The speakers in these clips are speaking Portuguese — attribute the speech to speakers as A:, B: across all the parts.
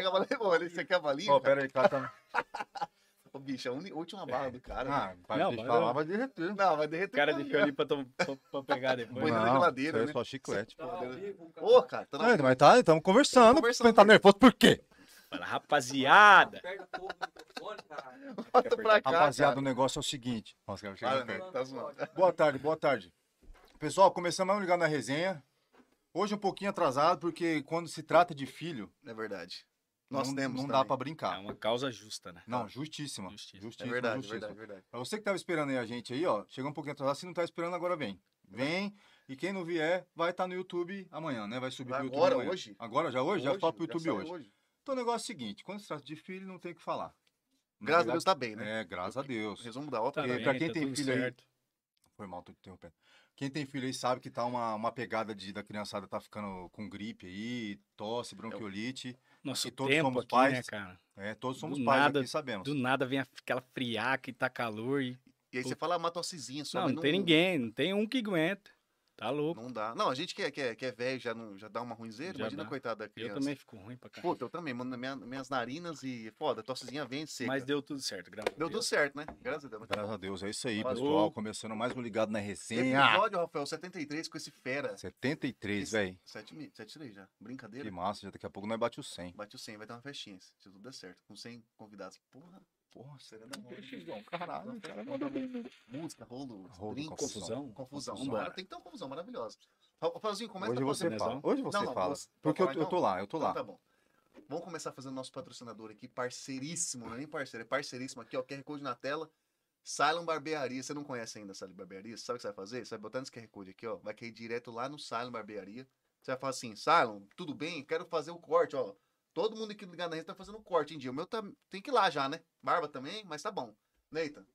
A: cavalinho, pô, ele- você quer cavalinho?
B: Ó,
A: cara?
B: pera aí, cata.
A: Ô, bicho, é a uni- última barra do cara. né?
B: Ah, para
C: Não,
B: de
C: mas-
B: falar, vai derreter.
A: Não, vai derreter.
C: O cara
A: pra-
C: deixou ali pra, tom- pra- pra pegar
A: Põe
C: depois.
A: dentro da geladeira,
B: isso aí
A: né?
B: é só chiclete.
D: Tá
A: Pô, deve- Ô, cara, tá na-
E: É, mas tá, estamos conversando.
A: Tamo conversando.
E: Você tá nervoso por quê?
C: Fala, rapaziada.
A: volta pra cá,
B: Rapaziada, o
A: cara.
B: negócio é o seguinte. Nossa, cara, chega
A: Ah,
B: perto.
A: não, tá zoando.
B: Boa tarde, boa tarde. Pessoal, começamos mais um Ligado na Resenha. Hoje um pouquinho atrasado, porque quando se trata de filho,
A: É verdade. Nós
B: não,
A: temos
B: não
A: também.
B: dá pra
C: É
B: brincar.
C: uma causa justa, né?
B: Não, justíssima.
C: Justiça.
B: Justíssima.
A: É verdade,
B: justíssima.
A: verdade, verdade.
B: Pra você que tava esperando aí a gente aí, ó, chegou um pouquinho atrasado. Se não tá esperando, agora vem. Vem. E quem não vier, vai estar no YouTube amanhã, né? Vai subir
A: Vai
B: pro YouTube
A: agora,
B: amanhã.
A: hoje?
B: Agora, já hoje? já
A: Hoje,
B: tá pro YouTube
A: saiu
B: hoje. Então o negócio é o seguinte, quando se trata de filho, não tem o que falar. Na
A: Graças a Deus
B: verdade,
A: tá bem, né?
B: É, graças a Deus.
A: Resumo da ópera.
B: Tá.
C: bem,
B: pra quem tem
C: tudo
B: filho aí,
C: certo.
B: Foi mal, tô te interrompendo. Quem tem filho aí sabe que tá uma, uma pegada de, da criançada tá ficando com gripe aí, tosse, bronquiolite.
C: Nosso
B: e todos
C: tempo
B: somos
C: aqui,
B: pais.
C: né, cara?
B: É, todos
C: Do
B: somos pais
C: nada,
B: aqui, sabemos.
C: Do nada vem aquela friaca e tá calor e...
A: E aí você fala, ah, mata uma cizinha só.
C: Não,
A: mas
C: não tem ninguém, não tem um que aguenta. Tá louco.
A: Não dá. Não, a gente que é, que é, que é velho já, não, já dá uma ruinzeira.
C: Já
A: Imagina,
C: dá.
A: coitada da
C: Eu
A: criança.
C: também fico ruim pra caralho.
A: Puta, eu também, mano, na minha- minhas narinas e. Foda, a tossezinha vem seca.
C: Mas deu tudo certo, graças a
A: Deu tudo
C: Deus.
A: certo, né? Graças a Deus. mas tá
B: Graças a Deus, é isso aí,
A: Valeu.
B: pessoal. Começando mais um Ligado na Resenha.
A: Episódio, Rafael, 73 com esse fera.
B: 73,
A: Esse-
B: velho.
A: 73 já.
B: Que
A: Brincadeira.
B: massa, já daqui a pouco nós bate o 100.
A: Bate o 100, vai ter uma festinha. Se tudo der certo. Com 100 convidados. Porra. Porra, será da mão.
B: Caralho, o cara mandou bem é mesmo.
A: Música, rolo,
B: Rolo,
A: brinco,
C: confusão.
A: Confusão.
C: Confusão.
A: Cara, tem que ter uma confusão maravilhosa. Fa- Rafaelzinho, começa
B: Hoje
A: a fazer.
B: você
C: né,
B: fala.
C: Zão?
B: Hoje você
A: Não, não,
B: fala.
A: você- vai
B: Porque eu,
A: falar,
B: eu tô
A: então?
B: lá, eu tô
A: Então
B: lá.
A: tá bom. Vamos começar fazendo nosso patrocinador aqui, parceiríssimo, não é nem parceiro, é parceiríssimo aqui, ó, QR Code na tela. Silent Barbearia, você não conhece ainda a Silent Barbearia? Sabe o que você vai fazer? Você vai botar nesse QR Code aqui, ó, vai cair direto lá no Silent Barbearia. Você vai falar assim, Silent, tudo bem? Quero fazer o corte, ó. Todo mundo aqui ligado na rede tá fazendo corte em dia. O meu tá, tem que ir lá já, né? Barba também, mas tá bom. Neita.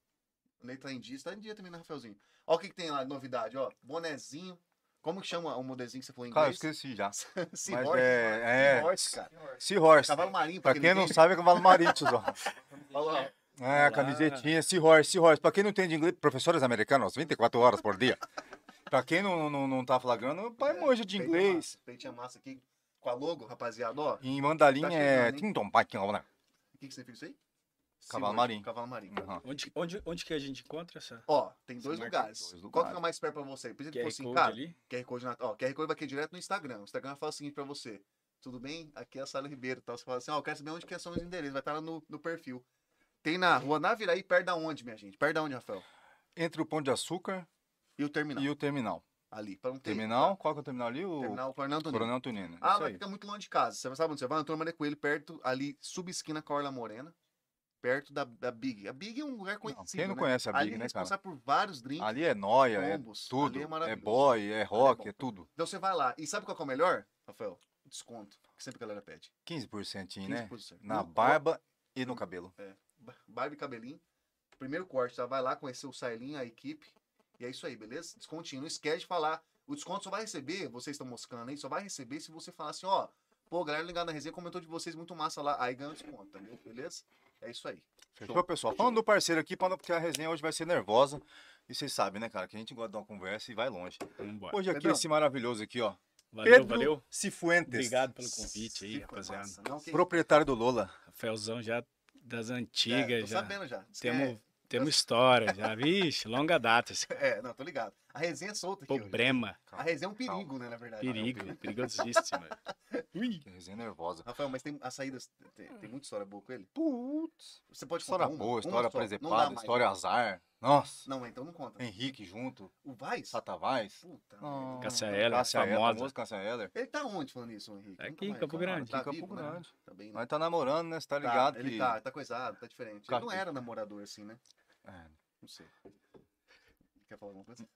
A: O Neita tá em dia, você tá em dia também, né, Rafaelzinho? Ó o que, que tem lá de novidade, ó. Bonezinho. Como que chama o modezinho que você falou em
B: Cara, eu
A: inglês?
B: esqueci já.
A: Seahorse,
B: Mas é-
A: mano.
B: é.
A: Seahorse, cara.
B: Seahorse.
A: Cavalo marinho,
B: Pra quem não sabe, é cavalo marinho, ó.
A: Falou, ó.
B: É,
C: Olá.
B: camisetinha, Seahorse, Seahorse. Pra quem não entende inglês, professores americanos, 24 horas por dia. Pra quem não, não, não tá flagrando, o pai manja de
A: Peito
B: inglês.
A: massa, Peitinha massa aqui com a logo, rapaziada, ó. O
B: Em mandarim
A: Tá
B: é...
A: chegando, hein?
B: Tintom, paquinho, né?
A: que, que significa isso aí?
B: Cavalo
A: Seahorse,
B: marinho.
A: Cavalo marinho.
B: Uhum. é
C: Onde, onde, onde que a gente encontra essa
A: Ó, tem dois
C: marca
A: lugares. Qual
B: dois
A: que
B: lugares.
A: fica mais perto pra você? Precisa que
C: QR
A: for assim,
C: Code
A: cara,
C: ali?
A: QR Code na... Ó, QR Code vai aqui direto no Instagram. O Instagram fala o seguinte pra você. Tudo bem? Aqui é a Sala Ribeiro, tá? Você fala assim, ó, eu quero saber onde que são os endereços. Vai estar lá no, no perfil. Tem na rua Naviraí, perto da onde, minha gente? Perto da onde, Rafael?
B: Entre o Pão de Açúcar
A: E o terminal.
B: e o Terminal.
A: Ali, pra não ter...
B: Terminal, qual que é o terminal ali? O
A: Terminal, Fernando Antônio.
B: Coronel Antonino.
A: Ah,
B: Isso
A: mas
B: aí.
A: fica muito longe de casa. Você sabe onde você vai? Antônio Maria Coelho, perto ali, subesquina com a Orla Morena, perto da, da Big. A Big é um lugar
B: Não,
A: conhecido,
B: Quem não
A: né?
B: conhece a
A: ali
B: Big,
A: é
B: né, cara?
A: responsável por vários drinks,
B: Ali é noia, é
A: combos.
B: tudo.
A: ali é
B: É,
A: maravilhoso.
B: boy, é rock,
A: bom.
B: é tudo.
A: Então você vai lá. E sabe qual que é o melhor, Rafael? O desconto, que sempre a galera pede.
B: 15%, né?
A: 15%.
B: Na
A: No-
B: barba e no cabelo.
A: ba- Barba e cabelinho. Primeiro corte, tá? Vai lá conhecer o Sailinho, a equipe. E é isso aí, beleza? Descontinho. Não esquece de falar. O desconto só vai receber, vocês estão moscando aí, só vai receber se você falar assim, ó. Pô, a galera ligada na resenha comentou de vocês muito massa lá. Aí ganha o desconto, tá bom? Beleza? É isso aí.
B: Fechou, pessoal? Falando do parceiro aqui, pra não- porque a resenha hoje vai ser nervosa. E vocês sabem, né, cara, que a gente gosta de uma conversa e vai longe.
C: Vambora.
B: Hoje aqui,
A: Pedrão.
B: esse maravilhoso aqui, ó.
C: Valeu,
B: Pedro
C: valeu.
B: Cifuentes.
C: Obrigado pelo convite aí,
A: Fica
C: rapaziada.
A: massa. Não, que-
B: Proprietário do Lola.
C: Felzão já das
A: é,
C: antigas,
A: tô
C: já.
A: sabendo já. Diz que
B: é.
C: Temos, temos história, já. Vixe, longa data esse
A: É, é, não, tô ligado. A resenha é solta aqui. hoje.
C: problema.
A: A resenha é um perigo, né, na verdade.
C: Perigo, perigosíssimo.
B: Que resenha nervosa.
A: Rafael, mas tem as saídas. Tem, tem muita história boa com ele?
B: Putz.
A: Você pode contar
B: História
A: uma?
B: boa,
A: Uma
B: história
A: só. Não dá
B: presepada,
A: mais.
B: história azar. Nossa.
A: Não, então não conta.
B: Henrique junto,
A: O Vaz?
B: Sata Vaz.
A: Puta.
B: Não.
A: merda.
C: Cássia Eller,
B: Cássia Eller,
C: famosa.
B: famoso Cássia Eller.
A: Ele tá onde falando isso, Henrique?
C: Tá
A: Nunca
C: aqui em
A: mais,
C: Campo
A: cara.
C: Grande.
A: Tá
B: Aqui em
A: vivo,
B: Campo
A: né?
B: Grande.
A: Tá bem, né?
B: Mas tá namorando, né? Você tá
A: Tá,
B: ligado
A: Ele
B: que...
A: tá, tá coisado, tá diferente. Ele não
B: Cara,
A: era namorador assim, né?
B: É.
A: Não sei. Quer falar alguma coisa?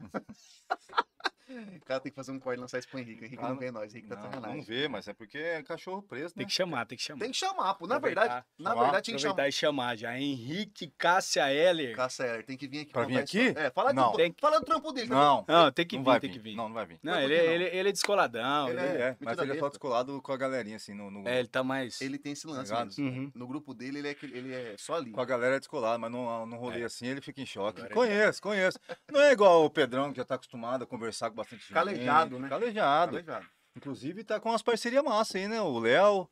A: O cara tem que fazer um corte e lançar isso pro Henrique. O Henrique
B: Ah,
A: não
B: não-
A: vê nós, o Henrique tá
B: Não, não
A: sacanagem.
B: vê, mas é porque é cachorro preso, né?
C: Tem que chamar, tem que chamar.
A: Tem que chamar, pô. Na verdade,
C: Aproveitar,
A: na
B: chamar,
A: verdade tem que chamar.
C: Aproveitar e chamar já. Henrique Cássia Heller.
A: Cássia Eller, tem que vir aqui.
B: Pra
A: contar
B: vir
A: a história.
B: aqui?
A: É, fala, de-
B: Não.
A: pô,
C: Tem que-
A: fala do trampo dele. tá
B: Não,
C: Não, Ah, tem que
B: não
C: vir,
B: vai
C: tem que vir.
B: Não, não vai vir.
C: Não,
A: Mas por
C: ele,
A: que não?
C: ele, ele é descoladão.
A: Ele
C: Ele,
A: é-
B: Ele é, mas
A: mentira
B: ele é
A: besta.
B: só descolado com a galerinha, assim, no... no-
C: é, ele tá mais. Uhum.
A: Ele tem esse lance
B: Ligado?
A: mesmo. No grupo dele, ele é, aquele- ele é só ali.
B: Com a galera é descolado, mas não, não rolê
C: É.
B: assim, ele fica em choque.
C: Agora ele-
B: conheço, conheço. Não é igual o Pedrão, que já tá acostumado a conversar com bastante gente.
A: Calejado, né?
B: Calejado.
A: Tá ligado?
B: Inclusive tá com umas parcerias massa aí, né? O Léo,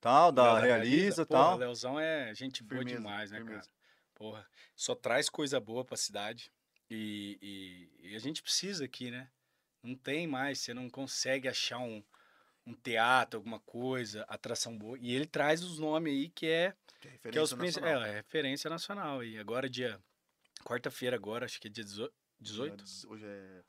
B: tal, da
C: Léo
B: Realiza e
C: é Porra,
B: tal.
C: Leozão é gente boa
A: Firmeza,
C: demais, né,
A: firmeza.
C: cara? Porra, só traz coisa boa pra cidade e, e- e a gente precisa aqui, né? Não tem mais, você não consegue achar um, um teatro, alguma coisa, atração boa. E ele traz os nomes aí que é
A: Que é
C: que é, os
A: referência
C: princi-
A: nacional.
C: é, é referência nacional. E agora, dia. Quarta-feira, agora, acho que é dia 18. 18?
A: Hoje é,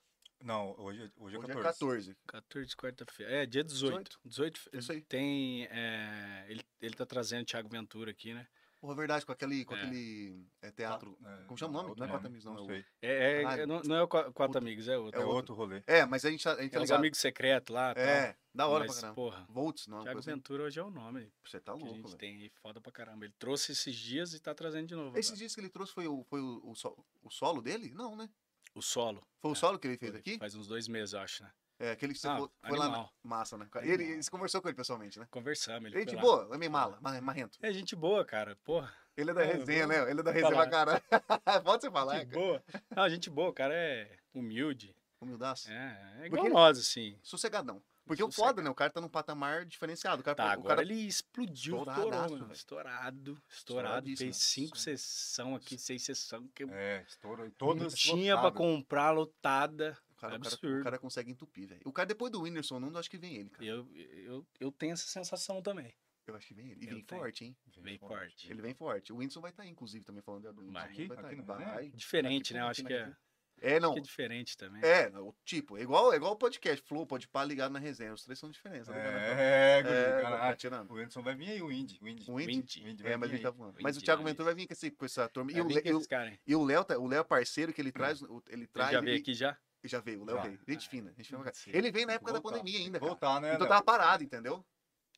F: Não, hoje, é- hoje é
A: hoje
F: 14.
A: é 14.
C: 14 de quarta-feira. É, dia 18. 18.
A: É isso aí.
C: Tem. é, ele, ele tá trazendo o Thiago Ventura aqui, né?
A: Porra, verdade, com aquele, com
C: É.
A: aquele é, teatro.
F: É,
A: Como chama o nome?
F: outro
A: Não é Quatro Amigos, não, é
F: Não
A: o-
F: sei.
C: É, é-
A: Caralho.
C: é- não, não é o Qua- Quatro Amigos, é outro.
F: É
A: É outro.
F: outro rolê.
A: É, mas a gente, tá- a gente tá
C: É os
A: ligado.
C: amigos secretos lá.
A: É, da
C: tal.
A: hora
C: Mas,
A: pra caramba.
C: porra,
A: Volts, não.
C: Thiago
A: coisa assim.
C: Ventura hoje é o nome
A: Você tá
C: que a gente
A: louco, velho.
C: tem. aí, Foda pra caramba. Ele trouxe esses dias e tá trazendo de novo.
A: Esses
C: agora.
A: dias que ele trouxe foi o, foi o, o so- o solo dele? Não, né?
C: O solo.
A: Foi o
C: É,
A: solo que ele fez
C: Foi-
A: aqui?
C: Faz uns dois meses, eu acho, né?
A: É, aquele que você
C: Ah,
A: foi, foi lá na
C: animal.
A: massa, né?
C: Animal.
A: Ele, ele se conversou com ele pessoalmente, né?
C: Conversamos. Ele
A: Gente
C: foi lá.
A: boa, é meio mala, ma- marrento.
C: É gente boa, cara. Porra.
A: Ele é da
C: É, eu
A: resenha,
C: vou
A: né? Ele é da resenha pra caralho. Pode você falar,
C: Gente
A: cara.
C: boa. Ah, gente boa, o cara é humilde.
A: Humildaço.
C: É, é igual
A: Porque-
C: nós, assim.
A: Sossegadão. Porque o
C: Sossegado.
A: foda, né? O cara tá num patamar diferenciado. O cara,
C: Tá,
A: o
C: agora
A: cara
C: ele explodiu,
A: Estouradaço,
C: estourou, mano.
A: velho.
C: Estourado, estourado.
A: Estouradíssimo.
C: Fez cinco
A: Sim.
C: sessão aqui, seis sessão. Que
F: É, estourou. E
C: não
F: Todas
C: tinha pra
F: lotadas.
C: comprar lotada.
A: O cara, o cara-
C: é Absurdo.
A: o cara consegue entupir, velho. O cara depois do Whindersson Nunes, eu acho que vem ele, cara.
C: Eu, eu, eu tenho essa sensação também.
A: Eu acho que vem ele. E
C: Eu
A: vem
C: tenho.
A: forte, hein?
C: Bem forte.
A: Ele vem forte. O Whindersson vai estar aí, inclusive, também falando do Whindersson.
C: Vai.
A: Nunes,
F: Aqui?
A: Vai tá aí.
F: Aqui não, né?
A: Vai.
C: Diferente,
A: Aqui,
C: né? Eu
A: aqui,
C: acho
A: aqui,
C: que é,
A: um aqui. É, não.
C: que é diferente também.
A: É, o tipo, é igual, é igual o podcast, Flow, Podpah ligado na resenha. Os três são diferentes, tá ligado? né?
F: É, guri,
A: É, tá
C: ah,
F: caralho.
A: tirando.
F: O Anderson vai vir aí, o Indy. O Indy.
A: O Indy?
C: Windy.
F: O Indy vai
A: É, mas
F: vir
A: ele tá
F: aí.
A: voando.
C: Vai
A: Mas o
C: vir,
A: Thiago
C: vai
A: Ventura vai vir com, esse, com essa turma. E,
C: É
A: o,
C: bem
A: Le-
C: que
A: e o-
C: esses caras, hein?
A: e o Léo, tá- o Léo é parceiro que ele traz. o- Ele
C: Ele
A: traz.
C: já veio
A: ele-
C: aqui já? Ah,
A: Já veio, o Léo
F: Já.
A: veio. Gente fina. Gente fina pra caralho.
F: Sim.
A: Ele veio na
F: Tem
A: época
F: que
A: da
F: voltar.
A: pandemia
F: Tem que
A: ainda, cara.
F: Voltar,
C: É,
F: né?
A: Então
F: Léo?
A: tava parado, entendeu?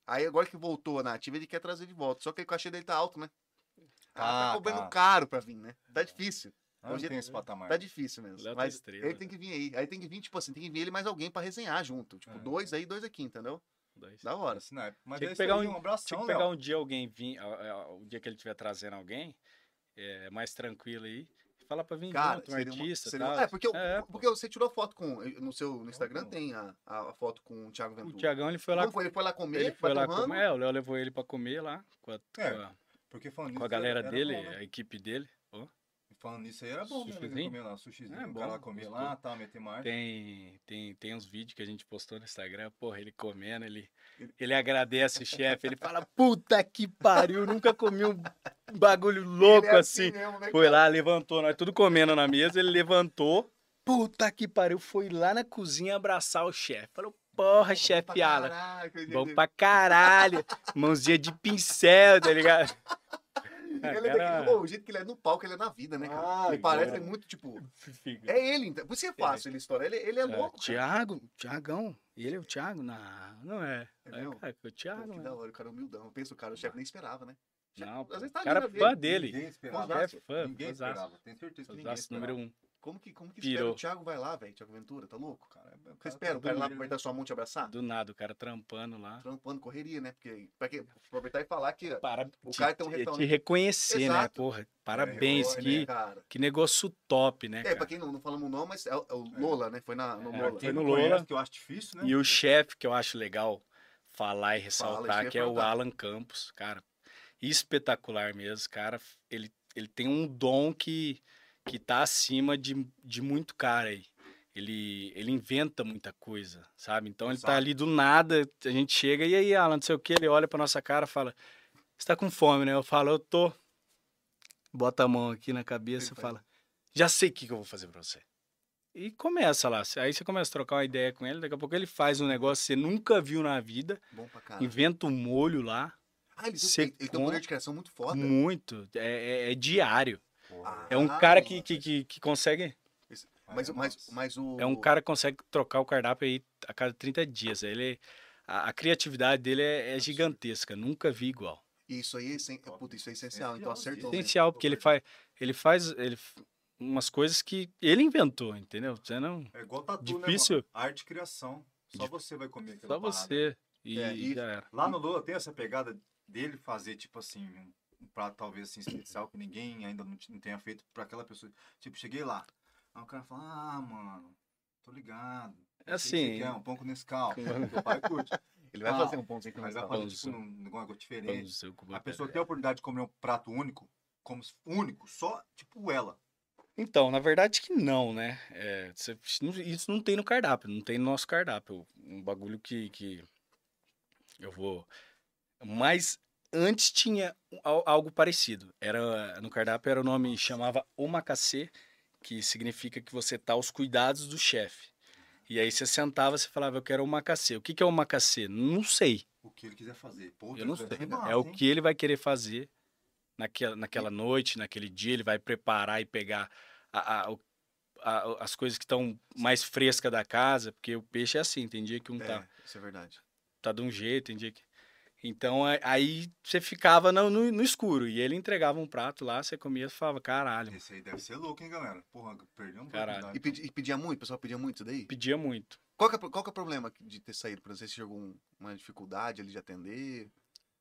A: Aí agora que voltou na ativa, ele quer trazer de volta. Só que o cachê dele tá alto, né? Ah, tá
F: Tá,
A: cobrando
F: tá.
A: caro pra vir, né? Tá difícil.
F: Ah, Não
A: Hoje
F: tem
A: é-
F: esse patamar.
A: Tá difícil mesmo.
C: Léo tá
A: Mas
C: estrela,
A: ele tem que vir aí. Aí tem que vir, tipo assim, tem que vir ele mais alguém pra resenhar junto. Tipo,
F: É.
A: dois aí, dois aqui, entendeu?
C: Dois.
A: Da hora.
F: Esse naipe. Mas é
C: Tinha que
F: isso
C: pegar
F: aí,
C: um-
F: um abração,
C: Tinha que pegar
F: Léo.
C: um dia alguém vir, a- a- o dia que ele estiver trazendo alguém, é, mais tranquilo aí, e falar pra vir
A: Cara,
C: junto, um
A: seria uma-
C: artista
A: seria uma-
C: tal.
A: É, porque, eu-
C: É, pô.
A: porque você tirou foto com. No seu no Instagram
F: Não.
A: tem a, a foto com o Thiago
C: O
A: Ventura.
C: Tiagão, ele foi lá,
A: Como foi? Ele foi lá comer,
C: ele foi lá
A: bateu ramo?
C: comer, é, o Léo levou ele pra comer lá, com a, com
F: É,
C: a-
F: Porque falando
C: um com a
F: nisso,
C: galera
F: era
C: dele,
F: bom, né?
C: a equipe dele. Ó,
F: Falando nisso aí, era bom mesmo. Ele
C: Sushizinho?
F: comer lá, um sushizinho.
C: É
F: o
C: bom,
F: cara lá comer lá,
C: gostoso.
F: tá, meter
B: É.
F: marcha.
C: Tem, tem, tem uns vídeos que a gente postou no Instagram, porra, ele comendo, ele, ele agradece o chefe, ele fala, puta que pariu, nunca comi um bagulho louco
A: Ele é
C: assim.
A: mesmo, né,
C: Foi lá, levantou, nós tudo comendo na mesa, ele levantou. Puta que pariu, foi lá na cozinha abraçar o chefe. Falou,
A: é
C: porra,
A: assim
C: chefe Alan,
A: né,
C: bom pra caralho. Mãozinha de pincel, tá ligado?
A: Ele é
C: Cara,
A: daquele, Ô, o jeito que ele é no palco, ele é na vida, né, cara?
F: Ah,
A: ele parece
C: cara.
A: é muito, tipo.
C: figa.
A: É ele, então. Por isso é fácil ele história. Ele, ele é
C: É,
A: louco. cara.
C: Tiago, Tiagão, ele é o Tiago? Não, não é.
A: É
C: Aí,
A: mesmo?
C: cara, que o
A: Pô,
C: Tiago,
A: que da hora, o cara é humildão. Eu penso, cara, o chefe nem esperava, né?
C: Não, pô,
A: Às vezes tá
C: o cara é
A: ali na
C: fã
A: dele.
C: dele.
F: Ninguém esperava.
C: É
A: Osasco.
C: fã,
F: Ninguém
C: Osasco.
F: esperava. Tenho certeza que ninguém
C: Osasco
F: esperava.
C: número um.
A: Como que, como que espera
C: Pirou.
A: o Thiago vai lá, velho? Thiago Ventura, tá louco?
F: Cara, é-
A: Você
F: cara
A: espera o
F: tá
A: cara lá
F: doido,
A: apertar sua mão e te abraçar?
C: Do nada, o cara trampando lá.
A: Trampando, correria, né? Porque, pra que, aproveitar e falar que. ó,
C: Para
A: O
C: te,
A: cara tem um
C: te-
A: restaurante.
C: te reconhecer, né?
A: Exato.
C: Porra, parabéns,
A: né,
C: que,
A: cara.
C: que negócio top, né?
A: É,
C: cara?
A: pra quem não, não falamos o nome, mas é o, é o Lola, né? Foi na, no
F: né?
C: É,
A: Lola.
F: Pra quem
C: no
F: não
C: Lola.
F: conhece, que eu acho difícil, né?
C: E o chefe que eu acho legal falar e ressaltar,
A: isso que eu ia
C: que é o
A: perguntar.
C: Alan Campos, cara, espetacular mesmo, cara. Ele, ele tem um dom que, que tá acima de, de muito cara aí. Ele, ele inventa muita coisa, sabe? Então ele tá
A: Exato.
C: ali do nada, a gente chega, e aí, Alan, não sei o que, ele olha pra nossa cara e fala: Você tá com fome, né? Eu falo, eu tô. Bota a mão aqui na
A: Ele
C: cabeça
A: faz.
C: e fala: Já sei o que, que eu vou fazer pra você. E começa lá. Aí você começa a trocar uma ideia com ele, daqui a pouco ele faz um negócio que você nunca viu na vida,
A: Bom pra caralho.
C: inventa um molho lá.
A: Ah, ele,
C: Você
A: ele, ele tem um
C: com-
A: poder de criação muito foda.
C: Muito. É, é- é diário.
F: Porra,
C: É um
A: Ah,
C: cara que, que, que, que consegue.
A: Mas,
F: é
A: mas,
F: massa.
A: mas o.
C: É um cara que consegue trocar o cardápio aí a cada 30 dias. Ele. A, a criatividade dele é, é gigantesca, nunca vi igual.
A: Isso aí é, essen- é, puta, isso é essencial. Então acertou. né?
C: Essencial, porque ele faz. Ele faz. Ele, f- umas coisas que ele inventou, entendeu? Você não.
F: É igual tatu,
C: Difícil.
F: né, mano? Arte e criação. Só você vai comer aquela
C: Só
B: né?
F: parada.
C: você. E,
A: É, e-
C: já era.
F: Lá no Lula tem essa pegada dele fazer, tipo assim, um- um prato talvez assim, especial que ninguém ainda não, t- não tenha feito pra aquela pessoa. Tipo, cheguei lá. Aí o cara fala, ah, mano, tô ligado.
C: É
F: eu sei o que um
C: assim.
F: você quer, um pão com Nescau. Meu pai curte.
A: Ele vai
F: Ah,
A: fazer um pãozinho com
F: Mas vai
A: Natal.
F: fazer
C: Pãozinho.
F: tipo num, num negócio
C: Pão do
F: diferente.
C: seu Cubatão.
F: A pessoa tem a oportunidade de comer um prato único, como se- único, só tipo ela.
C: Então, na verdade que não, né? É, cê- isso não tem no cardápio, não tem no nosso cardápio. Um bagulho que, que eu vou. Mas antes tinha um, al- algo parecido. Era no cardápio era o nome chamava omakase, que significa que você tá aos cuidados do chefe. E aí você sentava, você falava, eu quero omakase. O que que é omakase? Não sei.
F: O que ele quiser fazer. Pô,
C: Eu não sei.
F: Deus, é massa,
C: É o
F: hein?
C: que ele vai querer fazer naquela, naquela noite, naquele dia. Ele vai preparar e pegar a- a- o- a- as coisas que estão mais frescas da casa, porque o peixe é assim. Tem dia que um tá,
A: É, isso é verdade.
C: tá de um jeito, tem dia que. Então a- aí você ficava no, no- no escuro e ele entregava um prato lá, você comia e falava, caralho.
F: Esse aí deve ser louco, hein, galera? Porra, perdeu um
C: Caralho.
A: E, pedi- e pedia muito? O pessoal pedia muito isso daí?
C: Pedia muito.
A: Qual que é, qual que é o problema de ter saído? Por exemplo, você chegou um- uma dificuldade ali de atender?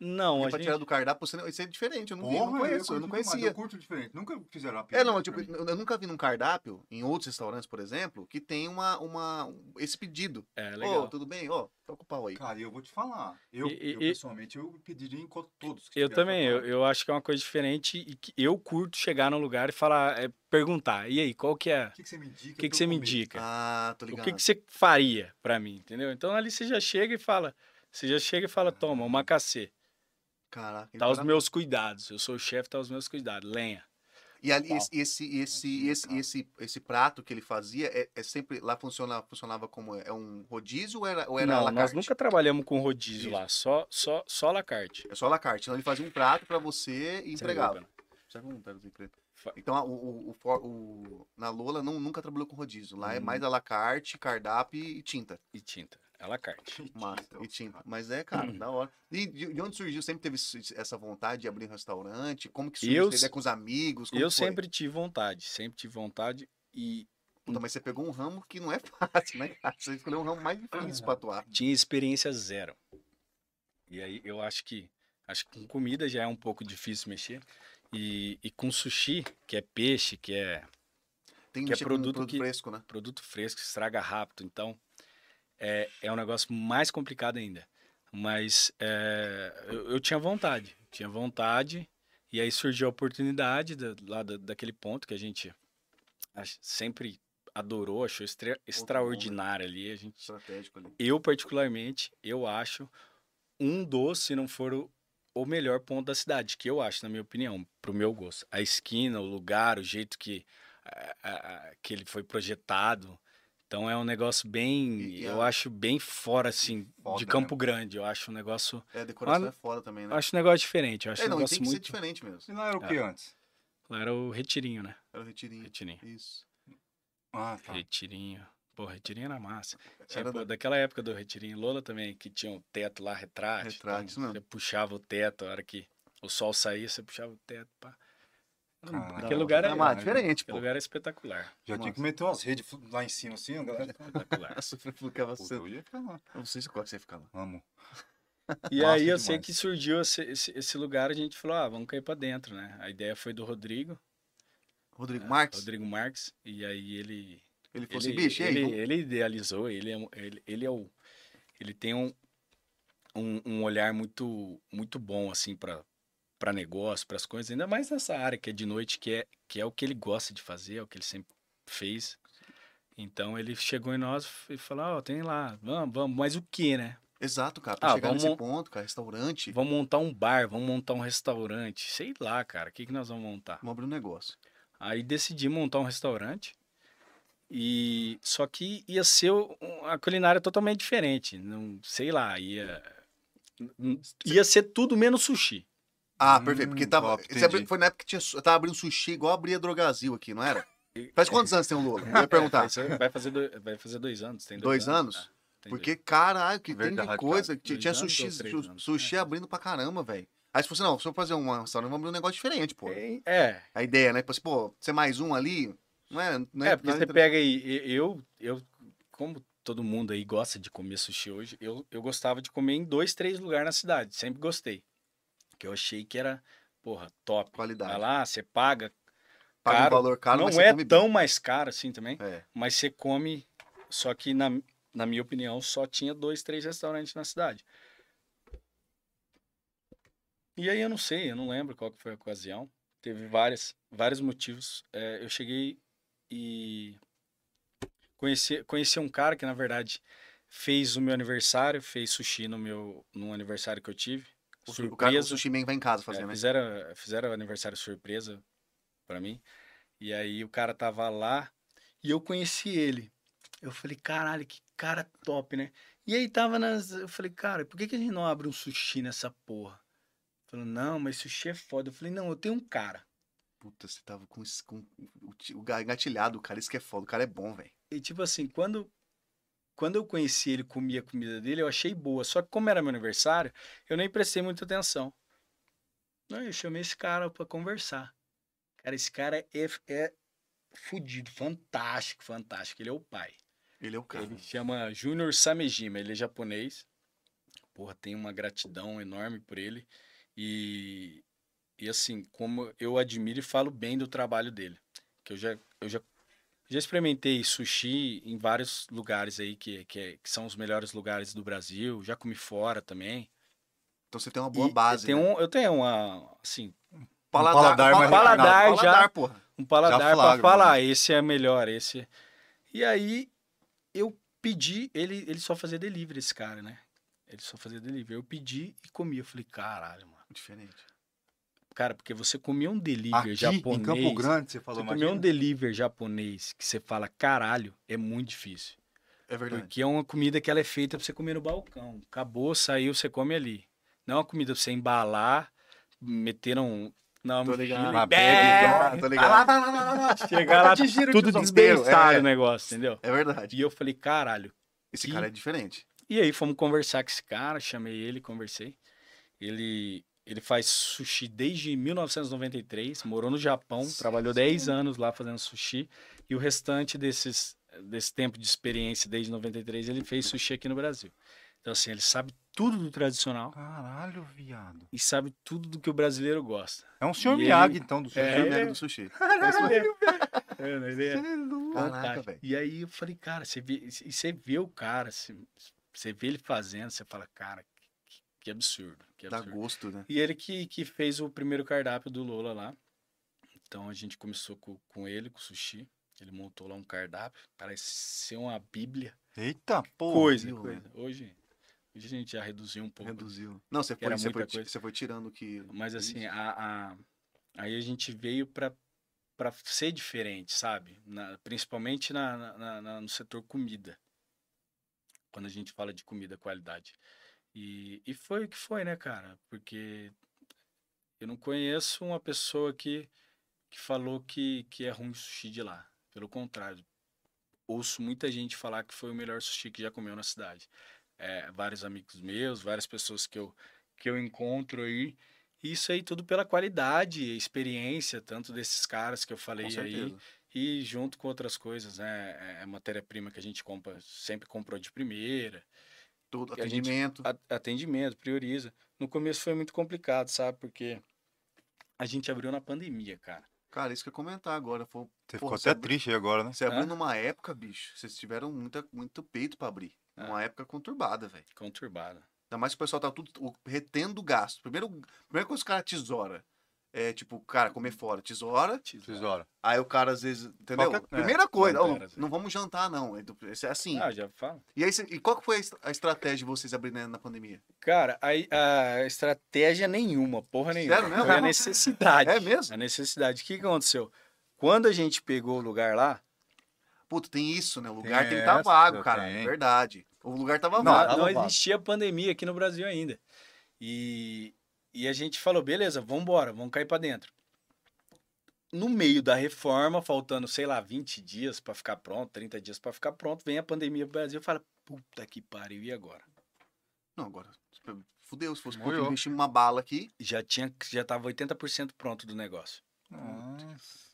C: Não,
A: Porque
C: a
A: pra
C: gente...
A: tirar do cardápio, você não- isso é diferente. Eu não, vi, eu não conheço, eu, não
F: Demais, eu
A: conhecia.
F: curto diferente. Nunca fizeram a né?
A: É, não,
F: pra
A: tipo,
F: mim.
A: eu eu nunca vi num cardápio, em outros restaurantes, por exemplo, que tem uma, uma, um- esse pedido.
C: É,
A: Ô,
C: legal.
A: tudo bem? Ó, toca o pau aí.
F: Cara, eu vou te falar. Eu,
C: E- e-
F: eu,
C: e-
F: pessoalmente, eu pediria em co- todos. que
C: Eu
F: tiveram
C: também, eu,
F: tatuagem.
C: eu acho que é uma coisa diferente e que eu curto chegar num lugar e falar, é, perguntar, e aí, qual que é?
F: O que, que você me indica?
C: O que, que
F: pra eu
C: você me
F: comer?
C: indica?
A: Ah, tô
C: o
A: ligado.
C: que, que você faria pra mim, entendeu? Então ali você já chega e fala, você já chega e
A: Uhum.
C: fala, toma, uma cacê,
A: Caraca.
C: tá os
A: pra-
C: meus cuidados, eu sou o chefe, tá os meus cuidados, lenha.
A: E ali,
C: Pau.
A: esse, esse, esse,
F: Aqui,
A: esse,
F: cara.
A: esse, esse prato que ele fazia, é, é sempre, lá funcionava, funcionava como, é um rodízio ou era, ou era à
C: Não,
A: la
C: nós
A: carte?
C: nunca trabalhamos com rodízio
A: Isso.
C: lá, só, só, só la carte.
A: É só à la carte. Então ele fazia um prato pra você e entregava.
C: Entendeu,
A: Serve um prato de preto.
C: Fa-
A: Então, a- o, o, o for- o- na Lola não, nunca trabalhou com rodízio. Lá é
C: Hum.
A: mais à la carte, cardápio e tinta.
C: E tinta, é à la carte.
A: Massa,
F: Então,
A: e tinta.
F: cara,
A: Mas é, cara, da hora. E de, de onde surgiu? Sempre teve su- essa vontade de abrir um restaurante? Como que surgiu
C: Eu
A: essa
C: se-
A: ideia com os amigos? Como
C: Eu
A: que foi?
C: sempre tive vontade, sempre tive vontade e
A: Puta, mas você pegou um ramo que não é fácil, né, cara? Você escolheu um ramo mais difícil pra atuar.
C: tinha experiência zero. E aí eu acho que acho que com comida já é um pouco difícil mexer. E, e com sushi, que é peixe, que é
A: Tem
C: Que é
A: mexer com
C: produto
A: produto
C: que-
A: fresco, né?
C: produto fresco, estraga rápido. Então, é, é um negócio mais complicado ainda. Mas é, eu, eu tinha vontade, tinha vontade. E aí surgiu a oportunidade da- lá da- daquele ponto que a gente ach- sempre adorou, achou extra, extraordinário ali. A gente,
A: Estratégico ali.
C: eu, particularmente, eu acho um dos, se não for o, o melhor ponto da cidade, que eu acho, na minha opinião, pro meu gosto. A esquina, o lugar, o jeito que, a- a- a- que ele foi projetado. Então é um negócio bem.
A: E- e
C: eu
A: a-
C: acho bem fora, assim,
F: Foda,
C: de
F: né?
C: Campo Grande. Eu acho um negócio.
A: É, a decoração
C: Ah,
A: é foda também,
C: Eu
A: né?
C: acho um negócio diferente. Eu acho
A: É,
C: um
A: não, e tem
C: negócio
A: que ser
C: muito.
A: diferente mesmo.
F: Se não
C: É.
F: era o que antes?
C: Lá Era o Retirinho, né?
A: Era o retirinho.
C: Retirinho.
A: Isso.
F: Ah, tá.
C: Retirinho. Pô, Retirinho era massa. Tinha,
A: Era
C: pô,
A: da-
C: Daquela época do Retirinho Lola também, que tinha o teto lá, retrato. então
A: Retrato, isso mesmo.
C: Você puxava o teto, a hora que o sol saía, você puxava o teto. Pá.
F: Caralho.
C: Aquele lugar,
A: É,
C: é,
A: mas diferente,
C: aquele
A: pô.
C: lugar é espetacular.
F: Já tinha que meter umas redes flu- lá em cima, assim, a galera.
C: espetacular.
A: Nossa, eu ficava
F: Puta, eu
A: sendo-
F: ia ficar lá.
A: Eu Não sei se qual que você fica lá.
F: Amo.
C: E
F: Massa
C: aí eu sei
F: demais.
C: que surgiu esse, esse- esse lugar, a gente falou, ah, vamos cair pra dentro, né? A ideia foi do Rodrigo,
A: Rodrigo
C: né?
A: Marques,
C: Rodrigo Marques, e aí ele
A: ele falou
C: ele,
A: assim, bicho, e aí?
C: ele,
A: vamos-
C: ele idealizou, ele é, um- ele, ele é o ele tem um, um, um olhar muito muito bom assim pra para negócio, para as coisas, ainda mais nessa área que é de noite, que é que é o que ele gosta de fazer, é o que ele sempre fez. Então ele chegou em nós e falou: "Ó, tem lá, vamos, vamos, mas o que, né?
A: Exato, cara, pra
C: Ah,
A: chegar
C: vamos-
A: nesse ponto, cara, restaurante, vamos,
C: Vamos montar um bar, vamos montar um restaurante, sei lá, cara, o que que nós vamos montar?"
A: abrir um negócio.
C: Aí decidi montar um restaurante. E só que ia ser o- um- a culinária totalmente diferente, não sei lá, ia ia ser tudo menos sushi.
A: Ah,
F: Hum,
A: perfeito, porque tava,
F: top,
A: você abri-
F: entendi.
A: foi na época que tinha, su- tava abrindo sushi igual abria Drogazil aqui, não era? Faz quantos anos tem o Lula?
C: É,
A: Eu ia perguntar.
C: Isso Vai fazer do- vai fazer dois anos, tá? tem dois,
A: Dois anos? Porque, caralho, que tem
F: Verdade,
A: de
F: cara.
A: coisa. Tinha,
C: Dois
A: tinha
C: anos ou
A: sushi,
C: três
A: su-
C: anos? né?
A: sushi abrindo pra caramba, velho. Aí se fosse, não, se eu fazer um restaurante, vamos abrir um negócio diferente, pô.
C: dois. É,
A: A ideia, né? Tipo assim, pô, ser mais um ali, não é? Não
C: É, porque
A: não
C: você
A: inter-
C: pega aí, e- eu, eu, como todo mundo aí gosta de comer sushi hoje, eu, eu gostava de comer em dois, três lugares na cidade, sempre gostei. Que eu achei que era, porra, top.
A: Qualidade.
C: Vai lá, você paga.
A: Paga
C: caro,
A: um valor caro, mas
C: não
A: você
C: é
A: come bem.
C: tão mais caro assim também,
A: É.
C: mas você come. Só que, na, na minha opinião, só tinha dois, três restaurantes na cidade. E aí eu não sei, eu não lembro qual que foi a ocasião. Teve várias, vários motivos. É, eu cheguei e conheci, conheci um cara que, na verdade, fez o meu aniversário, fez sushi no meu no aniversário que eu tive.
A: O, su-
C: surpresa.
A: o cara o sushi man vai em casa fazer,
C: É,
A: né?
C: fizeram, fizeram aniversário surpresa pra mim. E aí o cara tava lá e eu conheci ele. Eu falei, caralho, que cara top, né? E aí tava nas. Eu falei, cara, por que, que a gente não abre um sushi nessa porra? Falou, não, mas sushi é foda. Eu falei, não, eu tenho um cara.
A: Puta, você tava com, isso- com o, ti- o ga- engatilhado, cara. Isso que é foda. O cara é bom, velho.
C: E tipo assim, quando. Quando eu conheci ele, comia a comida dele, eu achei boa. Só que como era meu aniversário, eu nem prestei muita atenção. Não, eu chamei esse cara pra conversar. Cara, esse cara é, é fudido, fantástico, fantástico. Ele é o pai.
A: Ele é o cara.
C: Ele chama Junior Samejima, ele é japonês. Porra, tenho uma gratidão enorme por ele. E, e assim, como eu admiro e falo bem do trabalho dele. Que eu já, eu já, já experimentei sushi em vários lugares aí, que, que, é- que são os melhores lugares do Brasil. Já comi fora também.
A: Então você tem uma boa
C: E
A: base.
C: Eu tenho,
A: né?
C: um, eu tenho uma, assim,
F: Um paladar mais
A: paladar,
C: refinado.
A: paladar,
C: já-
A: porra.
C: um paladar para
F: flagra, né?
C: falar, esse é melhor, esse. E aí eu pedi, ele, ele só fazia delivery, esse cara, né? Ele só fazia delivery. Eu pedi e comi. Eu falei, caralho, mano.
A: Diferente.
C: Cara, porque você comia um delivery
F: Aqui,
C: japonês.
F: em Campo Grande, você falou,
C: você
F: imagina.
C: comer um delivery japonês que você fala, caralho, é muito difícil.
A: É verdade.
C: Porque é uma comida que ela é feita pra você comer no balcão. Acabou, saiu, você come ali. Não é uma comida pra você embalar, meteram um, na
A: Tô
C: mochila
A: ligado.
C: e
F: Uma
C: bebe.
F: tá
A: Ah, tô ligado.
F: vai lá, vai lá, vai lá.
C: Chegar lá, tudo
A: tiozão.
C: desbeirado
A: É.
C: o negócio, entendeu?
A: É verdade.
C: E eu falei, caralho.
A: Esse
C: E-
A: cara é diferente.
C: E aí fomos conversar com esse cara, chamei ele, conversei. Ele, ele faz sushi desde 1993, morou no Japão, trabalhou 10 anos lá fazendo sushi. E o restante desses, desse tempo de experiência, desde 93, ele fez sushi aqui no Brasil. Então, assim, ele sabe tudo do tradicional
F: Caralho, viado.
C: e sabe tudo do que o brasileiro gosta.
F: É um senhor
C: E ele-
F: Miyagi, então, do sushi.
C: É.
A: É. Primeiro do sushi.
C: É isso mesmo. É, né? Ele é-
A: Caraca,
C: Fantástico.
A: velho.
C: Tá. E aí eu falei, cara, você vê, e você vê o cara, você, você vê ele fazendo, você fala, cara, que, que absurdo, que
A: Dá
C: absurdo.
A: gosto, né?
C: E ele que, que fez o primeiro cardápio do Lola lá. Então a gente começou com, com ele, com o sushi. Ele montou lá um cardápio, parece ser uma bíblia.
F: Eita, porra.
C: coisa,
A: viu,
C: coisa. Hoje, hoje a gente já reduziu um pouco.
A: Reduziu. Não, você foi,
C: Era
A: você,
C: muita
A: foi, ti-
C: coisa.
A: você foi tirando o que.
C: Mas assim, a, a- aí a gente veio pra para ser diferente, sabe? Na- principalmente na, na- na- no setor comida. Quando a gente fala de comida qualidade. E, e foi o que foi, né, cara? Porque eu não conheço uma pessoa que, que falou que, que é ruim o sushi de lá. Pelo contrário, ouço muita gente falar que foi o melhor sushi que já comeu na cidade. É, vários amigos meus, várias pessoas que eu, que eu encontro aí. E Isso aí tudo pela qualidade, e experiência, tanto desses caras que eu falei
A: Com
C: aí,
A: certeza.
C: e junto com outras coisas, né? É, É matéria-prima que a gente compra, sempre comprou de primeira,
A: Todo
C: E a gente-
A: atendimento.
C: a- atendimento, prioriza. No começo foi muito complicado, sabe? Porque a gente abriu na pandemia, cara.
A: Cara, isso que eu ia comentar agora. Foi...
F: Você ficou
A: Porra,
F: até
C: é
A: você-
F: triste aí agora, né?
A: Você abriu
C: Hã?
A: numa época, bicho. Vocês tiveram muita, muito peito pra abrir.
C: Ah.
A: Uma época conturbada, velho.
C: Conturbada.
A: Ainda mais que o pessoal tá tudo o- retendo o gasto. Primeiro, primeira coisa que os caras tesoura. É tipo, cara, comer fora. Tesoura.
C: É.
F: Tesoura.
A: Aí o cara às vezes. Entendeu?
F: Qualquer- é,
A: Primeira coisa. ó,
C: jantar,
A: não, vamos jantar, não. Esse É assim.
C: Ah, já fala.
A: E, aí, cê- e qual que foi a est- a estratégia de vocês abrir né, na na pandemia?
C: Cara, a, a estratégia nenhuma, porra nenhuma.
A: Sério mesmo?
C: Foi a necessidade.
A: É mesmo?
C: A necessidade. O que que aconteceu? Quando a gente pegou o lugar lá,
A: Puta, tem isso, né? O lugar tem, que
F: essa,
A: estar vago, cara.
F: tem.
A: É verdade. O lugar tava
F: Não,
A: vago.
C: não, não
F: roubado.
C: existia pandemia aqui no Brasil ainda. E, e a gente falou, beleza, vamos embora, vamos cair para dentro. No meio da reforma, faltando, sei lá, 20 dias para ficar pronto, 30 dias para ficar pronto, vem a pandemia pro Brasil e fala, puta que pariu, e agora?
A: Não, agora. Fudeu, se fosse
F: Morreu.
A: eu investir uma bala aqui.
C: Já tinha, já tava 80% pronto do negócio. É.
F: Nossa.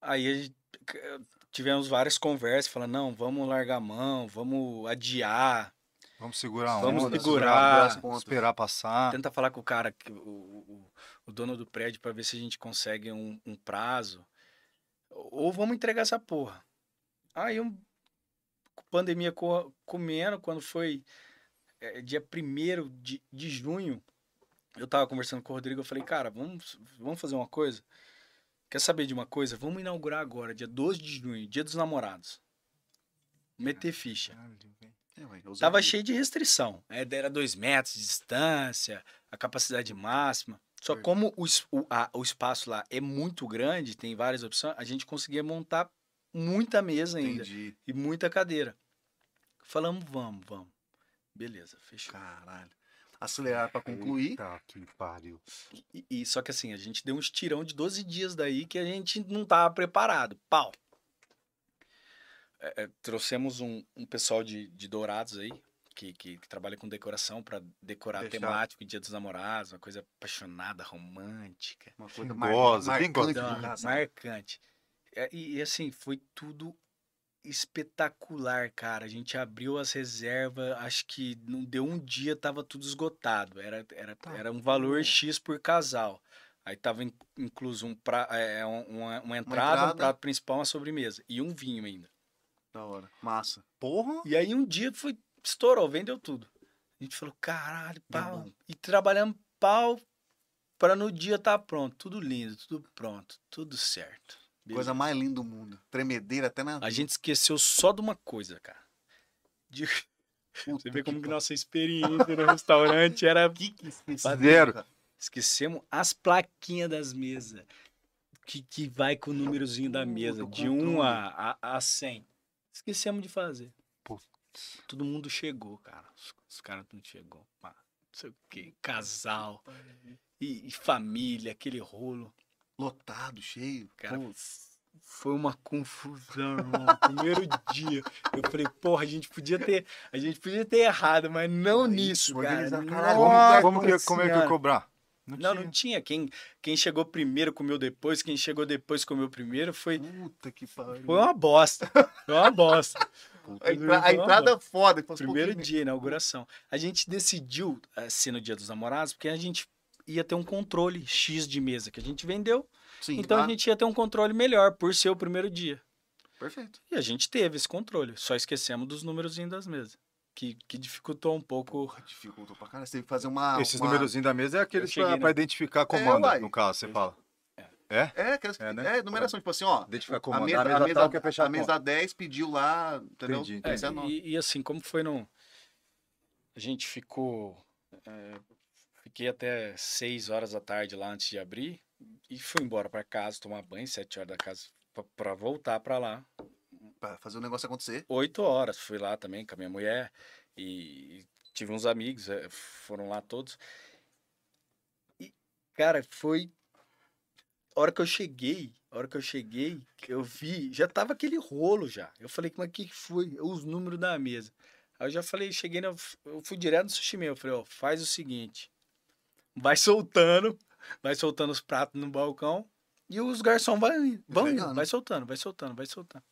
C: Aí a gente, eh, tivemos várias conversas, falando, não, vamos largar a mão, vamos adiar,
F: Vamos segurar a
C: Vamos
F: onda,
C: segurar.
F: segurar a
A: Pontas.
F: onda, esperar passar.
C: tenta falar com o cara, que- o, o, o dono do prédio, para ver se a gente consegue um, um prazo. Ou vamos entregar essa porra. Aí, um, pandemia é, co- comendo, quando foi eh, dia 1 de, de junho, eu tava conversando com o Rodrigo, eu falei, cara, vamos, vamos fazer uma coisa? Quer saber de uma coisa? Vamos inaugurar agora, dia 12 de junho, dia dos namorados. Meter ficha.
A: É, ué, eu usei
C: Tava
A: aqui.
C: cheio de restrição. né? Era dois metros de distância, a capacidade máxima. Só
F: Foi.
C: como o, es- o, a- o espaço lá é muito grande, tem várias opções, a gente conseguia montar muita mesa ainda
A: Entendi.
C: e muita cadeira. Falamos, vamos, vamos. Beleza, fechou.
A: Caralho. Acelerar pra concluir.
B: Tá, que pariu.
C: E, e- só que assim, a gente deu um estirão de 12 dias daí que a gente não tava preparado. Pau! É, é, trouxemos um, um pessoal de, de Dourados aí, que, que, que trabalha com decoração para decorar
F: Deixar.
C: temático, Dia dos Namorados, uma coisa apaixonada, romântica.
A: Uma coisa
B: Goza,
A: mar-
B: quem gosta
A: marcante do
B: de
C: Então,
A: casal.
C: marcante. É, E, e, assim, foi tudo espetacular, cara. A gente abriu as reservas, acho que não deu um dia, tava tudo esgotado. Era, era,
F: Tá
C: era um valor
F: bom.
C: X por casal. Aí tava in- incluso um pra, é, um- uma, uma entrada,
A: entrada.
C: um prato principal, uma sobremesa e um vinho ainda.
A: Da hora. Massa.
F: Porra!
C: E aí um dia foi, estourou, vendeu tudo. A gente falou, caralho,
A: Deu
C: pau.
A: bom.
C: E trabalhamos pau para no dia tá pronto. Tudo lindo, tudo pronto, tudo certo. Beleza.
A: Coisa mais linda do mundo. Tremedeira até na.
C: A gente esqueceu só de uma coisa, cara. De-
A: Puta
C: Você vê como
A: que
C: que
A: pa-
C: nossa experiência no restaurante era.
A: Que que esqueci,
B: Fizeram.
A: cara?
C: Esquecemos as plaquinhas das mesas. Que, que vai com o númerozinho da
A: Uh,
C: mesa,
A: do
C: de 1
A: controle.
C: a, a, a 100. Esquecemos de fazer.
B: Putz.
C: Todo mundo chegou, cara. Os, os caras não chegou. pá, Não sei o quê. Casal. E, e família, aquele rolo.
A: Lotado, cheio.
C: Cara,
A: Pô,
C: Foi uma confusão, irmão. Primeiro dia. Eu falei, porra, a gente podia ter. A gente podia ter errado, mas não
A: Aí,
C: nisso, cara.
A: organizar, caralho,
C: Nossa
B: Como, como que, como é que eu
C: Senhora.
B: cobrar?
C: Não, não tinha. Quem, quem chegou primeiro comeu depois, quem chegou depois comeu primeiro, foi.
A: Puta que pariu.
C: Foi uma bosta. Foi uma bosta.
A: A, entra- a
C: Foi uma bosta.
A: entrada foda. depois, pô,
C: Primeiro
A: que-
C: dia, inauguração. A gente decidiu eh, ser no dia dos namorados, porque a gente ia ter um controle X de mesa que a gente vendeu.
A: Sim,
C: então
A: tá.
C: a gente ia ter um controle melhor, por ser o primeiro dia.
A: Perfeito.
C: E a gente teve esse controle, só esquecemos dos números das mesas, que, que dificultou um pouco.
A: Porra, dificultou pra caralho. Você teve que fazer uma.
B: Esses
A: uma...
B: númerozinhos da mesa é aqueles
C: cheguei
B: pra,
C: na-
B: pra identificar comando,
A: uai.
B: no caso, você fala.
A: É, aquelas... é,
B: É, né?
A: numeração, tipo assim, ó.
B: Identificar
A: A
B: comando.
A: mesa,
B: Ah,
A: a mesa,
B: tal que é
A: a
B: fechar com-
A: mesa 10 pediu lá, entendeu?
B: Entendi,
A: É,
B: entendi.
A: não.
C: E, e assim, como foi no. A gente ficou. é, Fiquei até 6 horas da tarde lá antes de abrir e fui embora pra casa tomar banho, 7 horas da casa, pra- pra voltar pra lá.
A: Pra fazer o negócio acontecer.
C: oito horas. Fui lá também com a minha mulher e, e tive uns amigos, eh, foram lá todos. E, cara, foi. A hora que eu cheguei, a hora que eu cheguei, que eu vi, já tava aquele rolo já. Eu falei, mas o que que foi? Os números da mesa. Aí eu já falei, cheguei, na, eu fui direto no sushi meu. Eu falei, ó, faz o seguinte, vai soltando, vai soltando os pratos no balcão e os garçons vai, vão, indo,
A: Entregando.
C: vai soltando, vai soltando, vai soltando.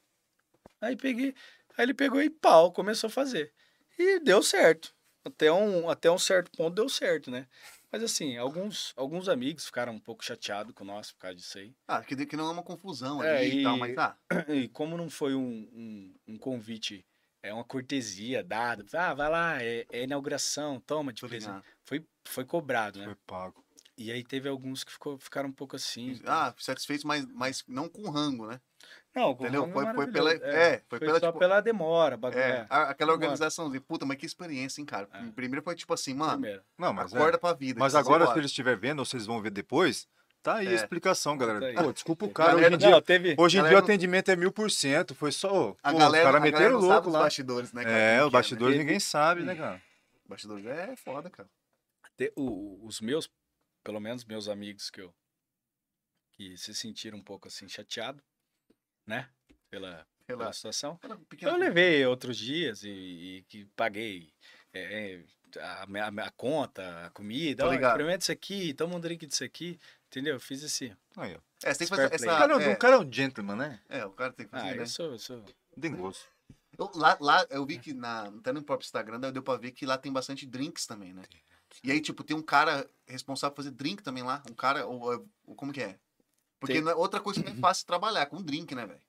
C: Aí peguei, aí ele pegou e pau, começou a fazer. E deu certo. Até um, até um certo ponto deu certo, né? Mas assim, alguns, alguns amigos ficaram um pouco chateados com nós por causa disso aí.
A: Ah, que, que não é uma confusão ali
C: É,
A: e
C: e-
A: tal, mas tá.
C: E como não foi um, um, um convite, é uma cortesia dada, ah, vai lá, é, é inauguração, toma
B: tipo
C: de
A: Tô
C: presente.
B: assim,
A: ligado.
C: Foi, foi cobrado, né?
B: Foi pago.
C: E aí teve alguns que ficou, ficaram um pouco assim.
A: Ah, satisfeito, mas, mas não com rango, né?
C: não, com
A: Entendeu?
C: rango
A: Foi,
C: é
A: foi pela.
C: maravilhoso,
A: É, foi,
C: foi,
A: pela.
C: só
A: Tipo,
C: pela demora, bagulho.
A: é,
C: É,
A: a- aquela
C: Vambora.
A: organização de puta, mas que experiência, hein, cara.
C: É.
A: Primeiro foi tipo assim, mano,
C: primeiro.
B: Não, mas é.
A: acorda pra vida. tipo assim, que
B: Mas
A: vocês
B: agora, se
A: embora.
B: ele estiver vendo, ou vocês vão ver depois, tá aí
A: É.
B: a explicação,
C: Tá
B: galera.
C: aí.
B: Pô, desculpa o cara, hoje
A: Galera-
B: em dia,
C: não, teve.
B: hoje em dia o
A: galera-
B: atendimento é mil por cento, foi só, ô,
A: a galera,
B: pô,
A: a
B: os caras
A: galera
B: meteram
A: não sabe
B: louco
A: os
B: lá.
A: bastidores, né? cara,
B: É,
A: quem
B: o
A: que né?
B: bastidor ninguém sabe, né, cara?
A: Bastidores é foda, cara.
C: te- o- os meus, pelo menos meus amigos que eu que se sentiram um pouco assim chateado, né? Pela,
A: Pela,
C: pela situação.
B: É.
A: pela pequena.
C: Eu levei outros dias e, e que paguei é, é, a, minha- a minha conta, a comida,
A: Tô
C: ó,
A: ligado.
C: experimenta isso aqui, toma um drink disso aqui, entendeu? Eu fiz assim, esse.
B: Aí, ó.
A: É, você tem que fazer
C: Fair
A: essa.
C: play. Ah,
B: O cara é um-
A: é,
B: o cara é um gentleman, né?
A: é, o cara tem que fazer,
C: Ah,
A: né?
C: eu sou, eu sou.
B: Tem gosto.
A: Eu- lá, lá eu
C: É.
A: vi que na, até no próprio Instagram daí deu pra ver que lá tem bastante drinks também, né? E aí, tipo, tem um cara responsável por fazer drink também lá. Um cara, ou, ou- ou como que é? Porque
C: Tem.
A: não é outra coisa que não é fácil trabalhar, com drink, né, velho?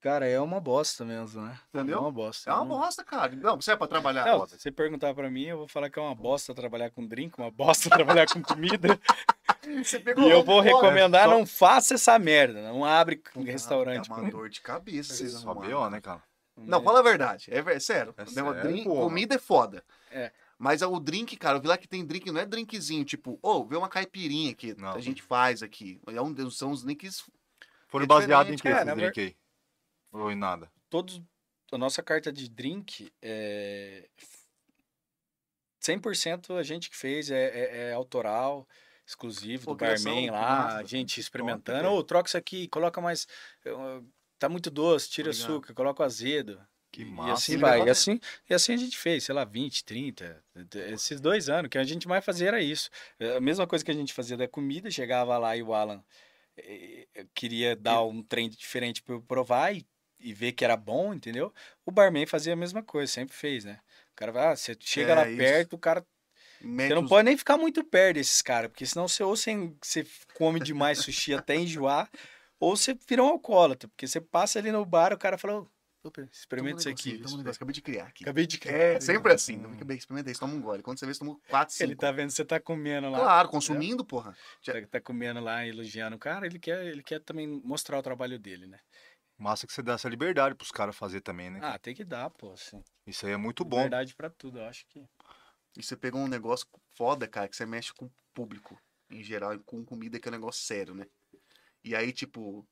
C: Cara, é uma bosta mesmo, né?
A: Entendeu?
C: É uma bosta.
A: É uma
C: Eu não-
A: bosta, cara. Não, você é pra trabalhar.
C: Não, se você perguntar pra mim, eu vou falar que é uma bosta trabalhar com drink, uma bosta trabalhar com comida.
A: Você pegou
C: e eu vou
A: onde, porra?
C: recomendar,
B: só-
C: não é faça essa merda. Não abre um restaurante.
A: É uma dor de cabeça vocês
B: Só
A: arrumarem.
B: B.O., né, cara?
C: com-
A: Não, fala a verdade. É, ver- sério.
B: É
A: O
B: sério,
A: negócio- drink-
B: porra.
A: comida é foda.
C: É.
A: Mas é o drink, cara, eu vi lá que tem drink, não é drinkzinho, tipo, ô, vê uma caipirinha aqui,
B: Não.
A: a gente faz aqui. É um, são os drinks.
B: Foram
A: É
B: baseados em
A: diferente,
B: que
C: cara,
B: esses
C: na ver-
B: drink aí? Ou em nada?
C: todos a nossa carta de drink é 100% a gente que fez é, é- é autoral exclusivo
A: Pô,
C: do
A: que versão
C: barman lá
A: massa,
C: a gente
A: velho.
C: experimentando ou troca isso aqui coloca mais eh, tá muito doce tira
A: Obrigado.
C: açúcar coloca o azedo
B: Que
C: e
B: massa. né?
C: assim
A: ele
C: vai
A: leva
C: e assim e assim a gente fez sei lá 20 30 esses dois anos que a gente mais fazia era isso É, a mesma coisa que a gente fazia da comida chegava lá e o Alan eh, queria dar um trem diferente para eu provar e e ver que era bom, entendeu? O barman fazia a mesma coisa, sempre fez, né? O cara vai, ah, você chega
A: É,
C: lá
A: isso.
C: perto, o cara. Você
A: mete
C: não
A: os-
C: pode nem ficar muito perto desses caras, porque senão você ou você, en- você come demais sushi até enjoar, ou você vira um alcoólatra, porque você passa ali no bar, o cara fala, "Ô, Pedro,
A: Toma um
C: experimenta isso aqui.
A: negocinho, toma um negócio, acabei de criar aqui.
C: Acabei de criar.
A: É, sempre assim. Hum. Experimenta isso, toma um gole. Quando você vê, você toma 4, 5.
C: Ele tá vendo que você tá comendo lá.
A: Claro, consumindo, porra.
C: Tá, tá comendo lá, elogiando o cara, ele quer, ele quer também mostrar o trabalho dele, né?
B: Massa que você dá essa liberdade pros caras fazer também, né? cara?
C: Ah, tem que dar, pô. Assim,
B: Isso aí é muito bom.
C: verdade pra tudo, eu acho que.
A: E você pegou um negócio foda, cara, que você mexe com o público em geral, e com comida que é um negócio sério, né? E aí, tipo.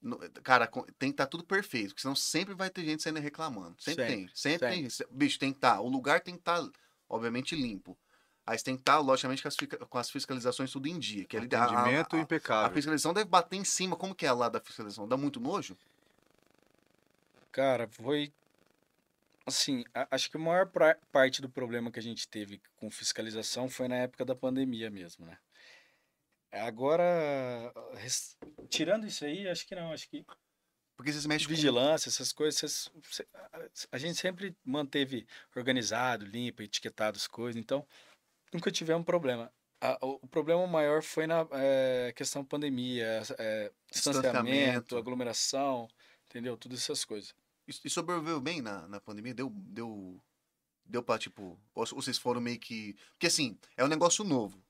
A: no- cara, co- tem que estar tudo perfeito, porque senão sempre vai ter gente saindo reclamando. Sempre,
C: Sempre,
A: tem. Sempre, tem gente. Bicho, tem que estar. O lugar tem que estar, obviamente, limpo. Aí você tem que estar, logicamente, com as, fica- com as fiscalizações tudo em dia. Que é a, a-
B: Atendimento
A: a- a
B: impecável.
A: fiscalização deve bater em cima. Como que é lá da fiscalização? Dá muito nojo?
C: Cara, foi. Assim, a- acho que a maior pra- parte do problema que a gente teve com fiscalização foi na época da pandemia mesmo, né? Agora, res- tirando isso aí, acho que não. Acho que
A: Porque vocês mexem com
C: vigilância, essas coisas, essas- se- a- a gente sempre manteve organizado, limpo, etiquetado as coisas, então nunca tivemos problema. A- o, o problema maior foi na eh, questão pandemia, eh,
A: Distanciamento.
C: distanciamento, aglomeração, entendeu? Todas essas coisas.
A: E e sobreviveu bem na, na pandemia? Deu, deu, deu pra, tipo, ou ou vocês foram meio que... Porque, assim, é um negócio novo.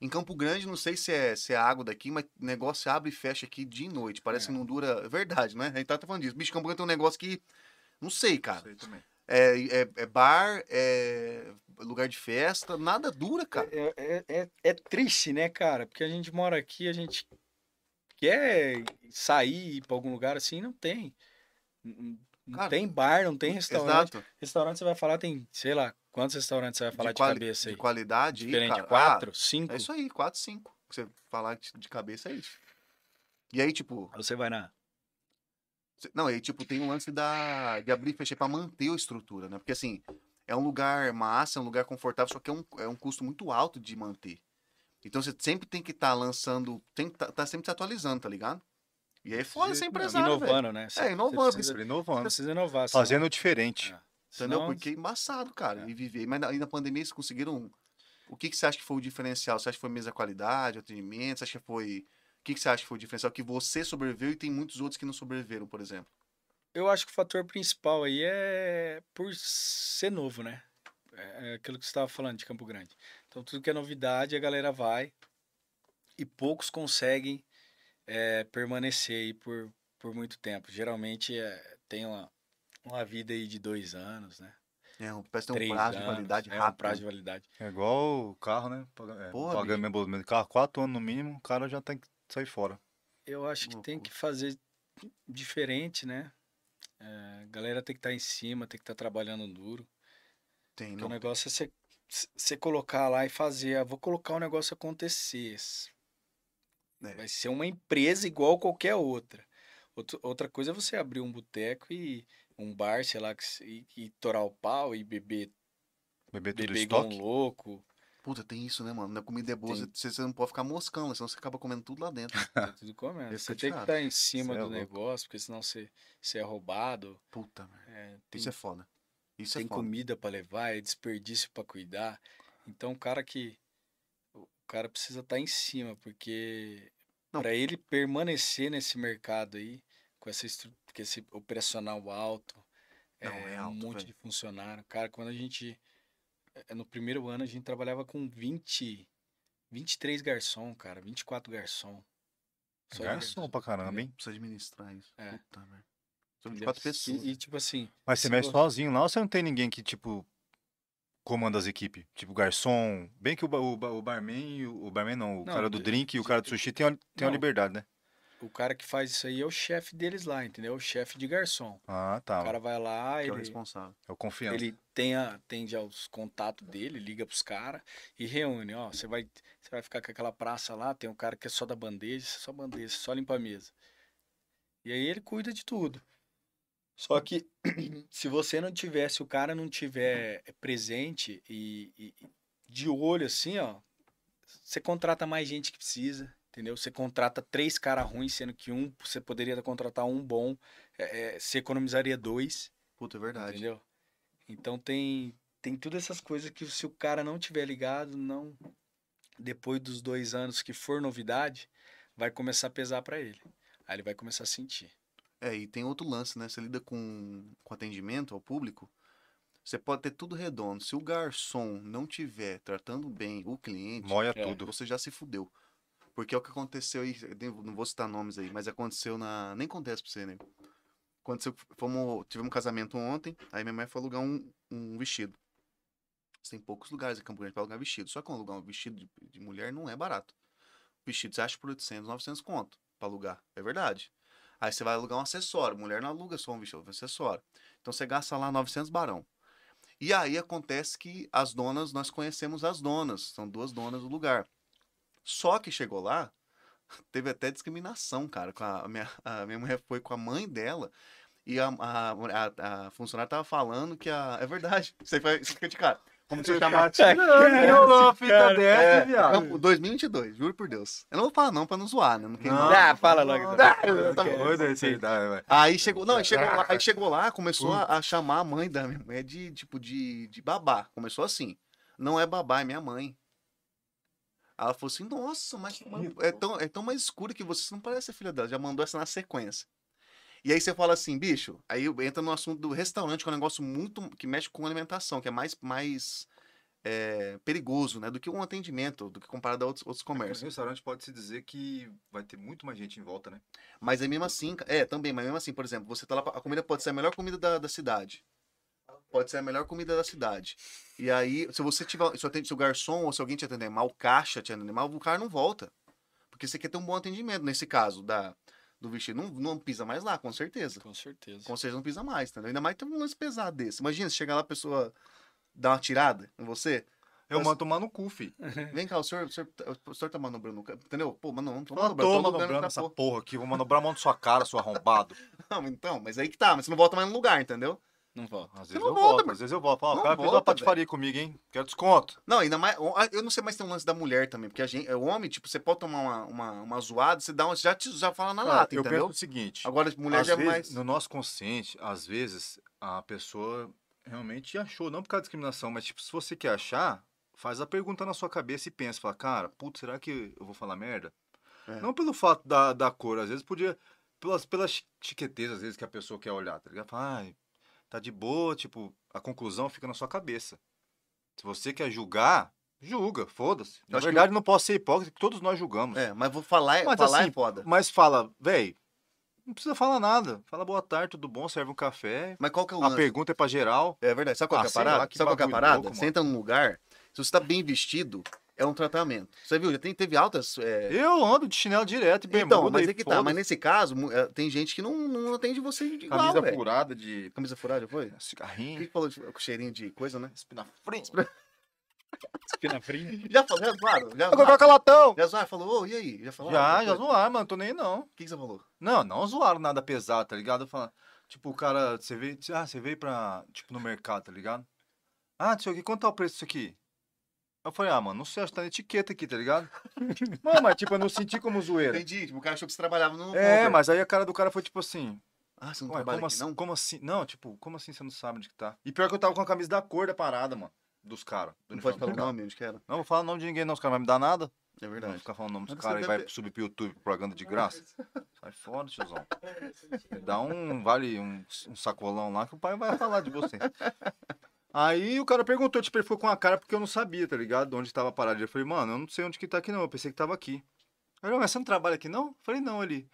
A: Em Campo Grande, não sei se é, se é a água daqui, mas o negócio abre e fecha aqui de noite. Parece
C: É.
A: que não dura... É verdade, né? A gente tá falando disso. Bicho, Campo Grande tem um negócio que... Não sei, cara.
F: Isso aí também.
A: É, é, é bar, é lugar de festa, nada dura, cara.
C: É, é- é- é triste, né, cara? Porque a gente mora aqui, a gente quer sair ir pra algum lugar assim, não tem. Não não
A: Cara,
C: tem bar, não tem restaurante.
A: Exato.
C: Restaurante você vai falar, tem, sei lá, quantos restaurantes você né? vai falar de,
A: quali-
C: cabeça aí?
A: de qualidade. aí,
C: Diferente,
A: cara. Ah,
C: quatro, cinco?
A: é isso aí, quatro, cinco. Você falar de- de cabeça é isso. E aí, tipo...
C: Aí Você vai na...
A: Cê- Não, e tipo, tem um lance da, de abrir e fechar pra manter a estrutura, né? Porque assim, é um lugar massa, é um lugar confortável, só que é um, é um custo muito alto de manter. Então você sempre tem que estar lançando, tem que tá, tá sempre se atualizando, tá ligado? E aí foda
B: jeito
A: ser
B: mesmo.
A: empresário, é, velho.
C: Inovando, né? Você- você
A: inovando,
C: Precisa,
B: Sempre
C: você
B: inovando.
C: precisa
A: é
C: inovar. senão-
B: Fazendo o diferente.
C: É.
A: Entendeu?
C: senão-
A: Porque é embaçado, cara,
C: É.
A: e viver. Mas na, e na pandemia eles conseguiram... O que, que você acha que foi o diferencial? Você acha que foi mesa qualidade, atendimento? Você acha que foi... O que, que você acha que foi o diferencial? Que você sobreviveu e tem muitos outros que não sobreviveram, por exemplo.
C: Eu acho que o fator principal aí é por ser novo, né? É é aquilo que você estava falando de Campo Grande. Então, tudo que é novidade, a galera vai e poucos conseguem é, permanecer aí por, por muito tempo. Geralmente é, tem uma, uma vida aí de dois anos, né?
A: É, um- parece que tem
C: Três
A: um prazo de
C: anos,
A: validade
C: é, um
A: rápido.
C: prazo de validade.
B: É igual o carro, né? Paga- É,
A: Porra,
B: pagando embolamento de carro, quatro anos no mínimo, o cara já tem que sair fora.
C: Eu acho que tem
A: Loucura.
C: que fazer diferente, né? É, a galera tem que estar em cima, tem que estar trabalhando duro.
A: Tem,
C: Porque o
A: não.
C: negócio é você- você colocar lá e fazer, ah, vou colocar o negócio acontecer. S-
A: É.
C: Vai ser uma empresa igual qualquer outra. Outro- outra coisa é você abrir um boteco e um bar, sei lá, que se- e, e torar o pau e beber,
B: Beber tudo
C: beber igual
B: estoque.
C: um louco.
A: Puta, tem isso, né, mano? Na comida é boa,
C: Tem.
A: você, você não pode ficar moscando, senão você acaba comendo tudo lá dentro.
C: tá tudo comendo.
A: Esse
C: Você
A: é
C: tem que
A: chato.
C: estar em cima
B: Cê é
C: do
B: louco.
C: negócio, porque senão você, você é roubado.
A: Puta, merda.
C: é, tem
A: Isso é foda. Isso
C: tem
A: é foda.
C: comida para levar, é desperdício para cuidar. Então, o cara que o cara precisa estar em cima, porque
A: Não.
C: para ele permanecer nesse mercado aí, com com, essa estru... com esse operacional alto,
F: Não,
C: é,
F: é alto,
C: um monte
F: velho.
C: de funcionário. Cara, quando a gente. eh, No primeiro ano a gente trabalhava com 20, 23 garçom, cara, 24 garçom. Só
B: Garçom É pra caramba, hein?
A: Precisa administrar isso.
C: É.
A: Puta merda. São
C: entendeu?
A: 24 pessoas.
C: E, e, tipo assim,
B: Mas você
C: Se
B: mexe
C: você-
B: sozinho lá ou você não tem ninguém que, tipo, comanda as equipes? Tipo, garçom. Bem que o, ba- o, ba- o barman e o, o barman não, o
C: Não,
B: cara do
C: de-
B: drink e o
C: de-
B: cara do sushi tem, a- tem uma
C: Não.
B: liberdade, né?
C: o cara que faz isso aí é o chefe deles lá, entendeu? O chefe de garçom.
B: Ah,
C: O
B: tá.
C: cara vai lá,
A: Que é o
C: ele,
A: responsável.
B: Eu confio.
C: ele tem, a, tem já os contatos dele, liga pros caras e reúne, ó, você vai, você vai ficar com aquela praça lá, tem um cara que é só da bandeja, só bandeja, só limpa a mesa. E aí ele cuida de tudo. Só que se você não tiver, se o cara não tiver eh, presente e, e- e de olho assim, ó, você contrata mais gente que precisa, entendeu? Você contrata três caras ruins, sendo que um, você poderia contratar um bom, é, é, você economizaria dois.
A: Puta, é verdade.
C: Entendeu? Então tem tem todas essas coisas que se o cara não tiver ligado, não depois dos dois anos que for novidade, vai começar a pesar pra ele. Aí ele vai começar a sentir.
A: É, e tem outro lance, né? Você lida com, com atendimento ao público, você pode ter tudo redondo. Se o garçom não tiver tratando bem o cliente,
B: Moia
C: É.
B: tudo.
A: você já se fudeu. Porque é o que aconteceu aí, eu nem- não vou citar nomes aí, mas aconteceu na. Nem acontece pra você, né? Aconteceu, fomos, tivemos um casamento ontem, aí minha mãe foi alugar um, um vestido. Tem poucos lugares em Campo Grande pra alugar vestido. Só que alugar um vestido de, de mulher não é barato. Vestido você acha por 800, 900 conto pra alugar. É verdade. Aí você vai alugar um acessório. Mulher não aluga só um vestido, um acessório. Então você gasta lá 900 barão. E aí acontece que as donas, nós conhecemos as donas. São duas donas do lugar. Só que chegou lá, teve até discriminação, cara. com a a minha, a minha mulher foi com a mãe dela e a, a, a- a funcionária tava falando que a. É verdade. Você, foi, você fica de cara. Como você
B: tá
A: chamar?
F: Eu é. não, fita
B: É.
C: cara,
F: dessa, viado.
A: Campo 2022, juro por Deus. Eu não vou falar não pra não zoar, né? Não quero-
F: Não.
C: Ah, fala logo.
A: Ah, eu tava-
B: Doido esse aí, dá, vai.
A: Aí chegou, não, aí chegou lá, aí chegou lá, começou a, a chamar a mãe da minha mulher de tipo de, de babá. Começou assim. Não é babá, é minha mãe. Ela falou assim, nossa, mas mas é tão, é tão mais escuro que você, você não parece a filha dela. Já mandou essa na sequência. E aí você fala assim, bicho, aí entra no assunto do restaurante, que é um negócio muito. que mexe com alimentação, que é mais, mais é, perigoso, né? Do que um atendimento, do que comparado a outros, outros
F: Mas
A: comércios.
F: no restaurante pode se dizer que vai ter muito mais gente em volta, né?
A: Mas é mesmo assim, ca- é, também, mas mesmo assim, por exemplo, você tá lá, pra- a comida pode ser a melhor comida da, da cidade. Pode ser a melhor comida da cidade. E aí, se você tiver, se, atende, se o garçom ou se alguém te atender mal, o caixa te atender mal, o cara não volta. Porque você quer ter um bom atendimento, nesse caso, da, do vestido. Não, não pisa mais lá, com certeza.
C: Com certeza.
A: Com certeza não pisa mais, entendeu? Ainda mais tem um lance pesado desse. Imagina, você chegar lá, a pessoa dá uma tirada em você.
B: Eu
A: Mas-
B: mando tomar no cu, fi.
A: Vem cá, o senhor, o senhor, tá- o senhor tá manobrando, o ca- entendeu? Pô, mas não, não tô
B: Eu não
A: manobrando,
B: tô
A: tô alugando
B: manobrando
A: essa
B: essa
A: porra.
B: porra aqui. Vou manobrar a mão da sua cara, seu arrombado.
A: Não, então, mas aí que tá, mas você não volta mais no lugar, entendeu?
C: Não volta.
B: Às
A: Você
B: vezes
A: não
B: eu
A: volta,
B: volto,
A: meu.
B: às vezes eu volto. Fala,
A: Não
B: o cara fez uma
A: volta,
B: patifaria comigo, hein? Quero desconto.
A: Não, ainda mais. o- a- Eu não sei mais se tem um lance da mulher também, porque a gente, é o homem, tipo, você pode tomar uma, uma, uma zoada, você dá uma, você já, te, já fala na
B: Cara,
A: lata,
B: Ah, eu
A: entendeu?
B: penso o seguinte.
A: Agora, mulher
B: Às
A: já é
B: vezes,
A: mais.
B: No nosso consciente, às vezes, a pessoa realmente achou, não por causa da discriminação, mas tipo, se você quer achar, faz a pergunta na sua cabeça e pensa, fala, cara, putz, será que eu vou falar merda?
A: É.
B: Não pelo fato da, da cor, às vezes podia, pelas, pelas chi- chiquetezas, às vezes, que a pessoa quer olhar, tá ligado? Fala, ai, tá de boa, tipo, a conclusão fica na sua cabeça. Se você quer julgar, julga, foda-se. Na
A: acho que-
B: verdade, não posso ser hipócrita, que todos nós julgamos.
A: É, mas vou falar, é-
B: Mas
A: falar
B: assim,
A: é foda.
B: Mas fala, véi, não precisa falar nada. Fala boa tarde, tudo bom, serve um café.
A: Mas qual que é o
B: A
A: lance?
B: pergunta é pra geral.
A: É verdade. Sabe qual
B: Ah,
A: que é a
B: sei lá,
A: parada?
B: que
A: Sabe qual que é a
B: bagulho
A: parada?
B: louco,
A: você
B: mano.
A: entra num lugar, se você tá bem vestido, é um tratamento. Você viu? Já tem, teve altas. é,
B: Eu ando de chinelo direto e bermuda.
A: Então, mas
B: e
A: é que tá. Mas
B: foda-se.
A: nesse caso, mu- é, tem gente que não, não atende você igual,
B: Camisa
A: velho.
B: furada de
A: Camisa furada, já foi? O que
B: cigarrinho,
A: que falou de, com cheirinho de coisa, né?
B: espina frente.
C: Espina fria.
A: Já falou, já zoaram, já
B: Agora
A: zoaram.
B: coloca latão.
A: Já zoaram, falou, ô, e aí? Já falou? "Ah,
B: Já, já zoaram, mano, tô nem aí, não.
A: O que, que você falou?
B: Não, não zoaram nada pesado, tá ligado? Eu falo, tipo, o cara, você veio, ah, você veio pra, tipo, no mercado, tá ligado? Ah, não sei o que, quanto tá o preço disso aqui? Eu falei, ah, mano, não sei, acho que tá na etiqueta aqui, tá ligado? Mano, mas tipo, eu não senti como zoeira.
A: Entendi, tipo, o cara achou que você trabalhava no.
B: É,
A: Uber.
B: mas aí a cara do cara foi tipo assim,
A: Ah, você não
B: Ué,
A: trabalha
B: como,
A: aqui,
B: assim,
A: não?
B: como assim? Não, tipo, como assim você não sabe onde que tá? E pior que eu tava com a camisa da cor da parada, mano. Dos caras. do
A: Não pode
B: uniforme
A: falar o
B: dos caras.
A: nome, onde que era.
B: Não, vou falar o nome de ninguém, não. Os caras não vão me dar nada.
A: É
B: Não, vou
A: verdade.
B: ficar falando o nome dos
A: Mas você
B: caras e
A: deve
B: vai
A: ter-
B: subir pro YouTube propaganda de graça. Sai Sai fora, tiozão. Dá um, vale, um, um sacolão lá que o pai vai falar de você. Aí o cara perguntou, tipo, ele ficou com a cara porque eu não sabia, tá ligado? Onde tava parado. Eu falei, mano, eu não sei onde que tá aqui não, eu pensei que tava aqui. Ele, mas você não trabalha aqui não? Eu falei, não, ele.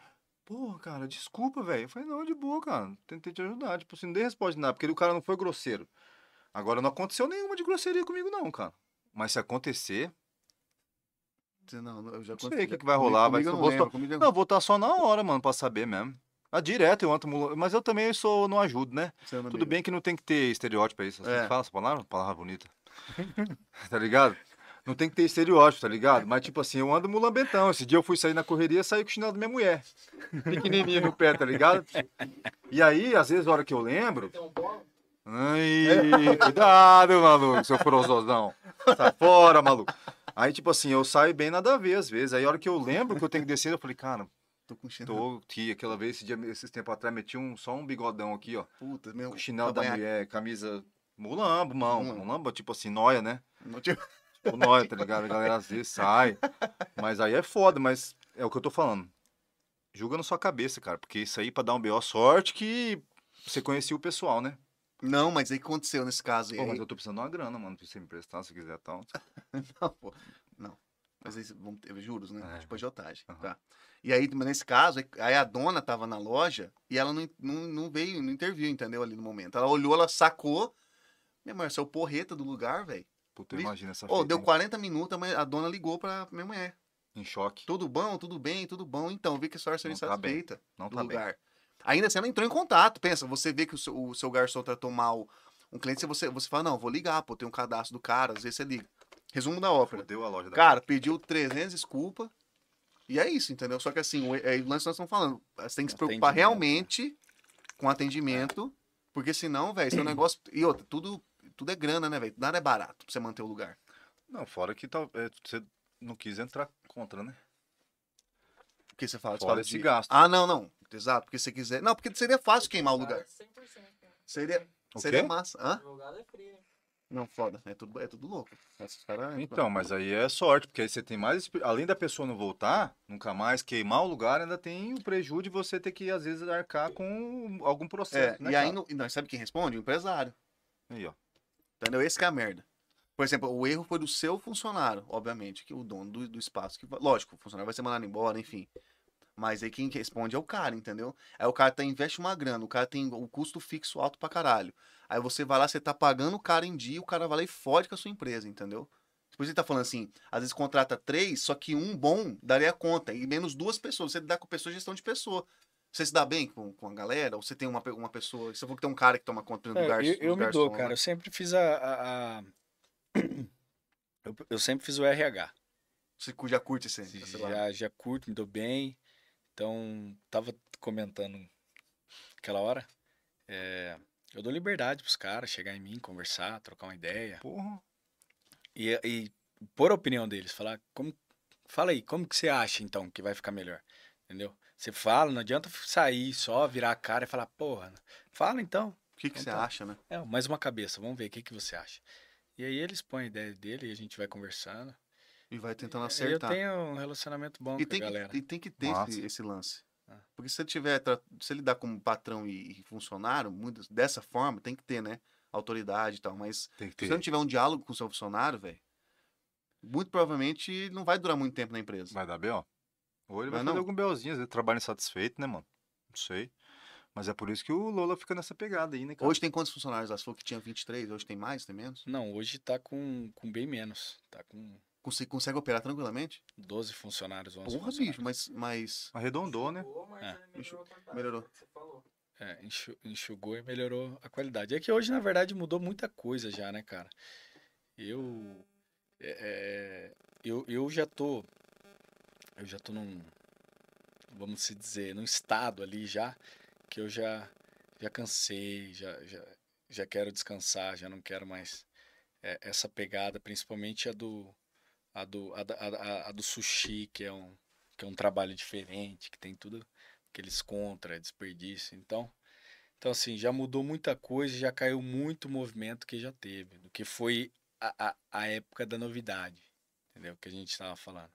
B: Pô, cara, desculpa, velho. Eu falei, não, de boa, cara. Tentei te ajudar. Tipo, assim, não dei resposta de nada, porque o cara não foi grosseiro. Agora, não aconteceu nenhuma de grosseria comigo, não, cara. Mas se acontecer,
A: Não, eu já
B: não sei
A: contei-
B: o que, que
A: já-
B: vai rolar.
A: comigo- comigo eu
B: Vai, eu
A: não
B: vou só-
A: lembro, comigo eu-
B: não, vou estar só na hora, mano, pra saber mesmo. Ah, direto eu ando, mas eu também sou, não ajudo, né?
A: você não
B: Tudo
A: liga.
B: bem que não tem que ter estereótipo, é isso? Assim
A: É.
B: que fala essa palavra? Palavra bonita. tá ligado? Não tem que ter estereótipo, tá ligado? Mas, tipo assim, eu ando mulambentão. Esse dia eu fui sair na correria, saí com o chinelo da minha mulher. Pequenininho no pé, tá ligado? E aí, às vezes, a hora que eu lembro... Ai, cuidado, maluco, seu frozozão. Sai fora, maluco. Aí, tipo assim, eu saio bem nada a ver, às vezes. Aí, a hora que eu lembro que eu tenho que descer, eu falei, cara,
A: Tô com chinelo.
B: tô aqui. Aquela vez, esse dia, esses tempos atrás, meti um, só um bigodão aqui, ó.
A: Puta, meu.
B: O chinelo da
A: tamanhaque.
B: mulher, camisa. Mulambo, mão.
A: Mulambo.
B: Mulambo, tipo assim, noia, né?
A: Não tinha-
B: Tipo, noia, tá ligado? A galera às vezes sai. Mas aí é foda, mas é o que eu tô falando. Julga na sua cabeça, cara. Porque isso aí, pra dar um B.O. sorte que você conhecia o pessoal, né?
A: Não, mas aí o que aconteceu nesse caso aí?
B: Pô, mas
A: Aí-
B: eu tô precisando de uma grana, mano, pra você me prestar, se quiser tal.
A: Não, pô. Não. Mas aí vamos ter juros, né?
B: É.
A: Tipo agiotagem.
B: Aham.
A: Tá. E aí, mas nesse caso, aí a dona tava na loja e ela não, não, não veio, não interviu, entendeu? Ali no momento. Ela olhou, ela sacou. Minha mãe, saiu porreta do lugar, velho.
B: Puta,
A: Vixe.
B: imagina essa
A: Ô,
B: fita,
A: deu
B: hein?
A: 40 minutos, mas a dona ligou pra minha mulher.
B: Em choque.
A: Tudo bom, tudo bem, tudo bom. Então, vi que a senhora saiu
B: Não tá bem.
A: insatisfeita
B: Não
A: do
B: tá bem.
A: lugar. Ainda assim, ela entrou em contato. Pensa, você vê que o seu, o seu garçom tratou mal um cliente, você, você fala, não, vou ligar, pô, tem um cadastro do cara, às vezes você liga. Resumo da ópera.
B: Fudeu a loja da...
A: Cara, pediu 300 desculpa. E é isso, entendeu? Só que assim, o, é, o lance que nós estamos falando. Você tem que se preocupar
B: né?
C: Atendimento,
A: realmente com atendimento.
B: É.
A: Porque senão, velho, seu negócio. E outra, tudo, tudo é grana, né, velho? Nada é barato pra você manter o lugar.
B: Não, fora que tal... é, você não quis entrar contra, né?
A: O que você fala? Você
B: Fora
A: fala
B: esse gasto.
A: Ah, não, não. Exato, porque se você quiser. Não, porque seria fácil queimar o lugar.
D: 100%. cara.
A: Seria,
B: O
A: seria
B: quê?
A: massa. Hã?
D: Advogado é frio.
A: Não, foda. É tudo, é tudo louco. Esses caras.
B: Então, mas aí é sorte, porque aí você tem mais. expe- Além da pessoa não voltar, nunca mais queimar o lugar, ainda tem o prejuízo de você ter que, às vezes, arcar com algum
A: É,
B: processo. né,
A: e aí,
B: cara?
A: não, não, sabe quem responde? O empresário.
B: Aí, ó.
A: Entendeu? Esse que é a merda. Por exemplo, o erro foi do seu funcionário, obviamente, que o dono do, do espaço. Que, va- lógico, o funcionário vai ser mandado embora, enfim. Mas aí quem que responde é o cara, entendeu? Aí o cara tá, investe uma grana, o cara tem o custo fixo alto pra caralho. Aí você vai lá, você tá pagando o cara em dia, o cara vai lá e fode com a sua empresa, entendeu? Depois ele tá falando assim, às vezes contrata três, só que um bom daria conta, e menos duas pessoas. Você dá com pessoa gestão de pessoa. Você se dá bem com, com a galera? Ou você tem uma, pe- uma pessoa. Você falou que tem um cara que toma conta do
C: É,
A: lugar
C: eu,
A: do
C: eu me
A: garçom,
C: dou,
A: né?
C: cara. Eu sempre fiz a. a- a- Eu, eu sempre fiz o RH.
A: Você cu- já curte esse, esse lado.
C: Já, já curto, me dou bem. Então, tava comentando aquela hora. é, eu dou liberdade pros caras chegar em mim, conversar, trocar uma ideia.
B: Porra.
C: E, e pôr a opinião deles, falar como. Fala aí, como que você acha então que vai ficar melhor? Entendeu? Você fala, não adianta sair só, virar a cara e falar, porra, fala então.
A: O que, que você
C: Então tá.
A: acha, né?
C: É, mais uma cabeça, vamos ver o que, que você acha. E aí eles põem a ideia dele e a gente vai conversando.
A: E vai tentando
C: E É, eu
A: acertar.
C: tenho um relacionamento bom
A: E
C: com a
A: tem,
C: galera.
A: que, e tem que ter
B: Massa.
A: esse, esse lance.
C: Ah.
A: Porque se você tiver, tra- se ele dá como patrão e, e funcionário, muitas- dessa forma, tem que ter, né? Autoridade e tal. Mas
B: Tem que
A: se você não tiver um diálogo com o seu funcionário, velho, muito provavelmente ele não vai durar muito tempo na empresa.
B: Vai dar B.O. Ou ele
A: Vai
B: vai
A: não?
B: fazer algum B.O.zinho, às vezes trabalha insatisfeito, né, mano? Não sei. Mas é por isso que o Lola fica nessa pegada aí, né, cara?
A: Hoje tem quantos funcionários lá? Você falou que tinha 23, hoje tem mais, tem menos?
C: Não, hoje tá com, com bem menos. Tá com
A: Consegue, consegue operar tranquilamente?
C: 12 funcionários, 11
A: Porra,
C: funcionários.
A: bicho, mas, mas.
B: Arredondou, né?
D: Boa, mas
C: É.
D: ele melhorou a quantidade,
A: Melhorou.
D: foi o que Você falou.
C: É, enxu- enxugou e melhorou a qualidade. É que hoje, na verdade, mudou muita coisa já, né, cara? Eu. é, é, eu, eu já tô. Eu já tô num. Vamos se dizer, num estado ali já que eu já, já cansei, já, já, já quero descansar, já não quero mais é, essa pegada, principalmente a do. A do, a, da- a, a- a do sushi, que é, um, que é um trabalho diferente, que tem tudo aqueles contra, é desperdício. Então, então, assim, já mudou muita coisa, já caiu muito movimento que já teve, do que foi a, a, a época da novidade, entendeu? Que a gente estava falando.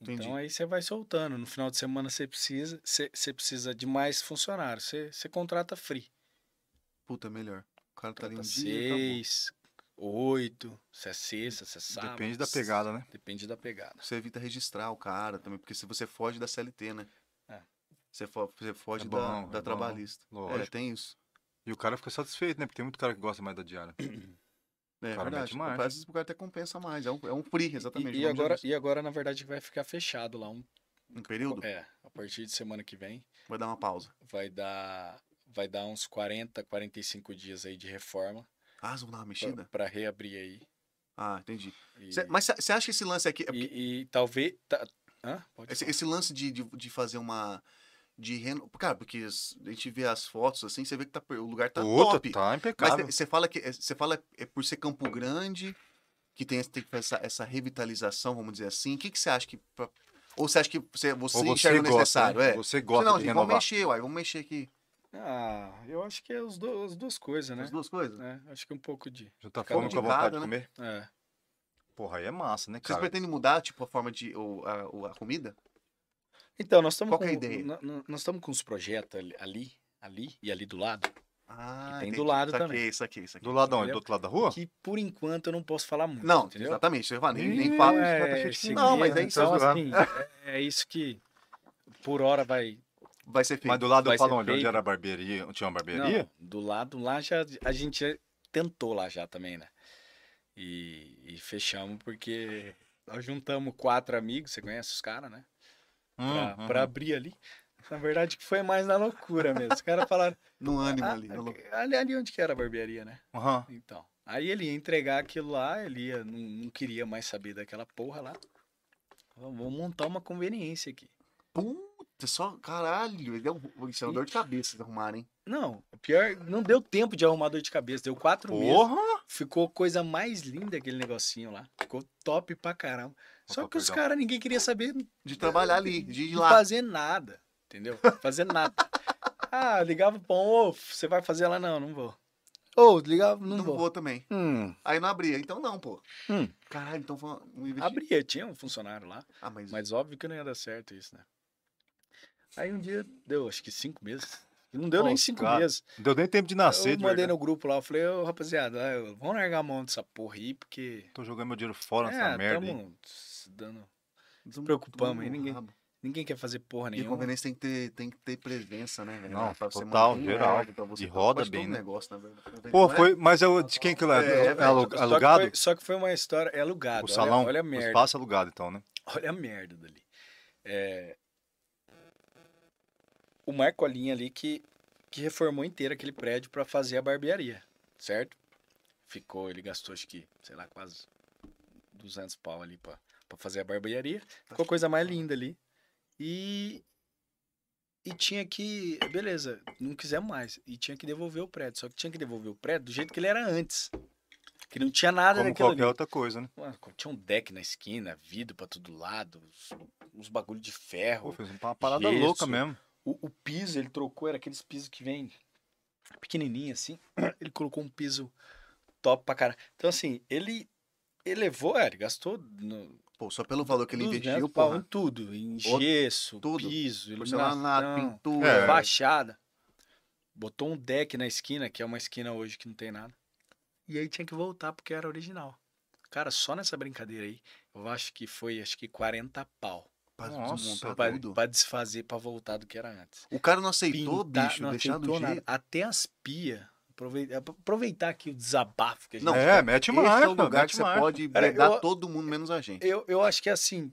A: Entendi.
C: Então aí você vai soltando. No final de semana você precisa, você, você precisa de mais funcionários. Você, você contrata free.
A: Puta, melhor. O cara tá ali um
C: Contrata
A: dia e acabou.
C: Então seis, oito, se é sexta, se é sábado.
B: Depende da pegada, né?
C: Depende da pegada.
A: Você evita registrar o cara também, porque se você foge da CLT, né?
C: É.
A: Você, fo- você foge
B: É bom,
A: da,
B: é
A: da
B: bom.
A: trabalhista. É,
B: Lógico.
A: tem isso.
B: E o cara fica satisfeito, né? Porque tem muito cara que gosta mais da diária.
A: É
B: cara
A: verdade.
B: mete marcha.
A: Às vezes o cara até compensa mais. É um, é um free, exatamente.
C: E, e
A: o nome já
C: agora,
A: diz.
C: e agora, na verdade, vai ficar fechado lá. Um,
A: Um período?
C: é, a partir de semana que vem
A: Vai dar uma pausa.
C: vai dar, vai dar uns 40, 45 dias aí de reforma
A: Ah, vocês vão dar uma
B: É.
A: mexida?
C: para reabrir aí.
A: Ah, entendi.
C: E,
A: Cê- mas você acha que esse lance aqui. é
C: e, e talvez. Tá, hã? Pode
A: Esse,
C: falar.
A: esse lance de, de, de fazer uma. De reno... Cara, porque as- a gente vê as fotos assim, você vê que tá, per- o lugar tá top.
B: Puta, tá impecável.
A: Mas você fala que você fala é por ser Campo Grande que tem, esse- tem que fazer essa, essa revitalização, vamos dizer assim. O que que você acha que pra- ou você acha que você você,
B: Ou
A: enxerga
B: gosta,
A: necessário,
B: né?
A: é?
B: Você gosta
A: não,
B: de
A: gente, vamos
B: renovar.
A: mexer, uai, vamos mexer aqui.
C: Ah, eu acho que é os do- as duas coisas, né?
A: As duas coisas.
C: É, acho que um pouco de.
B: Juntar
C: Cada um
B: tá fome
C: de
B: com a vontade
A: cada,
B: de comer.
C: É.
B: Porra, aí é massa, né,
A: Vocês
B: cara?
A: pretendem mudar tipo a forma de ou a, ou a comida?
C: Então, nós estamos
A: Qual
C: com,
A: que é a ideia?
C: nó- nó- nós estamos com os projetos ali, ali, ali e ali do lado,
A: Ah,
C: tem do
A: entendi.
C: lado
A: isso aqui,
C: também.
A: Isso aqui, isso aqui.
B: Do lado onde?
C: Entendeu?
B: Do outro lado da rua?
C: que por enquanto eu não posso falar muito,
A: Não,
C: entendeu?
A: exatamente, você tá fala, nem, nem
B: Ih,
A: fala.
B: é,
A: Não, mas aí
C: então,
B: tá
C: assim, é, é isso que por hora vai.
A: Vai ser feito.
B: Mas do lado
C: Vai
B: eu falo
C: ser
B: onde? Onde
C: feito.
B: era a barbearia? Onde tinha uma barbearia?
C: Não, do lado lá já a gente já tentou lá já também, né? E, e fechamos porque nós juntamos quatro amigos, você conhece os caras, né? Pra,
B: Hum,
C: pra
B: hum.
C: abrir ali. Na verdade, que foi mais na loucura mesmo. Os caras falaram.
A: No ânimo
C: "Ah,
A: ali. no-
C: ali, ali onde que era a barbearia, né?
B: hum. Aham.
C: Então. Aí ele ia entregar aquilo lá, ele ia, não, não queria mais saber daquela porra lá. Falou, Vou montar uma conveniência aqui.
A: Puta, só caralho, ele é um, isso é uma dor de cabeça de arrumar, hein?
C: Não, o pior, não deu tempo de arrumar dor de cabeça, deu quatro meses.
B: Porra!
C: Ficou coisa mais linda aquele negocinho lá. Ficou top pra caramba. Só
B: Opa,
C: que os
B: perdão.
C: caras, ninguém queria saber
A: De trabalhar ali, de ir
C: não
A: lá.
C: fazer nada, entendeu? Fazer nada. Ah, ligava pra um, ô, você vai fazer lá? Não, não vou. Ô, ligava, não,
A: Não
C: vou.
A: vou também.
C: Hum,
A: Aí não abria, então não, pô.
C: Hum.
A: Caralho, então foi um investimento.
C: abria, tinha um funcionário lá.
A: Ah, mas,
C: Mas óbvio que não ia dar certo isso, né? Aí um dia deu, acho que cinco meses. E Não deu nem
B: Nossa,
C: cinco
B: cara.
C: meses.
B: Não Deu nem tempo de
C: Eu
B: nascer, de
C: mandei
B: verdade.
C: no grupo lá, eu falei, ô rapaziada, ah, eu- vamos largar a mão dessa porra aí, porque.
B: Tô jogando meu dinheiro fora nessa
C: é,
B: merda, hein?
C: tamo se dando.
A: Desum-
C: preocupamos,
A: todo
C: aí ninguém-
A: rabo.
C: Ninguém quer fazer porra
A: E a
C: nenhuma.
A: conveniência tem que ter, tem que ter presença, né, velho?
B: Não,
A: Pra você
B: total,
A: manter um
B: geral.
A: algo pra você
B: E
A: pra-
B: roda
A: pode ter
B: bem,
A: um
B: né?
A: negócio, na verdade.
B: Pô,
A: Não é?
B: foi. Mas eu, de quem que lá?
A: É,
B: É,
A: velho.
B: alu-
C: Só que
B: alugado?
C: foi- Só que foi uma história. É alugado.
B: O
C: olha-
B: salão?
C: Olha, a
B: o
C: merda.
B: espaço alugado, então, né?
C: Olha a merda dali. É, O Marco Alinha ali que, que reformou inteiro aquele prédio pra fazer a barbearia, certo? Ficou, ele gastou acho que, sei lá, quase 200 pau ali pra, pra fazer a
B: Tá
C: barbearia. Ficou a coisa mais linda ali. E. E tinha que. Beleza, não quiser mais. E tinha que devolver o prédio. Só que tinha que devolver o prédio do jeito que ele era antes. Que não tinha nada
B: Como
C: daquilo
B: qualquer
C: ali.
B: outra coisa, né?
C: Mano, tinha um deck na esquina, vidro pra todo lado, uns, uns bagulho de
B: Pô,
C: ferro.
B: fez uma parada
C: gesso.
B: louca mesmo.
C: O, o piso, ele trocou, era aqueles pisos que vem pequenininho assim. Ele colocou um piso top pra caralho. Então, assim, ele elevou, é, ele gastou no,
A: É, Pô, só pelo valor que ele
C: 200
A: investiu,
C: pau em
A: porra.
C: tudo, em
A: Outro-
C: gesso,
A: tudo.
C: piso,
A: Porcelanato,
C: iluminação,
A: pintura.
B: É.
C: fachada. Botou um deck na esquina, que é uma esquina hoje que não tem nada. E aí tinha que voltar porque era original. Cara, só nessa brincadeira aí, eu acho que foi acho que 40 pau
A: Pra
B: Nossa,
A: desmontar
C: pra,
A: tudo.
C: pra desfazer, pra voltar do que era antes.
A: O cara não aceitou,
C: Pintar,
A: bicho,
C: não
A: deixar do
C: aceitou nada.
A: jeito.
C: Até as pias. Aproveitar, aproveitar aqui o desabafo que a gente
A: Não,
B: é, mete
A: Esse é
B: marcha,
A: o lugar
B: mete
A: que você
B: marcha.
A: pode
C: Cara,
A: bregar
C: eu-
A: todo mundo, menos a gente.
C: Eu, eu acho que assim,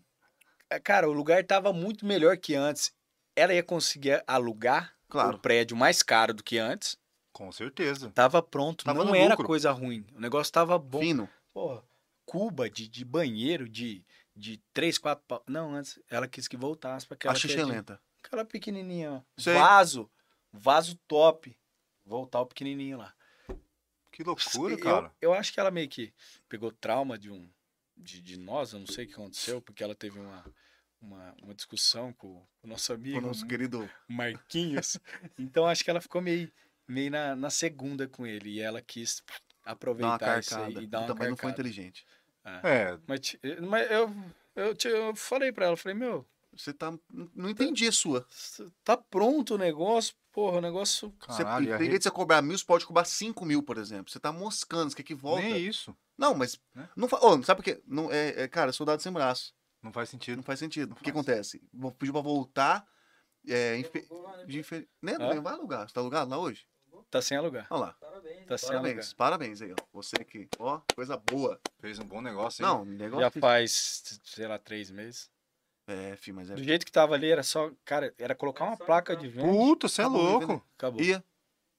C: é, cara, o lugar tava muito melhor que antes. Ela ia conseguir alugar
A: Claro.
C: o prédio mais caro do que antes.
B: Com certeza.
C: Tava pronto,
B: Tava
C: não
B: no
C: era
B: lucro.
C: coisa ruim. O negócio tava bom.
A: Fino.
C: Porra, Cuba de, de banheiro de, de 3, 4 pau. Não, antes ela quis que voltasse pra aquela.
A: A xuxa é
C: quedinha.
A: lenta.
C: Aquela pequenininha. ó.
A: Sei.
C: Vaso. Vaso top. Voltar o pequenininho lá.
B: Que loucura,
C: Eu-
B: cara.
C: Eu, acho que ela meio que pegou trauma de um de, de nós, eu não sei o que aconteceu, porque ela teve uma, uma, uma discussão com o nosso
A: O
C: amigo
A: nosso querido.
C: Marquinhos. Então acho que ela ficou meio, meio na, na segunda com ele e ela quis
A: Dá uma
C: aproveitar isso aí
A: carcada.
C: e dar uma
A: Também não foi
C: carcada.
A: inteligente.
B: É,
C: Mas, ti- mas eu, Eu, te- eu falei pra ela, falei, meu,
A: Você tá. Não entendi a sua.
C: cê- tá pronto o negócio, porra, o negócio.
A: Você,
B: Caralho, e a
A: em vez de você cobrar mil, você pode cobrar cinco mil, por exemplo. Você tá moscando, você quer que volta.
B: Nem isso.
A: Não, mas.
B: Né?
A: Não fa... Ô, sabe por quê? Não, é, é, cara, soldado sem braço.
B: Não faz sentido.
A: Não faz sentido.
B: Não
A: o que
B: faz.
A: acontece? Vou- Pediu pra voltar. É, infe...
D: Vou lá, né?
A: de infe... Nem,
C: um Hã?
A: nem vai alugar. Você tá alugado lá hoje?
C: Tá sem alugar.
A: Olha lá.
D: Parabéns.
C: Tá sem alugar.
A: Parabéns. Parabéns aí, ó. Você aqui. Ó, coisa boa.
B: Fez um bom negócio, hein?
A: Não, negócio.
C: Já faz, sei lá, três meses.
A: É, fi, mas é.
C: Do jeito que tava ali, era só, cara, era colocar uma
D: só
C: placa
D: entrar.
C: de venda.
B: Puta, você é
A: Acabou,
B: louco.
C: Acabou.
A: Ia.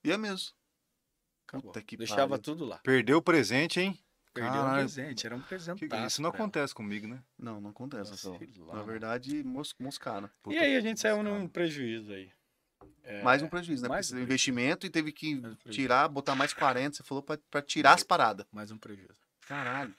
A: Ia é, mesmo.
C: acabou.
A: puta que
C: Deixava
A: pariu.
C: tudo lá.
B: Perdeu o presente, hein?
C: Perdeu um
B: Caralho.
C: presente, era um
A: é
C: presente.
B: Que- é isso não acontece comigo, né?
A: Não, não acontece. só.
C: Sei lá,
A: Na
C: mano.
A: verdade, mos... moscaram.
C: E aí a gente saiu num prejuízo aí. É,
A: Mais um prejuízo, né?
C: mais
A: Porque
C: um
A: esse investimento e teve que
C: Mais um prejuízo.
A: tirar, botar mais 40. Você falou pra, pra tirar as paradas.
C: mais um prejuízo.
A: Caralho.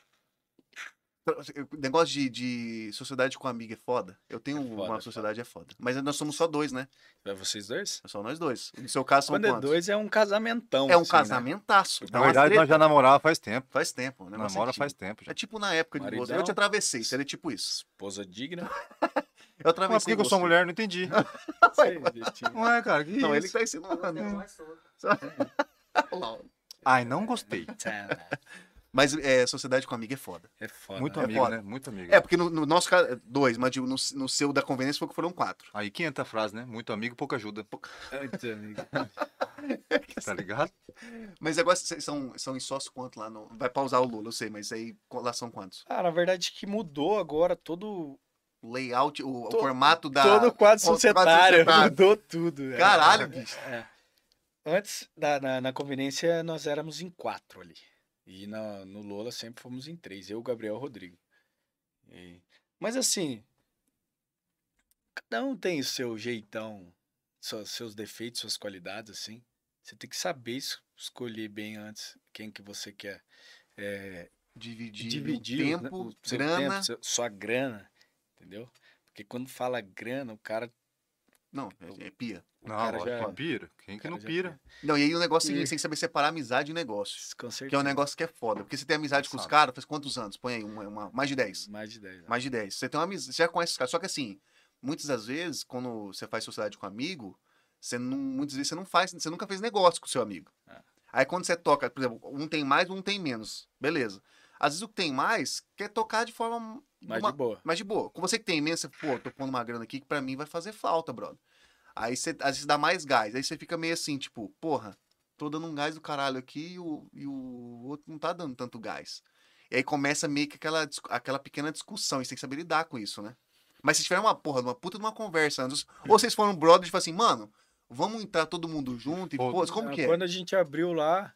A: O Então, assim, negócio de, de sociedade com amigo é foda. Eu tenho
C: É foda, é
A: uma
C: foda.
A: sociedade, é foda. Mas nós somos só dois, né?
C: É vocês dois?
A: É só nós dois. No seu caso, são
C: Quando é
A: quantos?
C: dois, é um casamentão.
A: É um
C: assim, né?
A: casamentaço.
B: Na
A: Então,
B: verdade,
A: as treta-
B: nós já namorava faz tempo.
A: Faz tempo. O negócio é
B: Namora
A: antigo.
B: faz tempo já.
A: É tipo na época de você.
C: Maridão.
A: Eu te atravessei, seria tipo isso.
C: Esposa digna.
A: Eu
B: Mas por
A: atravessei
B: que que é eu sou
A: você.
B: mulher? Não entendi.
C: sei, destino.
B: Ué, cara, que
A: Não, ele
B: isso?
A: que tá ensinando.
D: Não, mais solto.
B: Ai, não gostei.
C: Tá.
A: Mas é, sociedade com amigo é foda.
C: É foda.
B: Muito
A: É
B: amigo,
A: foda.
B: né? Muito amigo.
A: É, porque no, no nosso caso, é dois, mas digo, no, no seu da conveniência foi que foram quatro.
B: Aí que entra a frase, né? Muito amigo, pouca ajuda.
C: Muito amigo.
B: Tá ligado?
A: Mas agora vocês são, são em sócio quanto lá no. Vai pausar o Lula, eu sei, mas aí co- lá são quantos?
C: Ah, na verdade que mudou agora todo,
A: O layout, o, o
C: To-
A: formato da.
C: todo o quadro
A: quadro
C: societário.
A: societário.
C: Mudou tudo. né?
A: Caralho, bicho.
C: Antes, da, na, na conveniência, nós éramos em quatro ali. E na- no Lola sempre fomos em três. Eu, Gabriel e o Rodrigo. E- mas assim, cada um tem o seu jeitão, sua- seus defeitos, suas qualidades, assim. Você tem que saber es- escolher bem antes quem que você quer é,
A: Dividir,
C: dividir.
A: o
C: o-
A: tempo,
C: o seu
A: grana.
C: tempo, seu- sua grana, entendeu? Porque quando fala grana, o cara...
A: Não, é, é pira.
B: Não,
C: cara
B: lógico
C: já-
B: que pira. Quem que
C: cara
B: não
C: já
B: pira?
A: Não, e aí o negócio é o seguinte,
C: E-
A: você tem que saber separar amizade e negócio.
C: Com
A: Que é um
C: certeza,
A: negócio que é foda. Porque você tem amizade com os
B: Sabe.
A: caras, faz quantos anos? Põe aí, uma, uma- mais de 10.
C: mais de 10 anos.
A: Mais de 10. Você tem uma amizade, você já conhece os caras. Só que assim, muitas das vezes, quando você faz sociedade com amigo, você não, muitas vezes você não faz, você nunca fez negócio com o seu amigo.
C: É.
A: Aí quando você toca, por exemplo, um tem mais, um tem menos. Beleza. Às vezes o que tem mais quer tocar de forma
C: é. Mais
A: uma-
C: de boa.
A: mas de boa, com você que tem imensa, pô, tô pondo uma grana aqui que pra mim vai fazer falta, brother. Aí você às vezes dá mais gás, aí você fica meio assim, tipo, porra, tô dando um gás do caralho aqui e o, e o outro não tá dando tanto gás. E aí começa meio que aquela, dis- aquela pequena discussão, e você tem que saber lidar com isso, né? Mas se tiver uma porra, de uma puta de uma conversa, antes, ou vocês foram brothers e falam assim, mano, vamos entrar todo mundo junto e,
B: Pô,
A: pô, como
C: Ah,
A: que é?
C: Quando a gente abriu lá,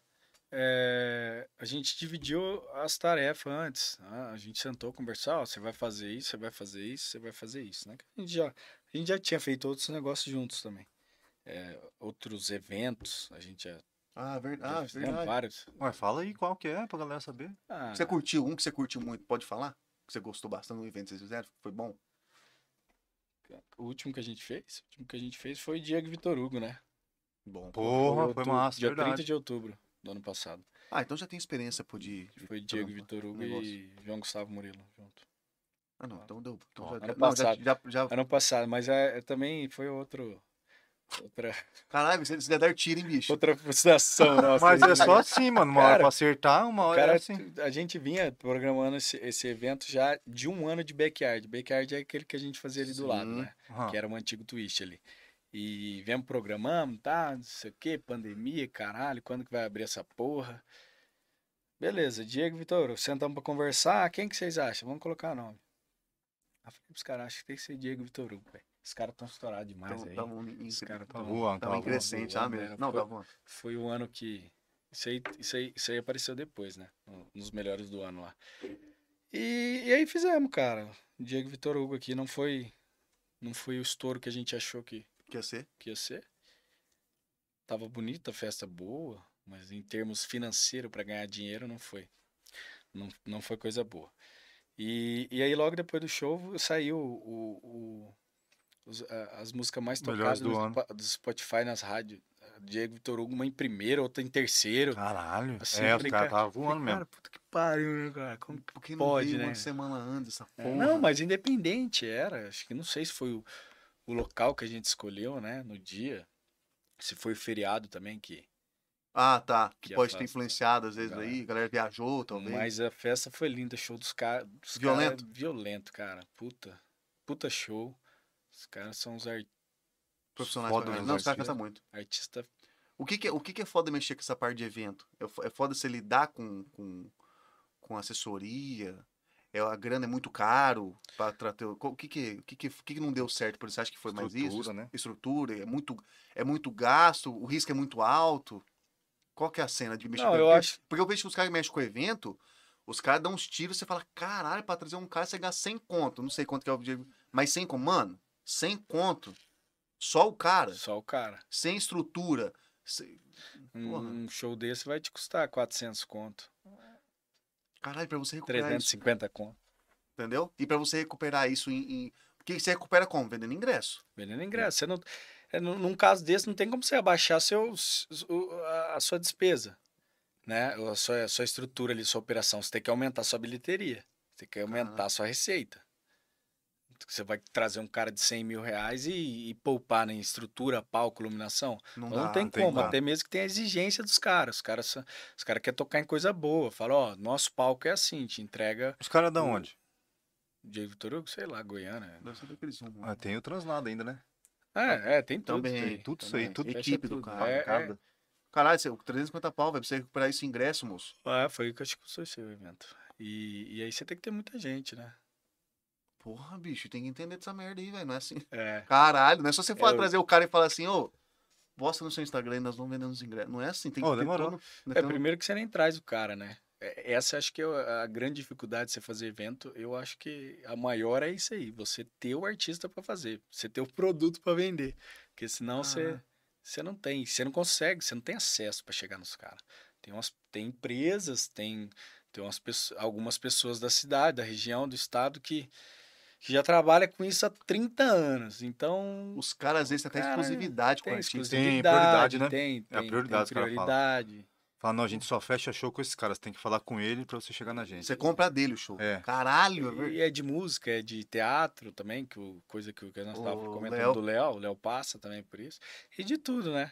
C: é, a gente dividiu as tarefas antes. né? A gente sentou conversar, ó, você vai fazer isso, você vai fazer isso, você vai fazer isso, né? A gente já, a gente já tinha feito outros negócios juntos também. É, outros eventos, a gente já,
A: Ah,
C: já
A: verdade,
C: fizemos
A: verdade.
C: vários.
B: Ué, fala aí qual que é pra galera saber.
C: Ah,
A: Você curtiu um que você curtiu muito, pode falar? Que você gostou bastante do evento que vocês fizeram? Foi bom?
C: o último que a gente fez, o último que a gente fez foi Diego e Vitor Hugo, né?
A: Bom.
B: Porra,
C: Em
B: foi
C: outubro-
B: massa,
C: Dia
B: verdade.
C: 30 de outubro do ano passado.
A: Ah, então já tem experiência, pô, de. de-
C: Foi Diego e Vitor Hugo e
A: um negócio.
C: João Gustavo Murilo junto.
A: Ah, não, então deu. Então
B: Ó,
A: já,
C: ano
A: não, já,
C: passado.
A: já, já-
C: Ano passado, mas é, também foi outro. Outra
A: Caralho, vocês já deram tiro, hein, bicho?
C: outra frustração nossa.
B: Mas é
C: aí.
B: só assim, mano. Uma hora
C: Cara,
B: pra acertar, uma hora
C: Cara,
B: é assim.
C: a gente vinha programando esse, esse evento já de um ano de backyard. Backyard é aquele que a gente fazia ali do lado,
A: Sim.
C: né?
B: Aham.
C: Que era um antigo twist ali. E viemos programando, tá? Não sei o que, pandemia, caralho, quando que vai abrir essa porra? Beleza, Diego e Vitor, sentamos pra conversar. Ah, Quem que vocês acham? Vamos colocar nome. Aí eu falei pros caras, acho que tem que ser Diego e Vitor Hugo, velho. Os caras tão estourados demais aí.
A: Estavam em,
C: Os caras
B: Tá
C: tão...
B: voando, tá
A: tava em
B: voando.
C: Tava
A: crescente,
C: voando,
A: ah,
C: né?
A: mesmo. Não,
C: Foi-
A: tá bom.
C: foi o ano que. Isso aí, isso aí, isso aí apareceu depois, né? No- Nos melhores do ano lá. E, e aí fizemos, cara. Diego e Vitor Hugo aqui não foi. Não foi o estouro que a gente achou que,
A: Quer ser?
C: que ia ser. Tava bonita, a festa boa, mas em termos financeiros, para ganhar dinheiro, não foi. Não, não foi coisa boa. E, e aí, logo depois do show, saiu o, o- os- a- as músicas mais
B: Melhores
C: tocadas
B: do
C: no
B: ano.
C: Spo- do Spotify nas rádios. Diego Vitor Hugo, uma em primeiro, outra em terceiro.
B: Caralho.
C: Assim,
B: é,
C: eu
B: os
C: falei,
B: caras
C: cara,
B: tava voando um mesmo.
C: puta que pariu, né, cara? Como
A: Por que
C: Pode,
A: veio
C: né?
A: uma semana antes, essa
C: É,
A: porra?
C: Não, mas independente era. Acho que não sei se foi o, o local que a gente escolheu, né? No dia. Se foi feriado também que.
A: Ah, tá. Que,
C: Que
A: pode ter
C: afasta,
A: influenciado às vezes
C: galera.
A: aí. A galera viajou, talvez.
C: Mas a festa foi linda, show dos caras.
A: Violento?
C: violento, cara. Puta. Puta show. Os caras são os ar-
A: profissionais.
B: foda
A: pra caralho.
B: nos
A: Não, os caras
B: artistas.
C: né?
A: cantam muito.
C: artistas.
A: O que que, é- o que que é foda mexer com essa parte de evento? É fo- É foda você lidar com, com, com assessoria? É, a grana é muito caro para tratar. o- qual- O que que, o que, que, o que que não deu certo por isso? Você acha que foi mais isso?
B: Estrutura, né?
A: Estrutura, é muito, é muito gasto, o risco é muito alto. Qual que é a cena de mexer
C: Não,
A: com
C: eu
A: evento?
C: acho.
A: Porque eu vejo que os caras que mexem com o evento, os caras dão uns tiros, você fala, caralho, pra trazer um cara você gasta 100 conto. Não sei quanto que é o objetivo, mas 100 conto, mano, 100 conto. Só o cara,
C: Só o cara.
A: sem estrutura. sem-
C: Um,
A: Porra.
C: um show desse vai te custar 400 conto.
A: Caralho, pra você recuperar isso,
C: 350 conto.
A: entendeu? E pra você recuperar isso em... em- Porque você recupera como? Vendendo ingresso.
C: Vendendo ingresso. Você não, é, num- num caso desse, não tem como você abaixar seu, s- o- a, a sua despesa, né? Ou A sua, a sua estrutura ali, sua operação. Você tem que aumentar a sua bilheteria. Você tem que aumentar a sua receita. Você vai trazer um cara de 100 mil reais e, e poupar né, em estrutura, palco, iluminação?
A: Não
C: Não,
A: dá.
C: tem
B: tem
C: como,
B: como.
C: até mesmo que tem a exigência dos caras. Os caras, são- os caras querem tocar em coisa boa. Fala, ó, nosso palco é assim, te entrega
B: Os caras da onde?
C: de Vitor Hugo, sei lá, Goiânia.
A: Deve ser daqueles rumos.
B: Ah, tem o Transnada ainda, né?
C: É, é, tem tudo.
A: Também,
C: isso aí.
A: tem
B: Tudo isso aí,
C: Também.
B: tudo
C: Fecha
A: equipe do
C: tudo.
A: cara,
C: É, é,
B: Cada.
A: Caralho, você- 350 pau, velho, pra você recuperar isso em ingresso, moço.
C: Ah, foi o que acho que custou esse evento. E, e aí você tem que ter muita gente, né?
A: Porra, bicho, tem que entender dessa merda aí, velho. Não é assim.
C: É.
A: Caralho, não é só você falar,
C: Eu-
A: trazer o cara e falar assim, ô, posta no seu Instagram e nós vamos vender os ingressos. Não é assim, tem que
B: Ô,
A: ter
B: demorou.
A: todo- né,
C: É,
A: tem um-
C: primeiro que você nem traz o cara, né? É, Essa acho que é a a grande dificuldade de você fazer evento. Eu acho que a maior é isso aí. Você ter o artista pra fazer. Você ter o produto pra vender. Porque senão você, você não tem. Você não consegue, você não tem acesso pra chegar nos caras. Tem, umas, tem empresas, tem, tem umas, pesso- algumas pessoas da cidade, da região, do estado que, que já trabalha com isso há 30 anos. Então,
A: Os caras, às vezes, têm até
C: Caralho,
A: exclusividade com o
C: Tem
A: artista.
C: exclusividade,
B: prioridade, né?
C: Tem, tem,
B: a prioridade
C: tem
B: que ela fala.
C: prioridade.
B: Fala, não, a gente só fecha show com esses caras. Tem que falar com ele pra você chegar na gente.
A: Você compra dele o show.
B: É.
A: Caralho, é verdade.
C: E é de música, é de teatro também, que o, coisa que, o que nós
A: O
C: estávamos comentando
A: Léo.
C: do Léo, o Léo passa também por isso, e de tudo, né?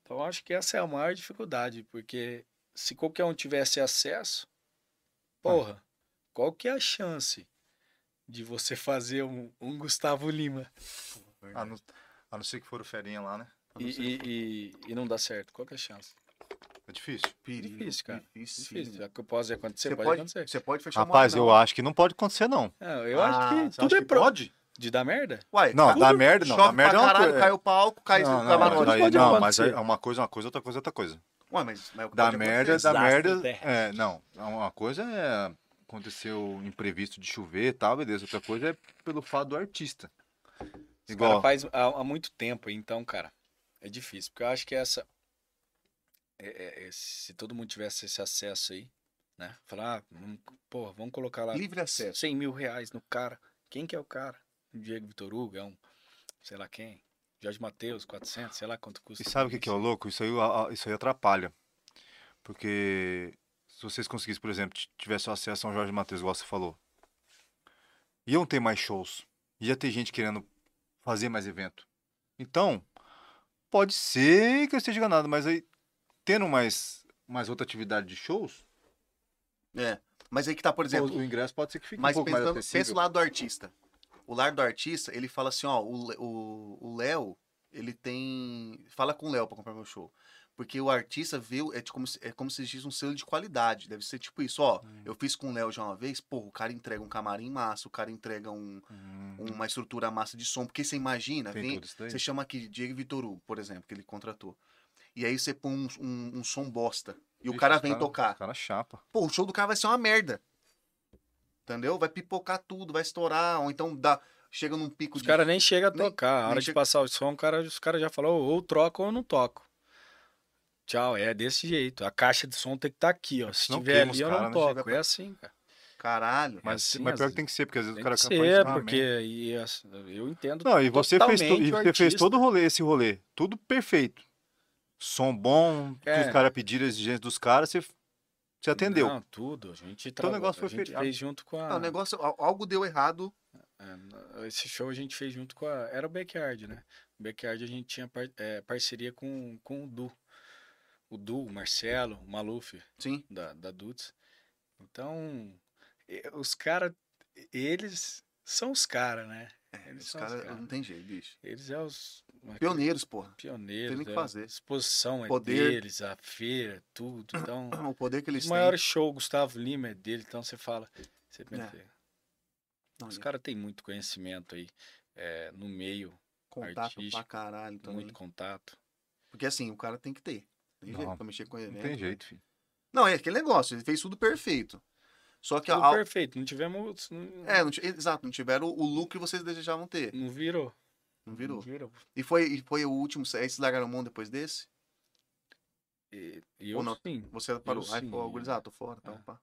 C: Então acho que essa é a maior dificuldade, porque se qualquer um tivesse acesso, porra, qual que é a chance de você fazer um, um Gustavo Lima
B: A não, a não ser que for o Ferinha lá, né?
A: A não
C: e,
A: ser
C: e, e- e não dar certo? Qual que é a chance?
B: É difícil.
A: Perigo,
C: Difícil, cara.
A: difícil.
C: Difícil, né? já que pode acontecer,
A: Você
C: pode,
A: pode,
C: acontecer.
A: você pode fechar
B: Rapaz,
A: uma
B: eu acho que não pode acontecer, não.
C: Não, eu
A: Ah,
C: acho que
A: você
C: tudo é pro...
B: Pode?
C: de dar merda.
A: Uai,
B: Não,
A: cara,
B: dá merda, não. Dá
A: chove
B: merda é
A: pra
B: uma
A: caralho,
B: coisa.
A: cai o palco, cai
B: não,
A: o
B: não, mas,
A: camarote.
C: daí-
B: aí-
C: Pode
B: não, mas
C: acontecer.
B: é uma coisa, é uma coisa, outra coisa, é outra coisa.
A: Ué, mas, mas
B: Da
A: pode
B: merda,
A: acontecer.
B: da
C: Desastre
B: merda.
C: terrestre.
B: É, não. Uma coisa é aconteceu imprevisto de chover e tal, beleza. Outra coisa é pelo fato do artista.
C: Os
B: Igual.
C: cara faz há, há muito tempo, então, cara, é difícil. Porque eu acho que essa. é- é- é, se todo mundo tivesse esse acesso aí, né? Falar, ah, vamos, porra, vamos colocar lá
A: Livre acesso.
C: 100 mil reais no cara. Quem que é o cara? O Diego Vitor Hugo, é um. Sei lá quem. Jorge Matheus, 400, sei lá quanto custa.
B: E sabe o que, que é o louco? Isso aí, a- a- isso aí atrapalha. Porque se vocês conseguissem, por exemplo, t- tivesse acesso a um Jorge Matheus, igual você falou, iam ter mais shows. Ia ter gente querendo fazer mais evento. Então, pode ser que eu esteja enganado, mas aí, tendo mais, mais outra atividade de shows,
A: É. Mas aí que tá, por exemplo,
B: o ingresso pode ser que fique
A: mas
B: um pouco mais
A: pensando,
B: acessível.
A: pensa o lado do artista. O lado do artista, ele fala assim, ó, o Le- o o Léo, ele tem... Fala com o Léo pra comprar meu show. Porque o artista vê, o- é, de como, se- é como se diz um selo de qualidade. Deve ser tipo isso, ó.
B: Hum.
A: Eu fiz com o Léo já uma vez, porra, o cara entrega um camarim massa, o cara entrega um,
B: Hum,
A: uma estrutura massa de som. Porque você imagina,
B: tem
A: vem,
B: tudo isso daí.
A: Você chama aqui Diego Vitor Hugo, por exemplo, que ele contratou. E aí você põe um, um- um som bosta. E o
B: Ixi,
A: cara
B: os
A: vem tocar.
B: Os cara chapa.
A: Pô, o show do cara vai ser uma merda. Entendeu? Vai pipocar tudo, vai estourar. Ou então dá, chega num pico
C: Os
A: de.
C: caras nem chegam a
A: nem-
C: tocar. a
A: nem
C: hora de
A: chega-
C: passar o som, o cara, os caras já falaram, ou troco ou eu não toco. Tchau, é desse jeito. A caixa de som tem que estar aqui, ó. Se
B: É Senão
C: tiver
B: queima
C: ali,
B: os
C: eu
B: cara,
C: não
B: né?
C: toco.
A: Chega-
C: É assim, cara.
A: Caralho.
B: Mas,
C: assim,
B: mas
C: às
B: pior
C: vezes.
B: que tem que ser, porque às vezes
C: Tem
B: o cara
C: que
B: acaba falando,
C: ser,
B: "Ah,
C: porque
B: man,
C: e as- eu entendo.
B: Não, e você fez, tu- e
C: totalmente o
B: você fez
C: artista.
B: todo o rolê, esse rolê, tudo perfeito. Som bom, que
C: É.
B: os caras pediram a exigência dos caras, você Você atendeu.
C: Não, tudo. A gente
B: Então o
C: travou.
B: negócio
C: a
B: foi
C: gente
B: fechado.
C: fez junto com a.
A: Ah, o negócio, al- algo deu errado.
C: é, Esse show a gente fez junto com a. Era o Backyard, né? O Backyard a gente tinha par- é, parceria com, com o Du. O Du, o Marcelo, o Maluf,
A: Sim.
C: da, da Dudes. Então, e- os caras. Eles são os caras, né? Eles
A: Os
C: são os
A: caras
C: caras.
A: É, não tem jeito, bicho.
C: Eles é os.
A: Pioneiros, porra.
C: Pioneiros.
A: Tem nem o que
C: é.
A: fazer.
C: A exposição é
A: Poder.
C: deles, a feira, tudo. Então.
A: O poder que eles
C: O
A: têm.
C: maior show, Gustavo Lima, é dele, então você fala.
A: É,
C: Você pensa,
A: Não,
C: Os
A: e
C: caras têm muito conhecimento aí é, no meio,
A: contato pra
C: artístico,
A: caralho também.
C: muito contato.
A: Porque assim, o cara tem que ter. Tem jeito
B: Não.
A: pra mexer com ele. né?
B: Não tem jeito, filho.
A: Não, é aquele negócio, ele fez tudo perfeito. Só que a,
C: Tudo
A: a-
C: perfeito, não tivemos. Não,
A: É, não ti- exato, não tiveram o look que vocês desejavam ter.
C: não virou.
A: Não virou.
C: Não virou.
A: E foi, e foi o último. Aí se largaram a mão depois desse?
C: E, e eu
A: Ou não?
C: sim.
A: Você parou. Aí
C: sim.
A: pô, gurizada, tô fora. Tá,
C: Ah.
A: pá.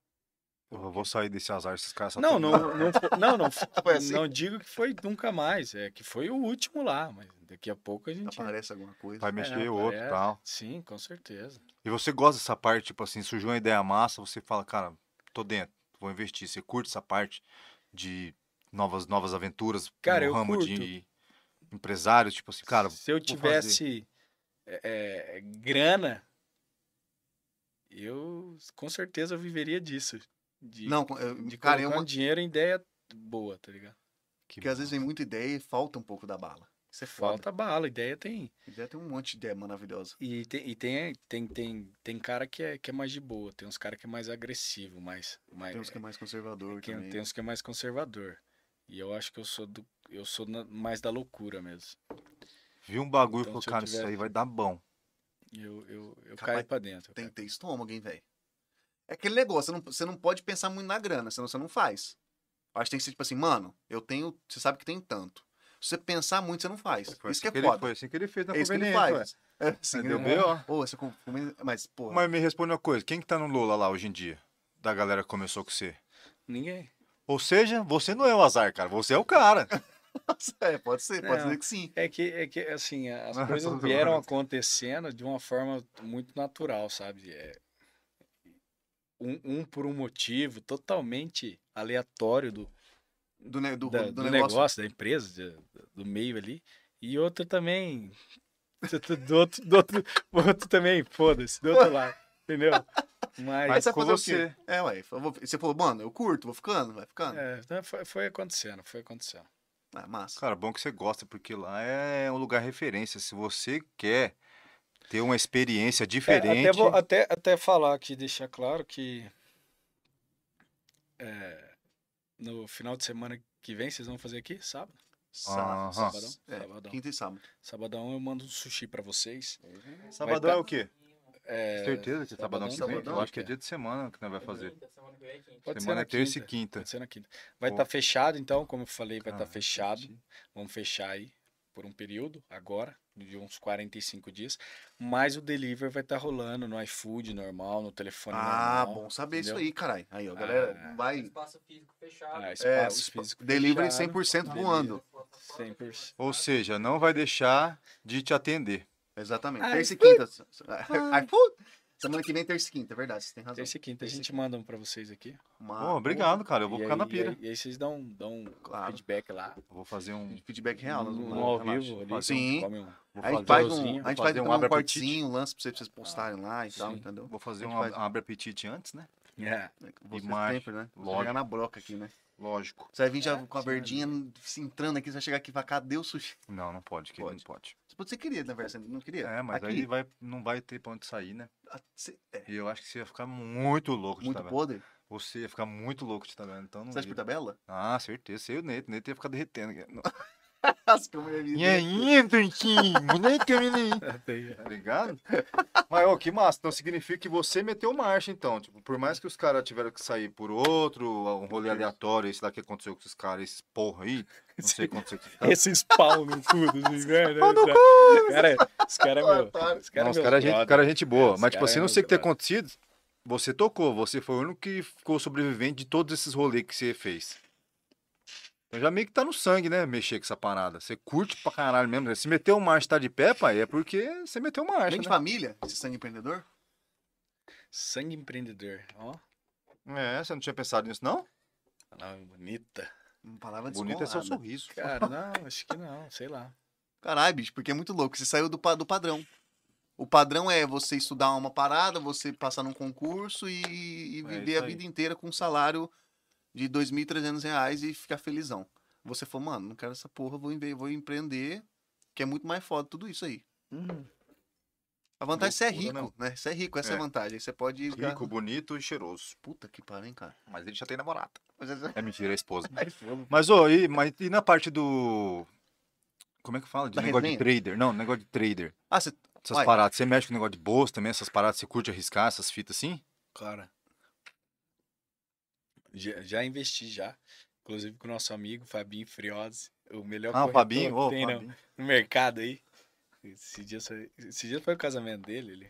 B: Eu vou sair desse azar, esses caras só
C: Não,
B: tão-
C: não, não, fo- não, não, fo-
A: Foi assim?
C: não digo que foi nunca mais, é que foi o último lá, mas daqui a pouco a gente.
A: Aparece alguma coisa.
B: Vai mexer
C: É,
B: outro e
C: parece.
B: tal.
C: Sim, com certeza.
B: E você gosta dessa parte, tipo assim, surgiu uma ideia massa, você fala, cara, tô dentro, vou investir. Você curte essa parte de novas, novas aventuras
C: Cara,
B: no
C: eu
B: ramo de empresário, tipo assim, cara,
C: se eu tivesse é, é, grana, eu com certeza viveria disso. De,
A: Não, eu-
C: de
A: cara, é
C: colocar
A: uma.
C: um dinheiro em ideia boa, tá ligado?
B: que
A: Porque às vezes vem muita ideia e falta um pouco da bala. Isso é foda.
C: Falta bala, ideia tem.
A: Ideia tem um monte de ideia maravilhosa.
C: E tem, e tem, tem, tem, tem cara que é, que é mais de boa, tem uns cara que é mais agressivo, mais. mais
A: Tem uns que é mais conservador
C: que-
A: também.
C: tem uns que é mais conservador. E eu acho que eu sou do. Eu sou na- mais da loucura mesmo.
B: vi um bagulho e falou,
C: Então, se eu
B: cara, isso
C: tivesse-
B: aí vai dar bom.
C: Eu, eu, eu
A: Capaz-
C: caio pra dentro. eu
A: Tem
C: caio.
A: que ter estômago, hein, velho. É aquele negócio, você não, você não pode pensar muito na grana, senão você não faz. Eu Acho que tem que ser tipo assim, mano, eu tenho. Você sabe que tem tanto. Se você pensar muito, você não faz.
B: Foi
A: isso
B: assim
A: que é
B: ele-
A: foda.
B: Foi assim que ele fez na
A: É isso que ele
B: conveniência, ué.
A: faz. É assim,
B: Aí
A: que
B: deu
A: ele-
B: B.O.
A: Ô, você com- com- Mas, porra.
B: Mas me responde uma coisa, quem que tá no Lula lá hoje em dia? Da galera que começou com você.
C: Ninguém.
B: Ou seja, você não é o azar, cara, você é o cara.
A: É, pode ser, pode
C: Não.
A: ser que sim.
C: É que, é que assim, a- as
B: Não,
C: coisas
B: tô
C: vieram
B: zoando.
C: acontecendo de uma forma muito natural, sabe? É, um, um por um motivo totalmente aleatório do,
A: Do, ne- do,
C: da-
A: do
C: do
A: negócio.
C: negócio. da empresa, de- do meio ali. E outro também. do outro- Do outro, do outro, do outro também, foda-se, do outro lado. Entendeu?
A: Mas
C: Mas.
A: você vai
B: com
A: fazer o
B: você.
A: quê? É, ué. eu vou- Você falou, mano, eu curto, vou ficando, vai ficando.
C: é, então foi, foi acontecendo, foi acontecendo.
A: Ah, massa.
B: Cara, bom que você gosta, porque lá é um lugar referência. Se você quer ter uma experiência diferente. tá-
C: É, até, vou- até, até falar aqui, deixar claro que é, no final de semana que vem, vocês vão fazer aqui? Sábado?
A: Sá-
B: Aham.
A: sabadão? É,
C: Sabadão.
A: Quinta e sábado.
C: Sabadão eu mando um sushi pra vocês.
B: Sabadão
C: vai tá-
B: é o quê?
C: É,
B: Certeza que é sabadão,
C: sabadão,
B: que vem?
A: sabadão,
B: Eu acho que é
C: é.
B: dia de semana que nós vai fazer.
D: Quinta, semana que vem é quinta.
C: pode ser
B: semana
C: na
B: é terça e
C: quinta.
B: quinta.
C: Pode ser na quinta. Tá Vai
B: Boa.
C: estar fechado, então, como eu falei, vai estar
B: Cara,
C: fechado. Vamos fechar aí por um período, agora, de uns 45 dias. Mas o delivery vai estar rolando no iFood normal, no telefone
A: Ah,
C: normal.
A: bom saber isso
C: entendeu?
A: aí, caralho. Aí, ó, galera,
C: Ah.
A: vai.
D: Espaço físico fechado.
C: Ah, espaço
A: É, o
C: físico
A: delivery
C: fechado.
A: 100%
C: Delivery.
A: voando.
C: 100%.
B: Ou seja, não vai deixar de te atender.
A: Exatamente.
C: Ai, uh,
A: terça e
C: fui.
A: quinta. Ai, fui. Semana que vem, terça e quinta, é verdade, você tem razão.
C: Terça e quinta a
A: Terça e
C: gente manda um pra vocês aqui.
A: Uma-
B: Pô, obrigado, cara. Eu vou
C: E
B: ficar na
C: aí-
B: pira.
C: E aí, e aí vocês dão, dão um
A: Claro.
C: feedback lá.
B: Eu Vou fazer um.
A: um Feedback real.
C: no,
A: nós vamos
C: no
A: lá,
C: ao
A: relaxa.
C: vivo ali.
A: Fazer um-
C: come um-
B: Vou
A: A gente
B: fazer,
A: faz
B: um-
A: um,
C: Fazer
A: a gente faz
B: um
A: um, um
B: abre apetite. Ah.
A: cortezinho, um lance pra vocês- pra vocês postarem lá e tal,
C: Sim.
A: entendeu?
B: Vou fazer
A: A gente
B: um
A: faz-
B: ab- abre apetite antes, né?
C: É,
A: Vocês
B: Imagem,
A: sempre, né? Vou
B: lógico.
A: Chegar na broca aqui, né?
B: Lógico.
A: Você vai vir já
C: É,
A: com a
C: sim, né?
A: verdinha se entrando aqui, você vai chegar aqui e vai, cadê o sushi?
B: Não, não pode, que
A: Pode.
B: não pode.
A: Você queria, na verdade, você não queria?
B: É, mas
A: aqui,
B: aí vai, não vai ter pra onde sair, né?
A: a- cê- é,
B: E eu acho que você ia ficar muito louco de
A: muito
B: tabela.
A: podre.
B: Você ia ficar muito louco de tabela, então não.
A: Você acha
B: ia.
A: por tabela?
B: Ah, certeza. Sei o Neto. O Neto ia ficar derretendo. aqui. Não.
A: As câmeras ali,
B: E
A: né?
B: aí, Tantinho? Moleque, menino.
C: tem-
B: Tá ligado? Mas, ó, que massa. Então significa que você meteu marcha, então. Tipo, por mais que os caras tiveram que sair por outro, um rolê aleatório, esse lá que aconteceu com esses caras, esses porra aí. Não sei o que aconteceu com esses caras.
C: Esses pau no cu dos invernos. né? Cara, os caras, meu. Os
B: Não,
C: caras,
B: os caras é gente, cara é gente boa.
C: Os
B: Mas, tipo
C: cara
B: assim,
C: é
B: não sei o que tem
C: meus
B: acontecido. Você tocou, você foi o único que ficou sobrevivente de todos esses rolês que você fez. Então já meio que tá no sangue, né? Mexer com essa parada. Você curte pra caralho mesmo. né? Se meteu marcha e tá de pé, pai, é porque você meteu marcha.
A: Vem de
B: Né?
A: família, esse sangue empreendedor?
C: Sangue empreendedor. Ó,
B: É, você não tinha pensado nisso, não?
C: palavra bonita.
A: Uma palavra Ah,
B: Bonito é seu
A: descolada.
B: sorriso.
C: Cara, não, acho que não, sei lá.
A: Caralho, bicho, porque é muito louco. Você saiu do, pa- do padrão. O padrão é você estudar uma parada, você passar num concurso e, e viver
F: isso
A: a
F: aí.
A: vida inteira com um salário de 2.300 reais e ficar felizão. Você falou, mano, não quero essa porra, vou, embe- vou empreender, que é muito mais foda tudo isso aí. A vantagem é ser
B: Loucura,
A: rico, né? Você é rico, essa é,
B: É.
A: a vantagem. Aí Você pode... ficar-
B: Rico, bonito e cheiroso.
A: Puta que pariu, hein, cara.
B: Mas ele já tem namorada.
A: Mas é-
B: É mentira, é esposa. mas, ô, e, mas e na parte do. Como é que fala? De
A: Da
B: negócio de
A: resenha?
B: trader. Não, negócio de trader.
A: Ah, você...
B: Essas
A: Olha.
B: paradas. Você mexe com negócio de bolsa também, essas paradas, você curte arriscar essas fitas assim?
C: Cara. Já, já investi já. Inclusive com o nosso amigo Fabinho Friose, o melhor
B: Ah, o
C: corretor
B: Fabinho,
C: que
B: ô,
C: tem no-
B: Fabinho.
C: no mercado aí. Esse dia, foi- esse dia foi o casamento dele, ele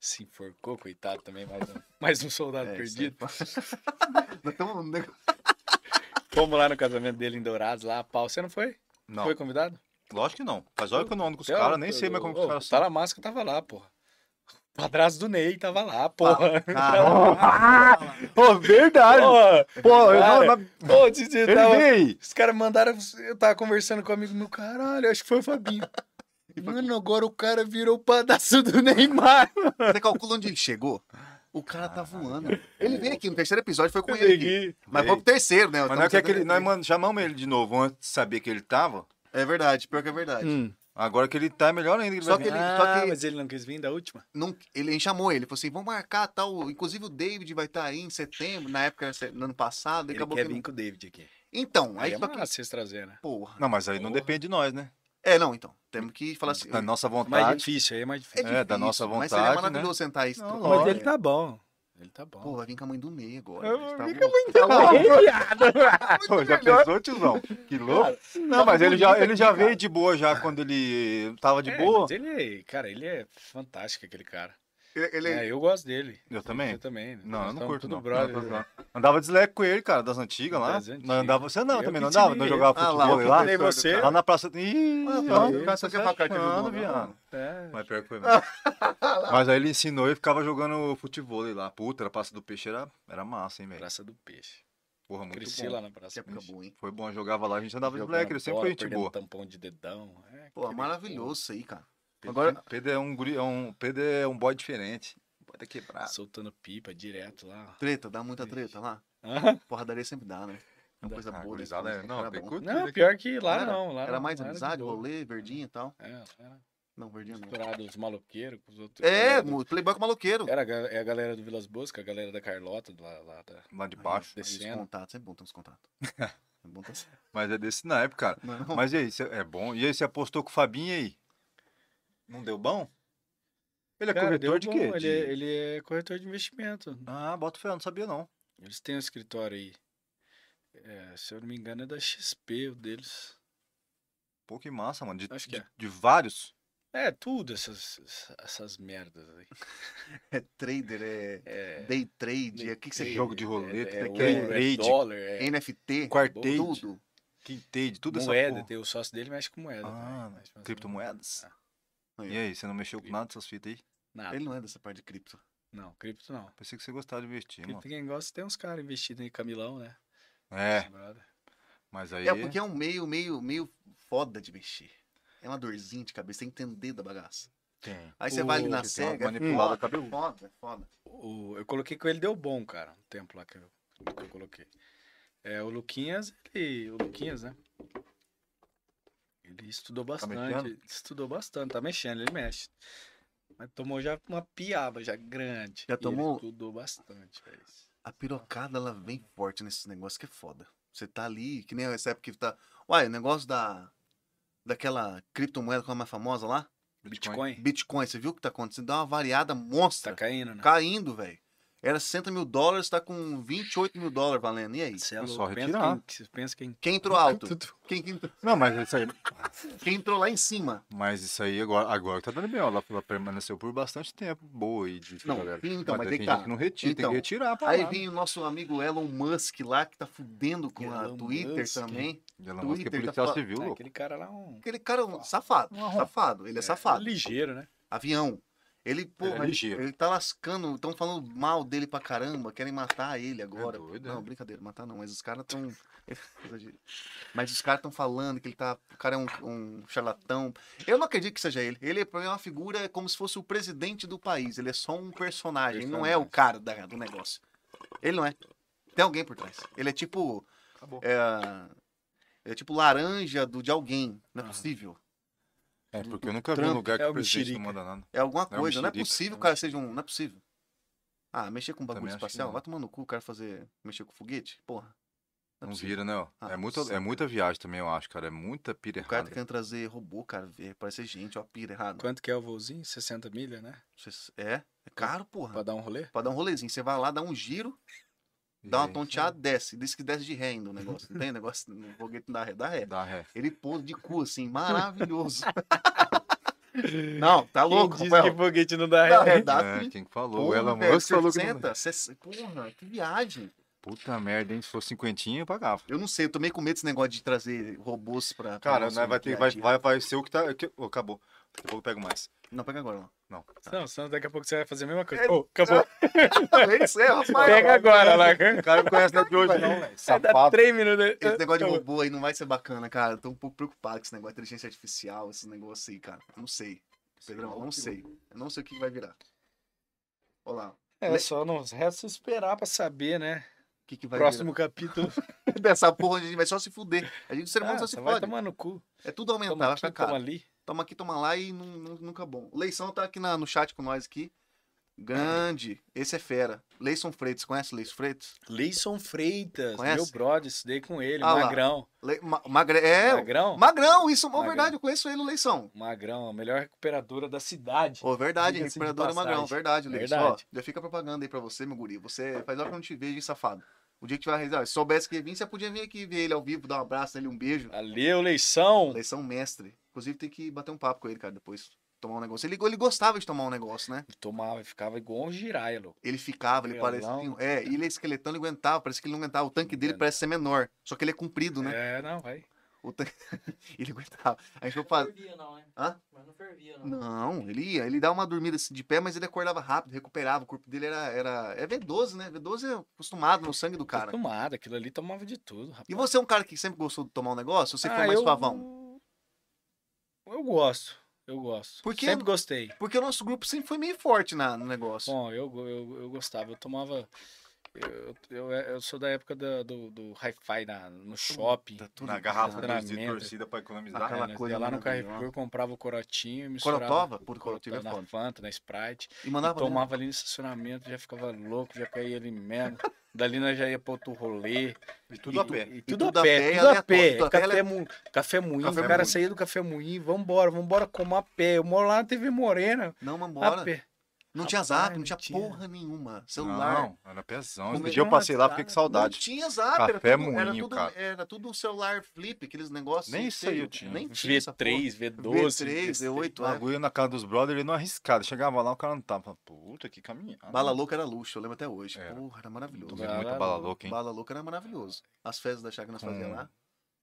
C: se enforcou, coitado também, mais um, mais um soldado
A: É, isso aí.
C: perdido.
A: Nós temos um negócio-
C: Fomos lá no casamento dele em Dourados, lá a pau. Você não foi?
B: Não,
C: Foi convidado? é
B: lógico que não. Faz hora que eu não ando com os
C: Eu-
B: caras, nem sei mais como que assim. os
C: Ô,
B: caras
C: Tá
B: são.
C: na máscara, tava lá, porra. O padrasto do Ney tava
B: Ah.
C: lá, porra.
A: Caralho.
B: Pô, verdade!
C: Porra,
B: Pô,
C: eu não-
B: não.
C: ô, Didi, tava-
B: veio!
C: Os caras mandaram. Eu tava conversando com um amigo meu, caralho, acho que foi o Fabinho. Mano, agora o cara virou o pedaço do Neymar.
A: Você calcula onde ele chegou? O cara tá voando. Ele veio aqui no terceiro episódio, foi com ele aqui. Mas
B: Veio.
A: foi pro terceiro, né?
B: Mas não é
A: Estamos
B: que aquele.
A: tentando-
B: Nós mano, chamamos ele de novo antes de saber que ele tava.
A: É verdade, pior que é verdade.
C: Hum.
B: Hum. Agora que ele tá, é melhor ainda. Que ele
A: Só
B: vai
A: que
B: vir.
A: ele-
C: Ah, mas ele não quis vir da última.
A: Não, ele chamou ele, falou assim: vamos marcar tal. Inclusive o David vai estar aí em setembro, na época, se- no ano passado, e
C: Ele
A: acabou
C: quer
A: que.
C: vir
A: não-
C: com o David aqui.
A: Então,
C: Aí
A: aí
C: é
A: só que.
C: massa vocês trazer, né?
A: Porra.
B: Não, mas aí não
C: Porra.
B: depende de nós, né?
A: É, não, então. Temos que falar assim.
B: Da nossa
C: Mais
B: vontade.
C: difícil, aí é mais
A: É,
C: difícil.
A: difícil,
B: da nossa
A: Mas seria
B: vontade,
A: maravilhoso sentar isso.
B: Não,
A: trocar uma
C: mas
B: lógico.
C: ele
A: ideia.
C: tá bom. Ele tá bom.
A: Pô, vai vir com a mãe do Ney agora.
C: Eu-
A: gente, tá
C: vim
A: louco.
B: Pô, já pensou, tiozão? Que louco. Não, mas ele já, ele já veio de boa já quando ele tava de
C: É,
B: boa.
C: mas ele, cara, ele é fantástico, aquele cara.
A: Ele- ele-
C: É, eu gosto dele.
B: Eu também.
C: Eu também. né?
B: Não, eu não curto não.
C: Então, Brother, né?
B: Não, não. Andava de slack com ele, cara, das antigas lá.
C: Das
B: Não
C: antigas.
B: andava, você não,
C: Eu
B: também
C: que
B: não
C: te
B: andava,
C: vi.
B: não jogava
A: Ah, lá,
B: futebol
A: eu
B: lá.
C: falei você.
B: Lá na praça. Ih,
A: Ah,
B: ó,
A: falei,
B: o cara
A: só
B: tá
A: quer pra carta de
B: achando,
A: novo,
B: viado.
C: É,
B: Mas pior que foi mesmo. Mas aí ele ensinou e ficava jogando futebol lá. Puta, era praça do peixe, era, era massa, hein, velho.
C: Praça do Peixe.
B: Porra, muito
C: Cresci
B: bom.
C: lá na
A: Essa
C: Praça do
A: época é
C: Peixe.
A: boa, hein?
B: Foi bom, jogava lá, a gente andava de
C: Jogando
B: black, ele sempre foi
C: bola,
B: gente
C: perdendo
B: boa.
C: tampão de dedão. É,
A: Pô,
C: aquele-
A: maravilhoso isso aí, cara.
B: Pedro-
A: Agora-
B: Pedro é um guri, é um, Pedro é um boy diferente. Boy tá
C: Pô,
B: quebrado.
C: Soltando pipa direto lá.
A: Treta, dá muita treta lá.
C: Hã?
A: Porradaria sempre dá, né? É uma
C: Dá.
A: coisa
B: Ah,
A: boa. desse
B: gurizada é-
A: país, né?
B: Não,
A: Era
B: tem
A: bom.
B: cultura
C: Não,
B: aqui.
C: pior que lá
A: Era-
C: não. Lá
A: Era
C: não,
A: mais
C: lá de
A: amizade,
C: boa.
A: rolê, verdinho e tal.
C: É, era
A: Não, verdinho
B: É,
A: não.
C: misturado os maloqueiros com os outros.
A: É,
C: galera do-
A: mo- Playboy com maloqueiro.
C: Era a ga- é a galera do Vilas Boas, que é a galera da Carlota, do lá, lá da...
B: Lá de baixo.
A: Aí, Os
C: descendo.
A: contatos, é bom ter uns contatos. É bom ter uns-
B: Mas é desse naipe, cara.
A: Não, não.
B: Mas e aí, cê- é bom. E aí, você apostou com o Fabinho e aí? Não deu bom? Ele é
C: Cara,
B: corretor
C: deu
B: de
C: bom,
B: quê?
C: Ele,
B: De-
C: é- ele é corretor de investimento.
B: Ah, bota fé, eu não sabia não.
C: Eles têm um escritório aí. É, se eu não me engano, é da XP o deles.
B: Pô, que massa, mano. De,
C: Acho que
B: de-
C: é.
B: de vários?
C: É, tudo essas, essas merdas aí.
A: É trader, é,
C: É,
A: day trade, é o que, que você
C: Tem-
A: joga?
B: jogo de roleta,
C: é, é,
B: tem
C: ouro,
B: carry
C: é
B: trade.
C: dólar, é
A: NFT,
B: Quartade,
A: tudo.
B: quintade, tudo essa
C: moeda.
B: porra.
C: Tem o sócio dele mexe com moeda. né?
B: Ah,
C: também, mexe com as
B: criptomoedas?
C: moedas.
B: E aí, você não mexeu com
C: é. Ah, Cripto.
B: nada dessas fitas aí?
C: Nada.
A: Ele não é dessa parte de cripto.
C: Não, cripto não.
B: Pensei que você gostava de investir, mano.
C: Cripto quem gosta tem uns caras investidos em Camilão, né?
B: É,
C: Esse brother.
B: mas aí...
A: É porque é um meio, meio, meio foda de mexer. É uma dorzinha de cabeça, tem que entender da bagaça.
B: Tem.
A: Aí você vai ali na
B: Você tem uma
A: cega, é
B: manipulada
A: foda,
B: cabeluda.
A: foda, foda.
C: O, eu coloquei com ele, deu bom, cara. Um tempo lá que eu, que eu coloquei. É, o Luquinhas, ele. O Luquinhas, né? Ele estudou bastante.
B: mexendo?
C: estudou bastante, tá mexendo, ele mexe. Mas tomou já uma piaba já grande.
A: Já
C: e ele
A: tomou?
C: estudou bastante, velho.
A: A pirocada, ela vem forte nesses negócios que é foda. Você tá ali, que nem essa época que tá... Uai, o negócio da... Daquela criptomoeda que é a mais famosa lá?
C: Bitcoin.
A: Bitcoin, você viu o que tá acontecendo? Dá uma variada
C: Tá
A: monstra.
C: caindo, né?
A: caindo, velho. Era 60 mil dólares, tá com 28 mil dólares valendo. E aí?
C: Cê
B: É
C: louco,
B: só
C: pensa
B: retirar.
C: quem- que- Pensa quem.
A: Quem entrou alto? Quem, quem,
B: Não, mas isso aí...
A: quem entrou lá em cima?
B: Mas isso aí agora, agora tá dando bem, ó. Ela, ela permaneceu por bastante tempo. Boa e de
A: Não,
B: galera.
A: então, mas
B: aí
A: tem
B: tem
A: que
B: gente
A: tá.
B: que não retira,
A: Então,
B: tem que retirar pra
A: Aí
B: Tá lá.
A: vem o nosso amigo Elon Musk lá, que tá fudendo com a
C: Elon
A: Twitter
C: Musk.
A: também.
B: E Elon Musk é
A: Twitter, tá
B: policial
A: fa-
B: civil,
C: Ah,
B: louco.
C: aquele cara lá é um.
A: Aquele cara é um safado,
B: Um arrombado.
A: safado, ele é,
C: é,
A: safado.
C: Ligeiro, né?
A: Avião. Ele, pô,
F: é ligeiro.
A: ele tá lascando, estão falando mal dele pra caramba, querem matar ele agora.
B: É doido,
A: não,
B: é?
A: brincadeira, matar não, mas os caras estão. mas os caras estão falando que ele tá. O cara é um, um charlatão. Eu não acredito que seja ele. Ele, pra mim, é uma figura é como se fosse o presidente do país. Ele é só um personagem, ele não é o cara da- do negócio. Ele não é. Tem alguém por trás. Ele é tipo.
B: Acabou.
A: É, é tipo laranja do, de alguém. Não é
C: Aham.
A: possível.
B: É, porque eu nunca vi
A: Trump
B: um lugar que
C: é o
B: o presidente não
C: mexerica.
B: manda nada.
A: É alguma
B: Não é um
A: coisa. Não é
B: mexerico.
A: possível que o cara seja um. Não é possível. Ah, mexer com bagulho
B: Também acho que
A: espacial?
B: não.
A: Vai tomar no cu o cara fazer. Mexer com foguete? Porra.
B: Não,
A: possível.
B: vira, né? ó.
A: Ah,
B: é, muita, é
A: saca.
B: muita viagem também, eu acho, cara. É muita pira
A: O cara tá
B: errada.
A: querendo trazer robô, cara. é, Parece gente, ó, pira errado.
C: Quanto que é o voozinho? 60 milha, né?
A: Cês- É, é caro, porra.
C: Pra dar um rolê?
A: Pra dar um rolezinho. Você vai lá, dá um giro,
B: E
A: dá
B: aí,
A: uma tonteada, desce. Diz que desce de ré ainda o negócio. Não tem negócio no foguete não dá ré, dá ré.
B: Dá é. ré.
A: Ele pôs de cu assim, maravilhoso. não, tá louco,
C: Quem diz
A: Rafael.
C: que foguete não dá
A: Dá
C: ré?
A: ré, dá
B: é,
A: sim.
B: quem que falou?
A: Porra,
B: Ela
A: velho,
B: Musk falou que... não-
A: 60, 60, Porra, que viagem.
B: Puta merda, hein? Se fosse cinquentinha, eu pagava.
A: Eu não sei, eu tô meio com medo desse negócio de trazer robôs pra. pra
B: Cara,
A: nosso
B: né, vai, ter,
A: dia a
B: vai,
A: dia.
B: vai, vai ser o que tá... que- ô, acabou. Daqui a pouco eu pego mais.
A: Não, pega agora, não.
C: Não, senão daqui a pouco você vai fazer a mesma coisa. Ô, acabou.
A: É isso, é, rapaz.
C: Pega agora lá.
B: O cara não conhece nada de hoje, não, velho.
C: Vai dar
B: Safado.
C: 3 minutos.
A: Tá. Esse negócio
C: É.
A: de robô aí não vai ser bacana, cara. Eu tô um pouco preocupado com esse negócio de inteligência artificial, esse negócio aí, cara. Não sei. Pedrão, eu não sei. Eu não sei o que vai virar. Olá. O
C: É só nos resta esperar pra saber, né?
A: que, que vai
C: Próximo capítulo.
A: virar? Dessa porra, onde a gente vai só se fuder. A gente, o ser humano,
C: Ah,
A: só se
C: só vai
A: fode.
C: tomar no cu.
A: É tudo aumentar,
C: Toma
A: vai
C: aqui,
A: ficar caro.
C: toma
A: Toma...
C: ali.
A: aqui, toma lá e nun- nun- nunca bom. O Leição tá aqui na- no chat com nós aqui. Grande. Esse é fera. Leison Freitas. Conhece o Leison Freitas?
C: Leison Freitas,
A: Conhece?
C: meu brother, estudei com ele,
A: Ah lá.
C: magrão.
A: Le... Ma... Magre... É,
C: Magrão?
A: Magrão, isso é uma
C: Magrão.
A: verdade, eu conheço ele no Leição.
C: Magrão, a melhor recuperadora da cidade.
A: Ô, verdade,
C: Diga-se de
A: recuperadora
C: passagem.
A: Magrão, verdade, Leição. Ó,
C: Verdade.
A: já fica a propaganda aí pra você, meu guri. Você faz hora que eu não te vejo, hein, safado. O dia que tiver realizar, se soubesse que ia vir, você podia vir aqui ver ele ao vivo, dar um abraço nele, um beijo.
C: Valeu, Leição.
A: Leição mestre. Inclusive, tem que bater um papo com ele, cara, depois. Tomar um negócio. Ele, ele gostava de tomar um negócio, né?
C: Ele tomava e ficava igual um giraia, louco.
A: Ele ficava, ele
C: Grelão.
A: parecia. É, ele é esqueletão, ele aguentava, parece que ele não aguentava. O tanque
C: Não
A: dele
C: aguenta.
A: parece ser menor, só que ele é comprido, né?
C: É, não, vai.
A: O tanque... ele aguentava. A gente foi fazer.
D: Não fervia, não, né?
A: Hã?
D: Mas não fervia, não.
A: Não, ele ia. Ele dava uma dormida assim de pé, mas ele acordava rápido, recuperava. O corpo dele era. era é V12, né? V12 é acostumado no sangue do cara.
C: Acostumado, aquilo ali tomava de tudo, rapaz.
A: E você é um cara que sempre gostou de tomar um negócio? Ou você foi
C: Ah,
A: mais
C: eu-
A: pavão?
C: Eu gosto, eu gosto.
A: Por quê?
C: Sempre gostei.
A: Porque o nosso grupo sempre foi meio forte na, no negócio.
C: Bom, eu, go- eu, eu gostava, eu tomava... Eu, eu, eu sou da época da- do, do hi-fi na- no shopping.
A: Tá tudo
F: Na garrafa
A: errado.
C: da-
F: de
C: Treinamento.
F: torcida pra economizar.
A: Aquela
C: é, nós
A: coisa
C: ia lá no
A: maravilhosa.
C: Carrefour, comprava o corotinho e misturava...
A: Corotova? Por Corotiva é
C: na
A: foda.
C: Fanta, na Sprite.
A: E
C: E
A: mandava. né?
C: tomava ali no estacionamento, já ficava louco, já caía ali mesmo. Dali nós já ia pra outro rolê.
B: E é tudo a pé.
C: E tudo, a
A: e
C: pé, tudo a
A: aleatório, é
C: pé.
A: tudo a pé,
C: Café, mu... café é moinho,
B: Café
C: o cara
B: moinho.
C: saía do café moinho, vambora, vambora comer a pé. Eu moro lá na TV Morena.
A: Não,
C: A
A: vambora.
C: pé.
A: Não tinha
C: Rapaz,
A: zap, não
C: não
A: tinha
C: tinha.
A: porra nenhuma. Celular.
B: Não, era pezão.
A: Como
B: Esse
A: é
B: dia eu
C: que
B: passei
C: é?
B: lá, fiquei com
A: Não
B: saudade.
A: tinha zap, era
B: Café é
A: tudo, era,
B: moinho,
A: tudo,
B: cara.
A: era tudo um celular flip, aqueles negócios.
B: Nem
A: sem
B: isso aí
A: ser-
B: eu tinha.
A: Nem tinha essa porra.
C: V3, V12.
A: V3,
B: O
A: V8, é.
B: bagulho na casa dos brothers, ele não é arriscado. Chegava lá, o cara não tava. Falava, Puta, que caminhada.
A: Bala Louca era luxo, eu lembro até hoje.
B: Era.
A: Porra, era
B: Tô
A: maravilhoso.
B: vendo muita
C: Bala é
B: bala
C: louca.
B: louca, hein?
A: Bala Louca era maravilhoso. As festas da Chaga que nós fazíamos
B: Hum.
A: lá.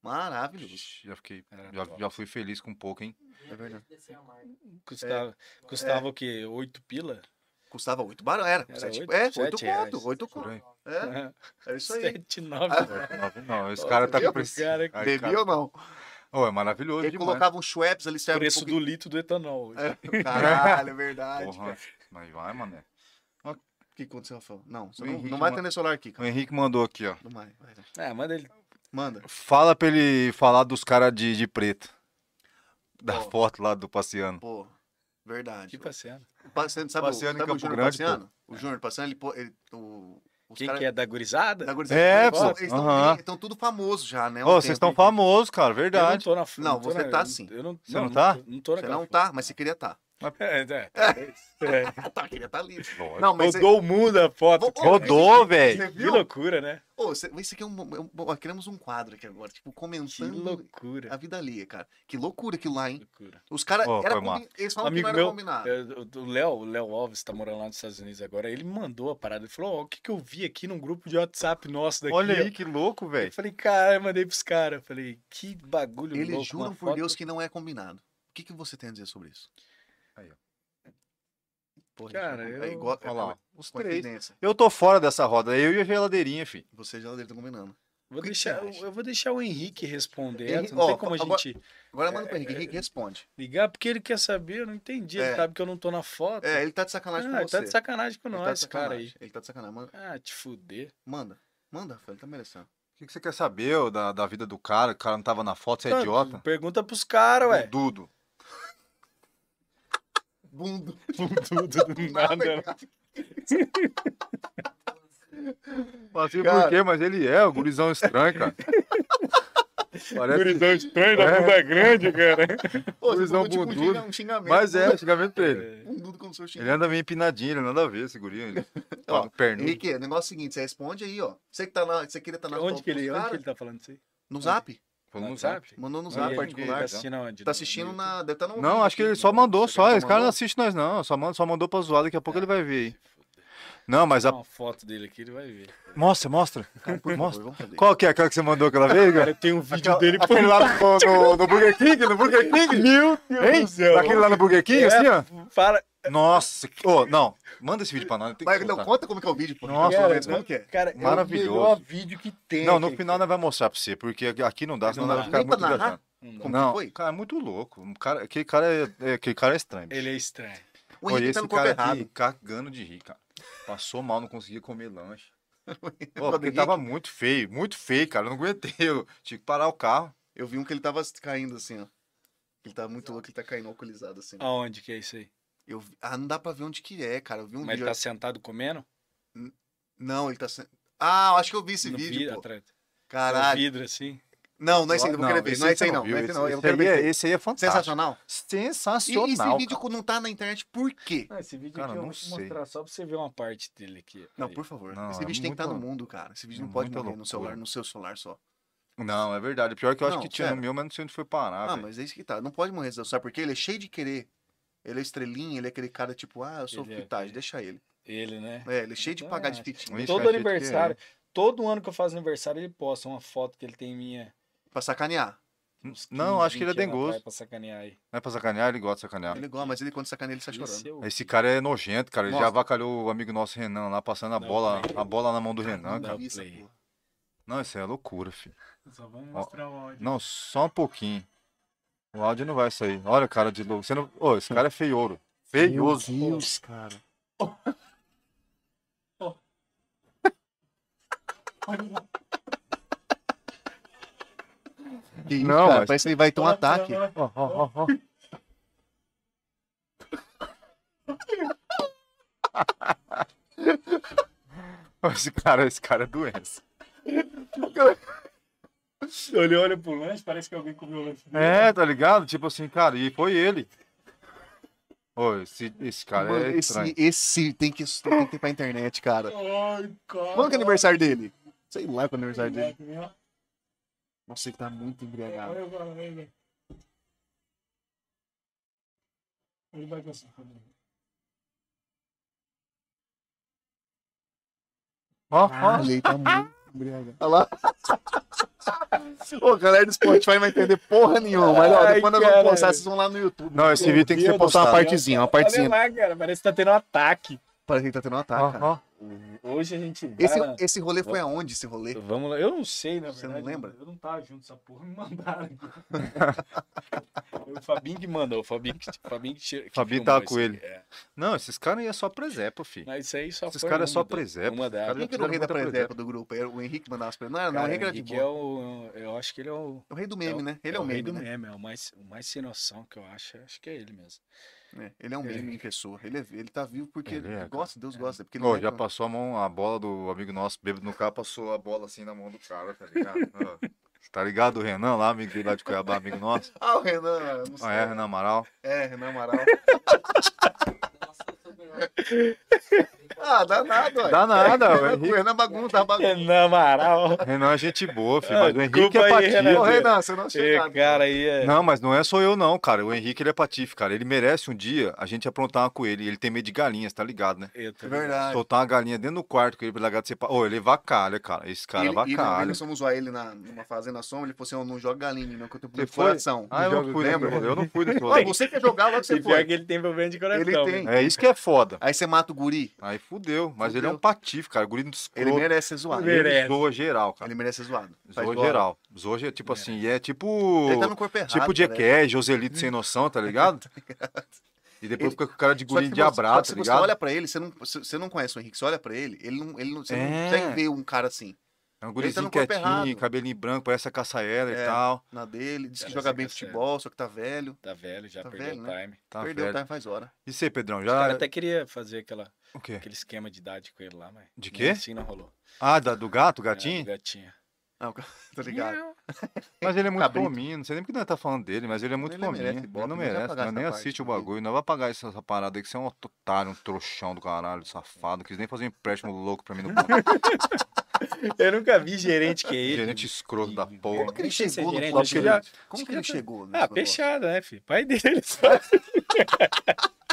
A: Maravilhoso.
B: Ixi, Já fiquei.
C: Era
B: Já,
C: top.
B: já fui feliz com um pouco, hein?
A: É verdade.
D: Descer a marca.
C: Custava,
A: É,
C: custava o quê? 8 pila?
A: Custava oito barão, era.
C: Era
A: sete,
C: oito-
A: é,
C: sete
A: oito
C: reais,
A: conto, oito
B: Por
A: conto.
B: aí.
A: É, era isso aí. Ah,
C: 7, 9.
A: é
B: Não, não, esse
C: Ó,
B: cara tá
C: bebeu,
B: com preço.
C: cara,
B: Ai, cara.
A: Bebia ou não?
B: Ô, é maravilhoso.
A: Ele
B: demais.
A: colocava um Schweppes ali, serve
C: Preço
A: um pouquinho-
C: do litro do etanol. hoje.
A: Caralho, é verdade.
B: Porra,
A: cara.
B: mas vai, mané.
A: O que aconteceu, Rafael? Não, você
B: O
A: não,
B: Henrique
A: não vai
B: ma-
A: atender celular aqui,
B: O
A: cara.
B: Henrique mandou aqui, ó.
A: Não vai, vai. não.
C: Ah, manda ele.
A: Manda.
B: Fala pra ele falar dos caras de, de preto. Da
A: Ó.
B: foto lá do passeando.
A: Pô, verdade.
C: Que passeando.
A: Passeando, sabe,
B: Passeando em
A: o, sabe o
B: Campo
A: Júnior
B: Grande, pô.
A: passeando? O Júnior passeando, ele, pô, ele o, os
C: Quem
A: cara-
C: que é da gurizada?
A: da gurizada,
B: É,
A: eles tão-
B: pô,
A: Eles estão
B: aham.
A: tudo famoso já, né?
B: Ô,
A: um
B: vocês
A: tempo,
B: estão
A: hein? um
B: famosos, cara,
C: Eu não
B: verdade.
C: tô na
A: Não,
C: tô
A: você
C: na-
A: tá sim.
C: Eu não,
B: Você não tá?
C: Não tô, não tô na
A: Você não
C: Gafofa.
A: tá, mas você queria estar.
C: É, é, talvez. É.
A: Tá. tá, queria estar tá livre.
B: Lógico.
A: Não, mas.
C: Rodou o mundo a foto.
A: Ô,
C: cara.
B: Rodou,
A: Você
B: velho.
C: Que
A: viu?
C: loucura, né?
A: Ô, cê- isso aqui é um. é um- ó, Criamos um quadro aqui agora, tipo,
C: Que
A: comentando
C: loucura.
A: a vida alheia, cara. Que loucura aquilo lá, hein?
C: loucura.
A: Os caras.
B: Ó,
A: era
B: foi mal.
A: combi- Eles falam
C: Amigo
A: que não era
C: meu,
A: combinado.
C: É, o- O Léo, o Léo Alves tá morando lá nos Estados Unidos agora. Ele me mandou a parada. Ele falou: Ó, o que, que eu vi aqui num grupo de WhatsApp nosso daqui?
B: Olha
C: ó?"
B: aí, que louco,
C: Eu
B: velho.
C: falei, cara, eu mandei pros caras. Eu Falei, que bagulho louco.
A: Eles
C: uma
A: juram por
C: foto-
A: Deus que não é combinado. O que, que você tem a dizer sobre isso?
B: Porra,
C: Cara,
B: gente,
C: eu-
A: É igual.
B: Olha lá,
A: é,
B: ó, os três.
A: coincidência.
B: Eu tô fora dessa roda, eu e a geladeirinha, fi.
A: Você e a geladeira estão combinando.
C: Vou
B: que que
C: deixar,
B: você
C: eu,
B: acha?
C: eu vou deixar o Henrique responder.
A: Henrique-
C: essa, não
A: ó,
C: tem como a
A: agora-
C: gente
A: Agora manda
C: É,
A: pro Henrique. Henrique, responde.
C: ligar, porque ele quer saber, eu não entendi. Ele
A: É.
C: sabe que eu não tô na foto.
A: É, ele tá de sacanagem
C: ah,
A: com
C: ele tá
A: você.
C: de sacanagem com
A: Ele tá de
C: nós, cara aí.
A: sacanagem. Ele tá de sacanagem. Manda-
C: Ah, te fuder.
A: Manda. Manda, Rafael. Ele tá merecendo.
B: O que, que você quer saber ô, da, da vida do cara? O cara não tava na foto, você é
C: Tanto,
B: idiota? é
C: Pergunta pros caras, ué.
B: Dudo.
A: Bundo.
C: Tudo do nada.
B: Não sei
A: Cara.
B: por quê, mas ele é, o gurizão estranho, cara. Parece.
C: Gurizão estranho
A: É.
C: da Bunda Grande, cara.
A: Vocês
B: Gurizão
A: vão tipo um
B: bundudo.
A: xinga- um xingamento.
B: Mas é, antigamente pra ele.
A: Bundudo como se eu xingasse.
B: Ele anda meio empinadinho, ele nada a ver, esse guri. Ele...
A: Ó,
B: tá pernudo.
A: Henrique, o negócio é o seguinte, você responde aí, ó. Você que tá na, você queria estar na
C: Onde que, ele,
A: cara,
C: onde que ele tá falando isso aí?
A: No Zap?
B: Falou no
C: WhatsApp?
B: zap.
A: Mandou no
B: Ah,
A: Zap
B: ele-
A: particular.
C: Tá
A: Tá
C: assistindo aonde?
A: tá assistindo
C: No
A: na, deve estar no
B: Não, acho que ele só mandou só. Esse cara não assiste nós, não. Só, manda, só mandou pra zoar, daqui a pouco ele vai ver aí. Não, mas
C: Dá
B: a.
C: uma foto dele aqui, ele vai ver.
B: Mostra, mostra.
A: Mostra.
B: Mostra.
A: Vamos fazer.
B: Qual que é aquela que você mandou aquela vez, cara?
C: Tem um vídeo
B: Aquela-
C: dele
B: aquele lá no, no, no Burger King, no Burger King? Meu Deus hein?
C: do céu.
B: Aquele lá no Burger King,
A: É.
B: assim, ó.
C: Para.
B: Nossa, que- ô, não. Manda esse vídeo pra nós. Tem que
A: Mas não,
B: soltar.
A: conta como que é o vídeo, pô.
B: Nossa,
A: Pelo
B: velho,
A: menos, como que é?
C: Cara,
B: Maravilhoso.
C: é o melhor vídeo que tem.
B: não, no
C: cara.
B: final nós vamos mostrar pra você, porque aqui não dá, senão
C: não
B: nós
C: dá.
A: Nem
B: vamos
A: pra
B: ficar muito
A: narrar?
B: viajando.
C: Não dá.
A: Como que
B: Não,
A: foi?
B: cara, é muito louco. Um cara, aquele, cara é, é- aquele cara é estranho. bicho.
C: Ele é estranho.
A: O
B: Olha,
A: Henrique tá
B: esse
A: no corpo
B: cara
A: errado.
B: aqui cagando de rir, cara. Passou mal, não conseguia comer lanche. Pô,
A: Quando
B: porque
A: Henrique-
B: tava muito feio, muito feio, cara. Eu não aguentei. Eu tive que parar o carro.
A: Eu vi um que ele tava caindo assim, ó. Ele tava muito louco, ele tá caindo alcoolizado assim.
C: Aonde que é isso aí?
A: Eu vi- Ah, não dá pra ver onde que é, cara. Eu vi um
C: Mas ele
A: vídeo.
C: tá sentado comendo?
A: Não, ele tá. sen- Ah, eu acho que eu vi esse
C: No tá-
A: vídeo,
C: vidro,
A: pô.
C: atrás. No
A: Caralho.
C: vidro, assim.
A: Não, não é esse aí, eu vou querer ver.
B: esse
A: Não é esse aí,
B: você
A: não. Não é
B: viu,
A: esse aí, não. Eu
B: Esse,
A: quero
B: esse, aí,
A: ver.
B: é, esse aí é fantástico.
A: Sensacional? E
B: Sensacional.
A: esse vídeo
B: cara.
A: não tá na internet por quê?
C: Ah, esse vídeo
B: Cara,
C: aqui eu
B: não
C: vou te mostrar só pra você ver uma parte dele aqui.
A: Não,
C: Aí.
A: por favor.
B: Não,
A: esse
B: é
A: vídeo tem que estar no
B: muito-
A: mundo, cara. Esse vídeo
B: é
A: não pode
B: muita
A: morrer no celular,
B: loucura.
A: no seu celular só.
B: Não, é verdade. Pior que eu acho
A: Não,
B: que tinha
A: sério.
B: no meu, mas não sei onde foi parar.
A: Ah,
B: velho.
A: mas é isso que tá. Não pode morrer no seu celular, porque ele é cheio de querer. Ele é estrelinha, ele é aquele cara tipo, ah, eu sou
C: Ele é,
A: fitagem,
C: ele-
A: deixa ele.
C: Ele, né?
A: É, ele é cheio de
C: também
A: pagar de
C: acho.
A: fitinha.
B: Ixi,
C: Todo
B: achei que é.
C: aniversário, todo ano que eu faço aniversário, ele posta uma foto que ele tem minha.
A: Pra sacanear.
C: uns
B: Não,
C: 15,
B: acho que ele é
C: 20 anos
B: dengoso.
C: atrás Pra sacanear aí.
B: Não é pra sacanear, ele gosta de sacanear.
A: Ele gosta, mas ele quando sacaneia, ele sai chorando.
C: Esse é eu-
B: Esse cara é nojento, cara. Ele já
A: Mostra.
B: avacalhou o amigo nosso Renan lá, passando a
C: Não,
B: bola,
C: velho.
B: a bola na mão do Renan,
A: Não,
B: cara.
C: dá.
A: isso,
C: play.
A: porra.
B: Não, isso aí é loucura, filho.
G: Só vamos
B: Ó.
G: mostrar o áudio.
B: Não, só um pouquinho. O áudio não vai sair. Olha o cara de louco. Você não... Ô, esse cara é feiouro. Feioso.
A: Meu Deus, cara. Que isso,
B: Não,
A: cara,
B: mas-
A: parece que ele vai ter um ataque.
B: Ó, ó, ó, ó. Ó, Esse cara, esse cara é doença.
G: Ele olha pro lanche, parece que alguém comeu o lanche dele.
B: É, tá ligado? Tipo assim, cara, e foi ele. Ô, esse, esse cara
A: Mano,
B: é estranho.
A: esse, esse tem que, tem que ir pra internet, cara.
G: Ai, cara.
A: Quando que é aniversário dele? Sei lá quando é aniversário dele.
G: Olha,
A: Nossa, ele tá muito embriagado.
G: olha, olha, olha. Ele vai conseguir.
B: Ó, ó.
A: Ele tá muito embriagado. Olha lá. Ô, galera do Spotify não vai entender porra nenhuma. Mas, ó,
C: Ai,
A: depois nós vamos
C: caralho.
A: postar, vocês vão lá no YouTube. tá
B: Não, esse vídeo tem que ser
A: Vou postar
B: postado.
A: uma partezinha, uma
C: Olha
A: partezinha.
C: lá, cara, parece que tá tendo um ataque.
A: Parece que ele tá tendo um
B: Ó,
A: ataque, cara.
B: ó.
C: Hoje a gente. vai
A: Esse,
C: na-
A: esse rolê foi aonde, esse rolê?
C: Vamos lá. Eu não sei, na
A: Você
C: verdade.
A: não lembra?
C: Eu não tava junto essa porra, me mandaram. o Fabinho que mandou, o Fabinho que, o Fabinho que, tira- que
B: Fabinho
C: filmou
B: tava com
C: isso aí,
B: ele.
C: é.
B: Não, esses caras aí é só presépio, filho.
C: Mas isso aí só
B: Esses
C: foi
A: é
B: caras
C: uma
B: só
C: da-
B: presépio,
C: Uma da
B: cara.
A: Quem que era o rei da presépio do grupo? Era o Henrique que mandava as presépio? Não, era não, o
C: Cara,
A: Henrique era de
C: Henrique
A: boa.
C: é o, eu acho que ele é o,
A: É o rei do meme,
C: é o-
A: né? Ele é,
C: o
A: um
C: rei
A: meme,
C: do
A: né?
C: meme, é o mais, o mais sem noção que eu acho, acho que é ele mesmo.
A: É, Ele é um meme em pessoa. Ele, é- ele tá vivo porque
B: Ele é, cara.
A: gosta, Deus gosta. Porque ele
B: Ô,
A: não é
B: já
A: tão-
B: passou a mão, a bola do amigo nosso bêbado no carro, passou a bola assim na mão do cara, tá ligado? Ó, tá ligado o Renan lá, amigo dele lá de Cuiabá, amigo nosso?
A: Ah, o Renan, não sei.
B: Ah, é, Renan Amaral.
A: É, Renan Amaral.
D: Nossa, eu sou melhor.
A: Ah, dá nada, ué.
B: Dá nada, é
A: Renan,
B: o Henrique.
A: Renan bagunça, tava bagunça.
C: Renan Amaral.
B: Renan é gente boa, filho.
C: Ah,
B: Mas o Henrique
C: desculpa
B: é
C: aí,
A: Ô,
B: patife.
C: Renan.
A: Renan, você não achou
C: Esse
A: nada.
C: cara aí é.
B: Não, mas não é só eu, não, cara. O Henrique ele é patife, cara. Ele merece um dia a gente aprontar uma com ele. Ele tem medo de galinhas, tá ligado, né?
C: Eu tô-
A: é Verdade.
B: Soltar uma galinha dentro do quarto com ele pra largar de ser. pa- Ô, ele é vacalha, cara. Esse cara
A: E
B: é
A: ele, e nós-
B: vacalha.
A: nós fomos zoar ele na, numa fazenda som, ele falou assim, eu não jogo galinha, em mim, não, que eu tenho problema
B: Você
A: de
B: foi?
A: coração.
B: Ah, eu não fui,
A: lembra?
B: lembra? Eu não fui do
A: Ó,
B: todo.
A: você quer jogar, logo
C: E
A: você
C: pior
A: foi.
C: que ele tem problema de coração.
A: Ele tem.
C: né?
B: É isso que é foda.
A: Aí você mata o guri,
B: Aí fudeu. Mas ele é um
A: Fudeu.
B: patife, cara. Guri do escroto.
A: ele merece ser zoado.
C: Merece.
B: Ele zoa geral, cara.
A: Ele merece ser zoado. Faz
B: né? Zoa
A: bola.
B: geral. Zoa, ge- tipo assim, e é tipo.
A: Ele tá no corpo errado.
B: Tipo
A: parece.
B: Jequé, Joselito sem noção, tá ligado? E depois
A: Ele-
B: fica com o cara de
A: Só que
B: gurinho
A: você- só que
B: diabrado,
A: se
B: tá
A: você
B: ligado?
A: olha pra ele, você não, você você não conhece o Henrique, você olha pra ele, ele não, ele não, você não
B: É.
A: consegue ver um cara assim,
B: É um
A: no
B: gurizinho
A: corpo
B: quietinho,
A: errado.
B: cabelinho branco, parece a caçaela
A: É.
B: e tal.
A: na dele, diz que
C: Cara,
A: joga
C: você
A: bem
C: consegue.
A: futebol, só que tá velho.
C: Tá velho, já
A: Tá
C: perdeu
A: velho,
C: o
A: né?
C: time.
B: Tá
A: Perdeu,
B: velho.
A: tá, faz hora.
B: E você, Pedrão,
C: Os
B: já...
C: caras até queria fazer aquela,
A: é.
B: O quê?
C: aquele esquema de idade com ele lá, mas.
B: De
C: nem
B: quê?
C: Assim não rolou.
B: Ah, da, do gato,
C: É,
B: gatinho?
C: do gatinho.
A: Tá ligado?
B: Mas ele é muito
A: Cabrito.
B: fominho, não sei nem porque nós tá falando dele, mas ele é muito
A: Ele merece
B: fominho.
A: ibope,
B: ele não
A: nós vai
B: merece,
A: pagar
B: nós nem
A: essa parte
B: assiste o
A: também.
B: bagulho, nós vai pagar essa, essa parada aí que você é um otário, um trouxão do caralho, safado, quis nem fazer um empréstimo louco pra mim no banco.
C: Eu nunca vi gerente que é ele.
B: Gerente escroto da
C: Que-
B: porra.
A: Como que ele
C: Nem sei se é
A: chegou no
C: gerente,
A: Flamengo?
C: acho que ele-
A: Como
C: acho
A: que
C: que
A: ele
C: já-
A: chegou? né,
C: Ah,
A: Codó?
C: peixada, né, filho? Pai dele. só.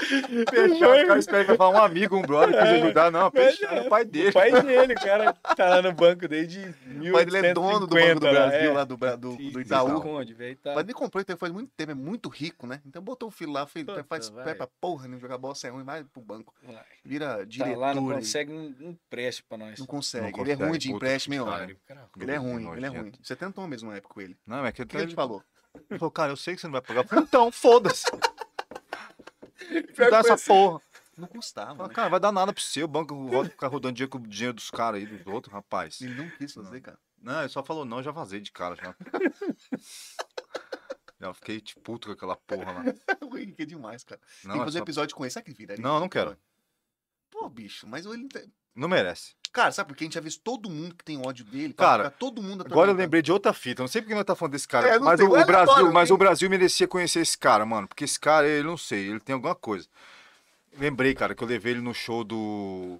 B: Os caras esperam que vai falar um amigo, um brother, quis ajudar, não,
C: Mas
B: peixe, é o pai dele.
C: O pai dele, o cara tá lá no banco desde 1850.
A: O pai dele é dono do Banco do
C: lá,
A: Brasil,
C: é.
A: lá do, Bra- do, do
C: E-
A: Itaú.
C: Esconde, velho,
A: O
C: tá.
A: pai dele comprou ele faz muito tempo, é muito rico, né? Então botou o filho lá, filho,
C: Puta,
A: faz pé
C: vai.
A: pra porra, nem jogar bola, você é ruim, vai pro banco.
C: Vai.
A: Vira
C: Tá
A: diretor.
C: lá, não
A: ele-
C: consegue um, um empréstimo pra nós.
A: não consegue.
B: Não
A: Ele é ruim
B: consegue,
A: de
B: puta
A: empréstimo,
B: que
A: hein, ó.
B: pariu.
C: Caralho, caralho.
A: Ele é ruim, ele é
B: Nojento.
A: ruim. Você tentou mesmo na época com ele.
B: Não, é que ele,
A: O que ele te falou?
B: Ele falou, cara, eu sei que você não vai pagar. Eu falei, Então, foda-se. Me dá essa porra.
A: Não
B: Eu
A: custava,
B: falei,
A: né?
B: assim. cara, vai dar nada pro seu. O banco vai ficar rodando dinheiro com o dinheiro dos caras aí, dos outros, rapaz.
A: Ele não quis fazer, cara.
B: Não, ele só falou, não, eu já vazei de cara já. já fiquei tipo, puto com aquela porra lá.
A: O Henrique é demais, cara.
B: Não,
A: Tem que
B: é
A: fazer um
B: só-
A: episódio com ele. Sabe que vira?
B: não, eu não quero.
A: Pô, bicho, mas ele... não tem-
B: Não merece.
A: Cara, sabe por quê? A gente já viu todo mundo que tem ódio dele.
B: Cara,
A: fica todo mundo
B: Agora eu
A: atormentado.
B: lembrei de outra fita. Não sei porque nós tá falando desse cara.
A: É, não
B: mas
A: tem,
B: o,
A: é
B: o Brasil,
A: aleatório,
B: mas
A: tem-
B: o Brasil merecia conhecer esse cara, mano. Porque esse cara, ele não sei, ele tem alguma coisa. Lembrei, cara, que eu levei ele no show do.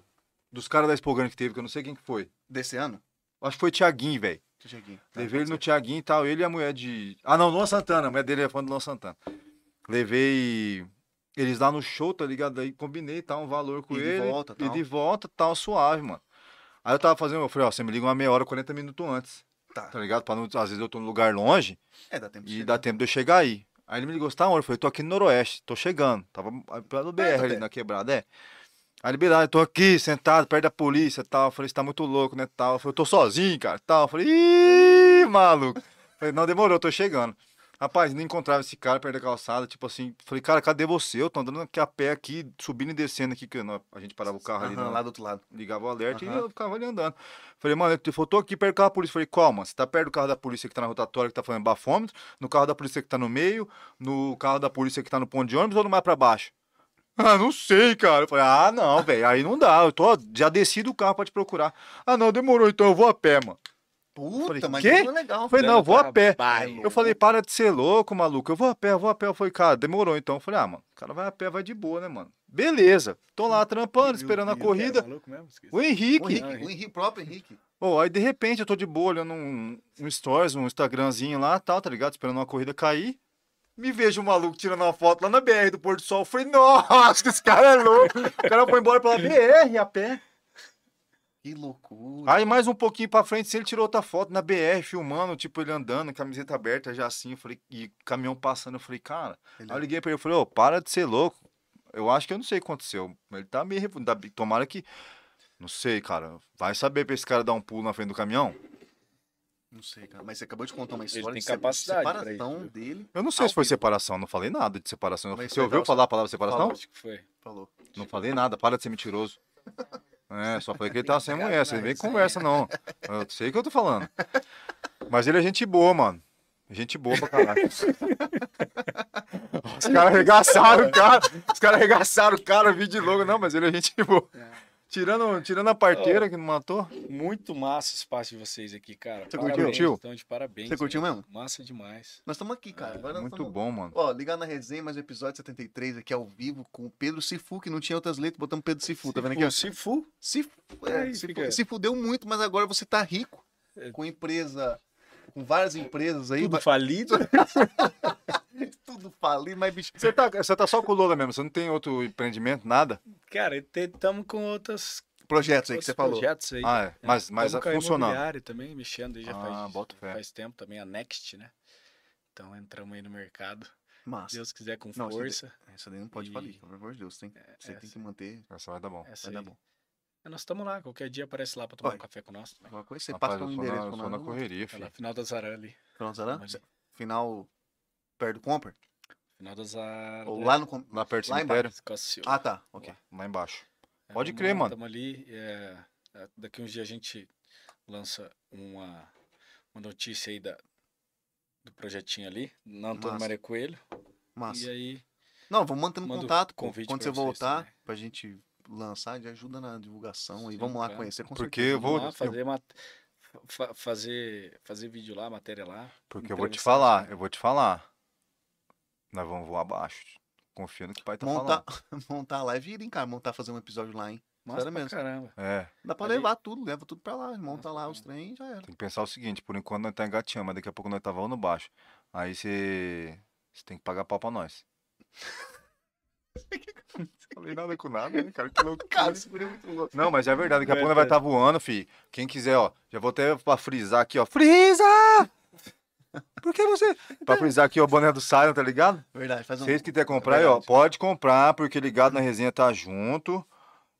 B: Dos caras da Expogane que teve, que eu não sei quem que foi.
A: Desse ano?
B: Acho que foi Tiaguinho, velho.
A: Que eu cheguei. Tá,
B: Levei
A: pode
B: ele no Thiaguinho e tal, ele e a mulher de. Ah, não, Luan Santana, a mulher dele é fã do Luan Santana. Levei eles lá no show, tá ligado? Aí combinei tal, um valor com
A: E de
B: ele.
A: volta,
B: e
A: tal.
B: de volta, tal, suave, mano. Aí eu tava fazendo, eu falei, ó, você me liga uma meia hora, 40 minutos antes,
A: ser. Tá.
B: tá ligado? Pra não, às vezes eu tô num lugar longe
A: É, dá tempo de
B: e
A: chegar.
B: dá tempo de eu chegar aí. Aí ele me ligou, você tá onde? Eu falei, tô aqui no Noroeste, tô chegando. Tava pelo BR
A: Perto
B: ali
A: até.
B: na quebrada, é. Aí ele, beleza, eu tô aqui, sentado, perto da polícia e tal. Eu falei, você tá muito louco, né, tal. Eu falei, eu tô sozinho, cara, tal. Eu falei, ih, maluco. Eu falei, não, demorou, eu tô chegando. Rapaz, não encontrava esse cara perto da calçada, tipo assim, falei, cara, cadê você? Eu tô andando aqui a pé aqui, subindo e descendo aqui, que eu não- a gente parava o carro ali, né?"
A: Aham,
B: na-
A: lá do outro lado.
B: ligava o alerta
A: Aham.
B: e eu ficava ali andando. Falei, mano, ele falou, tô aqui perto do carro da polícia. Falei, qual, mano? Você tá perto do carro da polícia que tá na rotatória, que tá fazendo bafômetro, no carro da polícia que tá no meio, no carro da polícia que tá no ponto de ônibus ou no mais pra baixo? Ah, não sei, cara. Eu falei, ah, não, velho, aí não dá. Eu tô, já desci do carro pra te procurar. Ah, não, demorou, então eu vou a pé, mano.
A: Puta,
B: falei,
A: mas
B: "Quê?"
A: não é legal.
B: Eu falei, não, eu vou a pé.
C: Trabalho. tá
B: Eu falei, para de ser louco, maluco. Eu vou a pé, eu vou a pé. Eu falei, cara, demorou então. Eu falei, ah, mano, o cara vai a pé, vai de boa, né, mano? Beleza. Tô lá trampando, esperando a
C: Meu Deus,
B: corrida.
C: era maluco mesmo? Esqueci.
B: O
A: O
B: Henrique.
A: Henrique, o Henrique, o próprio Henrique.
B: Ô, aí de repente eu tô de boa olhando um, um stories, um Instagramzinho lá tal, tá ligado? Esperando uma corrida cair. Me vejo um maluco tirando uma foto lá na BR do Porto do Sol. Eu falei, nossa, esse cara é louco. O cara foi embora pela BR a pé.
A: Que loucura.
B: Aí mais um pouquinho pra frente, ele tirou outra foto na BR, filmando, tipo, ele andando, camiseta aberta, já assim, eu falei, e caminhão passando. Eu falei, cara.
A: Ele- é-
B: Aí eu liguei pra ele, eu falei, ô, para de ser louco. Eu acho que eu não sei o que aconteceu. Ele tá meio. revu- da- Tomara que. Não sei, cara. Vai saber pra esse cara dar um pulo na frente do caminhão?
A: Não sei, cara. Mas você acabou de contar uma história
C: tem
A: de se-
C: capacidade pra
A: separação
C: isso, viu?
A: dele.
B: Eu não sei
A: Ao
B: se foi
A: vivo.
B: separação, não falei nada de separação. Eu-
A: Mas
B: Você
A: foi
B: ouviu
A: tal-
B: falar a palavra separação?
A: falou.
C: Acho que foi.
A: Falou.
B: Não falei nada, para de ser mentiroso. É, só falei que ele tava sem
C: Obrigado,
B: mulher, você
C: mas
B: nem
C: isso aí
B: conversa não. Eu sei o que eu tô falando. Mas ele é gente boa, mano. Gente boa pra caralho. Os caras arregaçaram o cara. Os caras arregaçaram o cara, vi de logo. Não, mas ele é gente boa. Tirando, tirando a parteira que não matou.
C: Muito massa o espaço de vocês aqui, cara.
A: Você
C: Parabéns,
B: curtiu?
C: Estão de parabéns.
A: Você curtiu
C: velho.
A: mesmo?
C: Massa demais.
A: Nós estamos aqui,
C: É,
A: cara. Agora nós
B: Muito
A: tamo-
B: bom, mano.
A: Ó, ligar na resenha, mais um episódio 73 aqui ao vivo com o Pedro Sifu, que não tinha outras letras, botamos Pedro Sifu, tá vendo aqui? ó?
C: Se fu,
A: Se, é,
C: Aí
A: se,
C: fica-
A: se fudeu muito, mas agora você tá rico.
C: É.
A: Com empresa, com várias empresas aí,
C: tudo
A: tudo,
C: falido.
A: tudo falido, mas bicho.
B: Você tá, você tá só com o Lola mesmo, você não tem outro empreendimento, nada?
C: Cara, estamos com outras
A: Projetos aí que
C: outros
A: você falou.
C: projetos aí.
B: Ah, é. Mas, mas
C: Tamo com a
B: funcionando.
C: imobiliária também, mexendo aí já
B: Ah,
C: faz,
B: boto fé.
C: faz tempo também, a Next, né? Então entramos aí no mercado. Se
A: Massa.
C: Deus quiser com
A: Não, isso
C: força.
A: Isso daí não pode
C: E-
A: falir, pelo amor de Deus. Tem, você tem
C: essa-
A: que manter.
B: Essa vai dar bom.
C: Essa
A: Vai
C: aí.
A: dar bom.
C: É, Nós estamos lá, qualquer dia aparece lá pra tomar
A: Olha.
C: um café com nós também.
A: Alguma coisa, você
B: Rapaz,
A: passa
B: eu
A: um
B: sou na,
A: endereço
B: eu
A: pra
B: sou na
A: nós.
B: correria, então,
C: É
B: filho.
C: lá, final da Zara ali.
A: Final, será?
C: Vamos ali.
A: é, Final perto do Comper?
C: Final da Zara. é,
A: Ou lá no Com-
B: Lá perto do
A: Lá
B: cemitério.
C: Escócia Silva.
A: Ah, tá. Ok.
B: Lá embaixo.
C: É,
B: Pode
C: vamos
B: crer,
C: lá,
B: mano.
C: Tamo ali. é, é, daqui uns dias a gente lança uma, uma notícia aí da, do projetinho ali, na Antônio
A: Massa.
C: Maria Coelho.
A: Massa.
C: E
B: é,
C: aí,
A: Não, vamos mantendo
C: Manda o
A: contato. pô.
C: convite
A: Quando você
C: pra vocês
A: voltar,
B: né?
C: também.
A: pra gente lançar, já ajuda na divulgação. e
C: Sim,
A: vamos lá
C: claro.
A: conhecer. Com
B: é. Porque
A: certeza.
B: eu vou-
C: vamos lá fazer, mat- fa- fazer, fazer vídeo lá, matéria lá.
B: Porque eu vou te
C: entrevistar
B: falar, eu vou te falar. Nós vamos voar abaixo. Confia no que o pai tá
A: montar, montar a live e ir, hein, cara. Montar, fazer um episódio lá, hein?
C: Massa
A: Sério
C: pra
A: mesmo.
C: caramba.
B: falando. É,
A: Dá pra
C: Ali-
A: levar tudo, leva tudo pra lá. Monta
C: Nossa,
A: lá
C: cara.
A: os trem e já era.
B: tem que pensar o seguinte, por enquanto nós tá engatinhando, mas daqui a pouco nós tá voando baixo. Aí você você tem que pagar pau pra nós. Falei nada com nada, né, cara? Que louco.
A: Cara, esse guri é muito louco.
B: Não, mas é verdade, daqui a
C: É,
B: pouco nós vai
C: é.
B: estar voando, fi. Quem quiser, ó, já vou até pra frisar aqui, ó. Frisa! Por que você. Né? Pra frisar aqui, ó, o boné do Silent, tá ligado?
A: Verdade, faz um.
B: Vocês que quiser comprar aí, ó,
A: verdade.
B: pode comprar, porque ligado na resenha tá junto.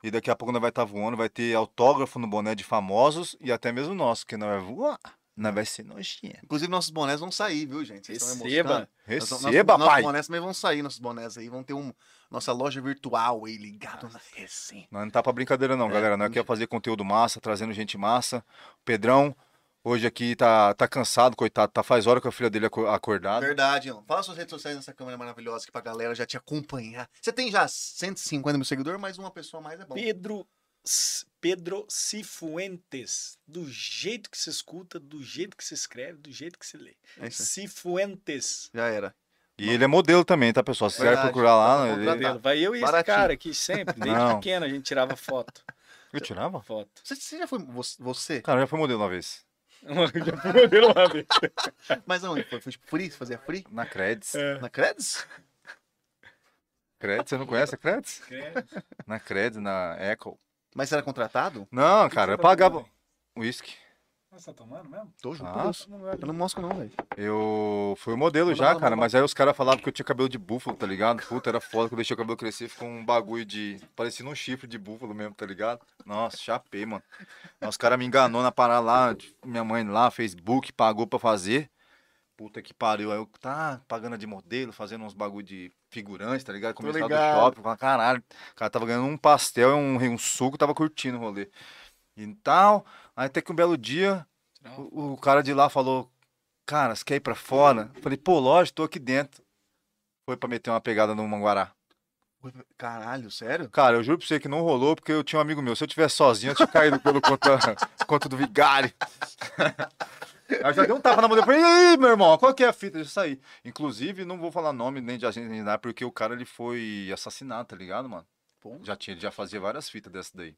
B: E daqui a pouco nós vai estar voando, vai ter autógrafo no boné de famosos e até mesmo nosso, que não vai voar. Não vai ser nojinha.
A: Inclusive, nossos bonés vão sair, viu, gente? Vocês estão me moscando.
C: Receba.
A: Nós vamos-
B: Receba,
A: nossos,
B: pai!
A: Nossos bonés também vão sair, nossos bonés aí. Vão ter um, nossa loja virtual aí, ligado na resenha.
B: Nós não tá pra brincadeira não,
A: É,
B: galera. Nós quer fazer conteúdo massa, trazendo gente massa. O Pedrão, hoje aqui tá, tá cansado, coitado. Tá faz hora que a filha dele aco- acordada.
A: Verdade, Ian. Fala suas redes sociais nessa câmera maravilhosa aqui pra galera já te acompanhar. Você tem já 150 mil seguidores, mas uma pessoa a mais é bom.
C: Pedro, S- Pedro Cifuentes. Do jeito que se escuta, do jeito que se escreve, do jeito que se lê.
A: É isso aí.
C: Cifuentes.
A: Já era.
B: E ele é modelo também, tá, pessoal? Se quiser
A: Verdade,
B: procurar
A: tá
B: lá, né, ele...
A: contratado.
C: Modelo. Vai eu e esse
A: Baratinho.
C: cara aqui sempre. Desde
B: Ah, Não.
C: pequeno a gente tirava foto.
B: Eu tirava?
C: foto.
A: Você, você já foi. vo- Você?
B: Cara, eu já foi modelo uma vez.
C: Já fui modelo uma vez.
A: Mas aonde foi? Foi tipo, free? Você Fazia free?
B: Na Creds.
A: Na Creds?
B: Creds, você não conhece a Creds?
C: Credo.
B: Na Cred, na Echo.
A: Mas você era contratado?
B: Não,
G: que
B: cara,
G: você
B: eu
G: tá
B: pagava
G: tomando,
B: uísque.
G: Você tá tomando mesmo?
A: Tô junto.
B: Ah,
C: Tá
A: Deus. Eu não mostro, não, velho.
B: eu fui o modelo
A: Manda
B: já,
A: bala,
B: cara,
A: manda
B: mas aí os caras falavam que eu tinha cabelo de búfalo, tá ligado? Puta, era foda que eu deixei o cabelo crescer, ficou um bagulho de. parecendo um chifre de búfalo mesmo, tá ligado? Nossa, chapei, mano. Aí Os caras me enganou na parada lá, minha mãe lá, Facebook, pagou pra fazer. Puta que pariu. Aí eu tá pagando de modelo, fazendo uns bagulho de figurante, tá ligado? Começava do
A: ligado.
B: shopping, falava, caralho. O cara tava ganhando um pastel e um, um suco, tava curtindo o rolê. E tal. Aí até que um belo dia, o, o cara de lá falou, cara, você quer ir pra fora? Eu Falei, pô, lógico, tô aqui dentro. Foi pra meter uma pegada no Manguará.
A: Caralho, sério?
B: Cara, eu juro pra você que não rolou, porque eu tinha um amigo meu. Se eu tivesse sozinho, eu tinha caído pelo conta, conta do Vigário. Aí eu já dei um tapa na mulher, falei, e aí, meu irmão, qual que é a fita? Eu já saí. Inclusive, não vou falar nome nem de agente nem nada, porque o cara, ele foi assassinado, tá ligado, mano?
A: Pô.
B: Já tinha, ele já fazia várias fitas dessa daí.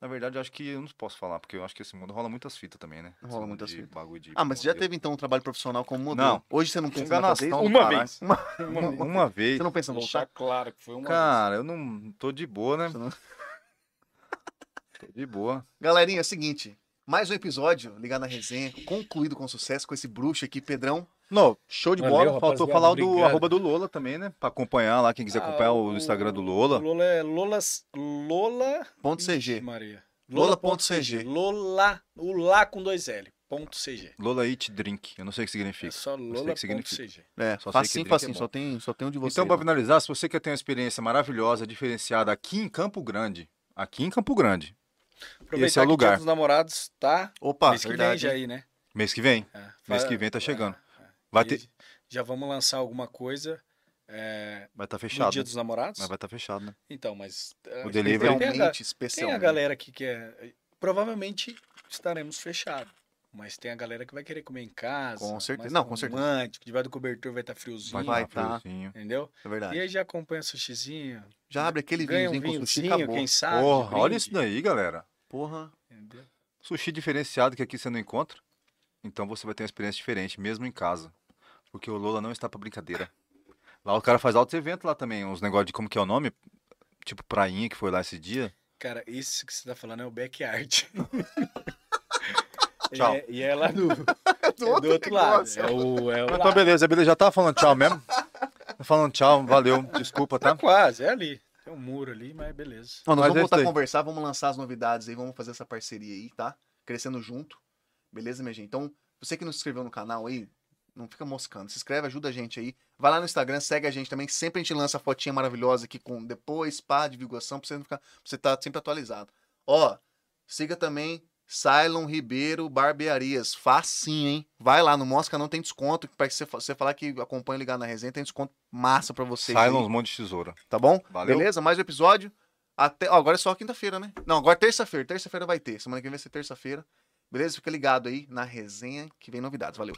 B: Na verdade, eu acho que eu não posso falar, porque eu acho que esse mundo rola muitas fitas também, né? Esse
A: Rola
B: mundo
A: muitas
B: de
A: fitas.
B: Bagulho de
A: Ah, mas você já
B: modelo.
A: teve então um trabalho profissional como modelo?
B: Não.
A: Hoje você não pensa em fazer isso?
B: Enganação. do
C: Uma
B: caralho.
C: vez.
A: Uma-
B: Uma, uma vez.
A: Você não pensa em
C: Deixar
A: voltar?
C: claro que foi uma
B: Cara, eu não tô de boa, né?
A: Você não-
B: Tô de boa.
A: Galerinha, é o seguinte. Mais um episódio, ligar na resenha, concluído com sucesso com esse bruxo aqui, Pedrão.
B: Não, show de
C: Valeu,
B: bola. Faltou
C: rapaziada,
B: falar do
C: obrigado.
B: arroba do Lola também, né? Pra acompanhar lá, quem quiser
C: Ah,
B: acompanhar o,
C: o-
B: Instagram do
C: vez.
B: Lola.
C: Lola é Lolas. Lola.
A: Ponto
C: Ixi,
A: CG.
C: Maria.
A: Lola.cg.
C: Lola. O lá com dois L. Ponto CG.
B: Lola Eat Drink. Eu não sei o que
C: É
B: significa.
C: só
B: sei o
C: Lola.
B: que significa.
C: CG.
A: É,
B: Só sei que
A: facinho,
B: drink é
A: facinho.
B: bom.
A: só, tem, só tem um de vocês.
B: Então, pra finalizar, se você quer ter uma experiência maravilhosa, diferenciada aqui em Campo Grande. Aqui em Campo Grande.
C: Aproveitar
B: Esse é o
C: que
B: lugar.
C: Dia dos namorados tá
A: Opa,
C: mês que vem
A: verdade.
C: já aí, né?
B: Mês que vem.
C: É,
B: Mês
C: fa-
B: que vem tá chegando.
C: é, é.
B: Vai
C: E
B: ter.
C: Já vamos lançar alguma coisa é,
B: Vai
A: tá
B: estar
C: no
B: fechado.
C: Dia
B: né?
C: dos Namorados.
B: Mas vai estar fechado, né?
C: Então, mas. é,
B: O delivery- é
C: tem a ga-
A: Especialmente,
C: Tem a
B: um-
A: especialmente.
C: galera que quer. Provavelmente estaremos fechados. Mas tem a galera que vai querer comer em casa.
A: Com certeza.
C: mais
A: Não, com certeza.
C: romântico, Debaixo do cobertor vai estar friozinho.
A: Vai tá
B: estar
A: tá.
B: friozinho.
C: Entendeu?
A: É
C: E
A: verdade.
C: aí já acompanha sushizinho.
A: Já abre aquele
C: ganha um
A: vinhozinho com sushi e
C: vinhozinho,
A: acabou.
C: quem sabe. Tá de
B: Porra, olha
C: brinde,
B: isso daí, galera.
A: Porra.
C: entendeu?
B: Sushi diferenciado que aqui você não encontra. Então você vai ter uma experiência diferente, mesmo em casa. Porque o Lola não está pra brincadeira. Lá o cara faz altos eventos lá também, uns negócios de como que é o nome? Tipo prainha que foi lá esse dia.
C: Cara, isso que você tá falando é o backyard.
B: Tchau.
C: É, e é lá do,
A: Do
C: é do outro lado.
A: negócio.
C: É o, é o
B: Então
C: lá.
B: beleza, beleza, já tá falando tchau mesmo. Tá falando tchau, valeu, desculpa,
C: Tá
B: tá?
C: quase, é ali. Tem um muro ali, mas beleza.
A: Ó, nós
B: Mas é
A: vamos voltar
B: isso
A: a
B: aí.
A: conversar, vamos lançar as novidades aí, vamos fazer essa parceria aí, tá? Crescendo junto. Beleza, minha gente? Então, você que não se inscreveu no canal aí, não fica moscando. Se inscreve, ajuda a gente aí. Vai lá no Instagram, segue a gente também. Sempre a gente lança fotinha maravilhosa aqui com depois, pá, divulgação, pra você não ficar. Pra você tá sempre atualizado. Ó, siga também Cylon Ribeiro Barbearias. Facinho, hein? Vai lá no Mosca, não tem desconto. Pra você, fa- você falar que acompanha ligar na resenha, tem desconto massa pra vocês. aí,
B: Silence, um monte de tesoura.
A: tá bom?
B: Valeu.
A: Beleza? Mais um episódio. Até... ó, agora é só quinta-feira, né? Não, agora é terça-feira. Terça-feira vai ter. Semana que vem vai ser terça-feira. Beleza? Fica ligado aí na resenha que vem novidades. Valeu.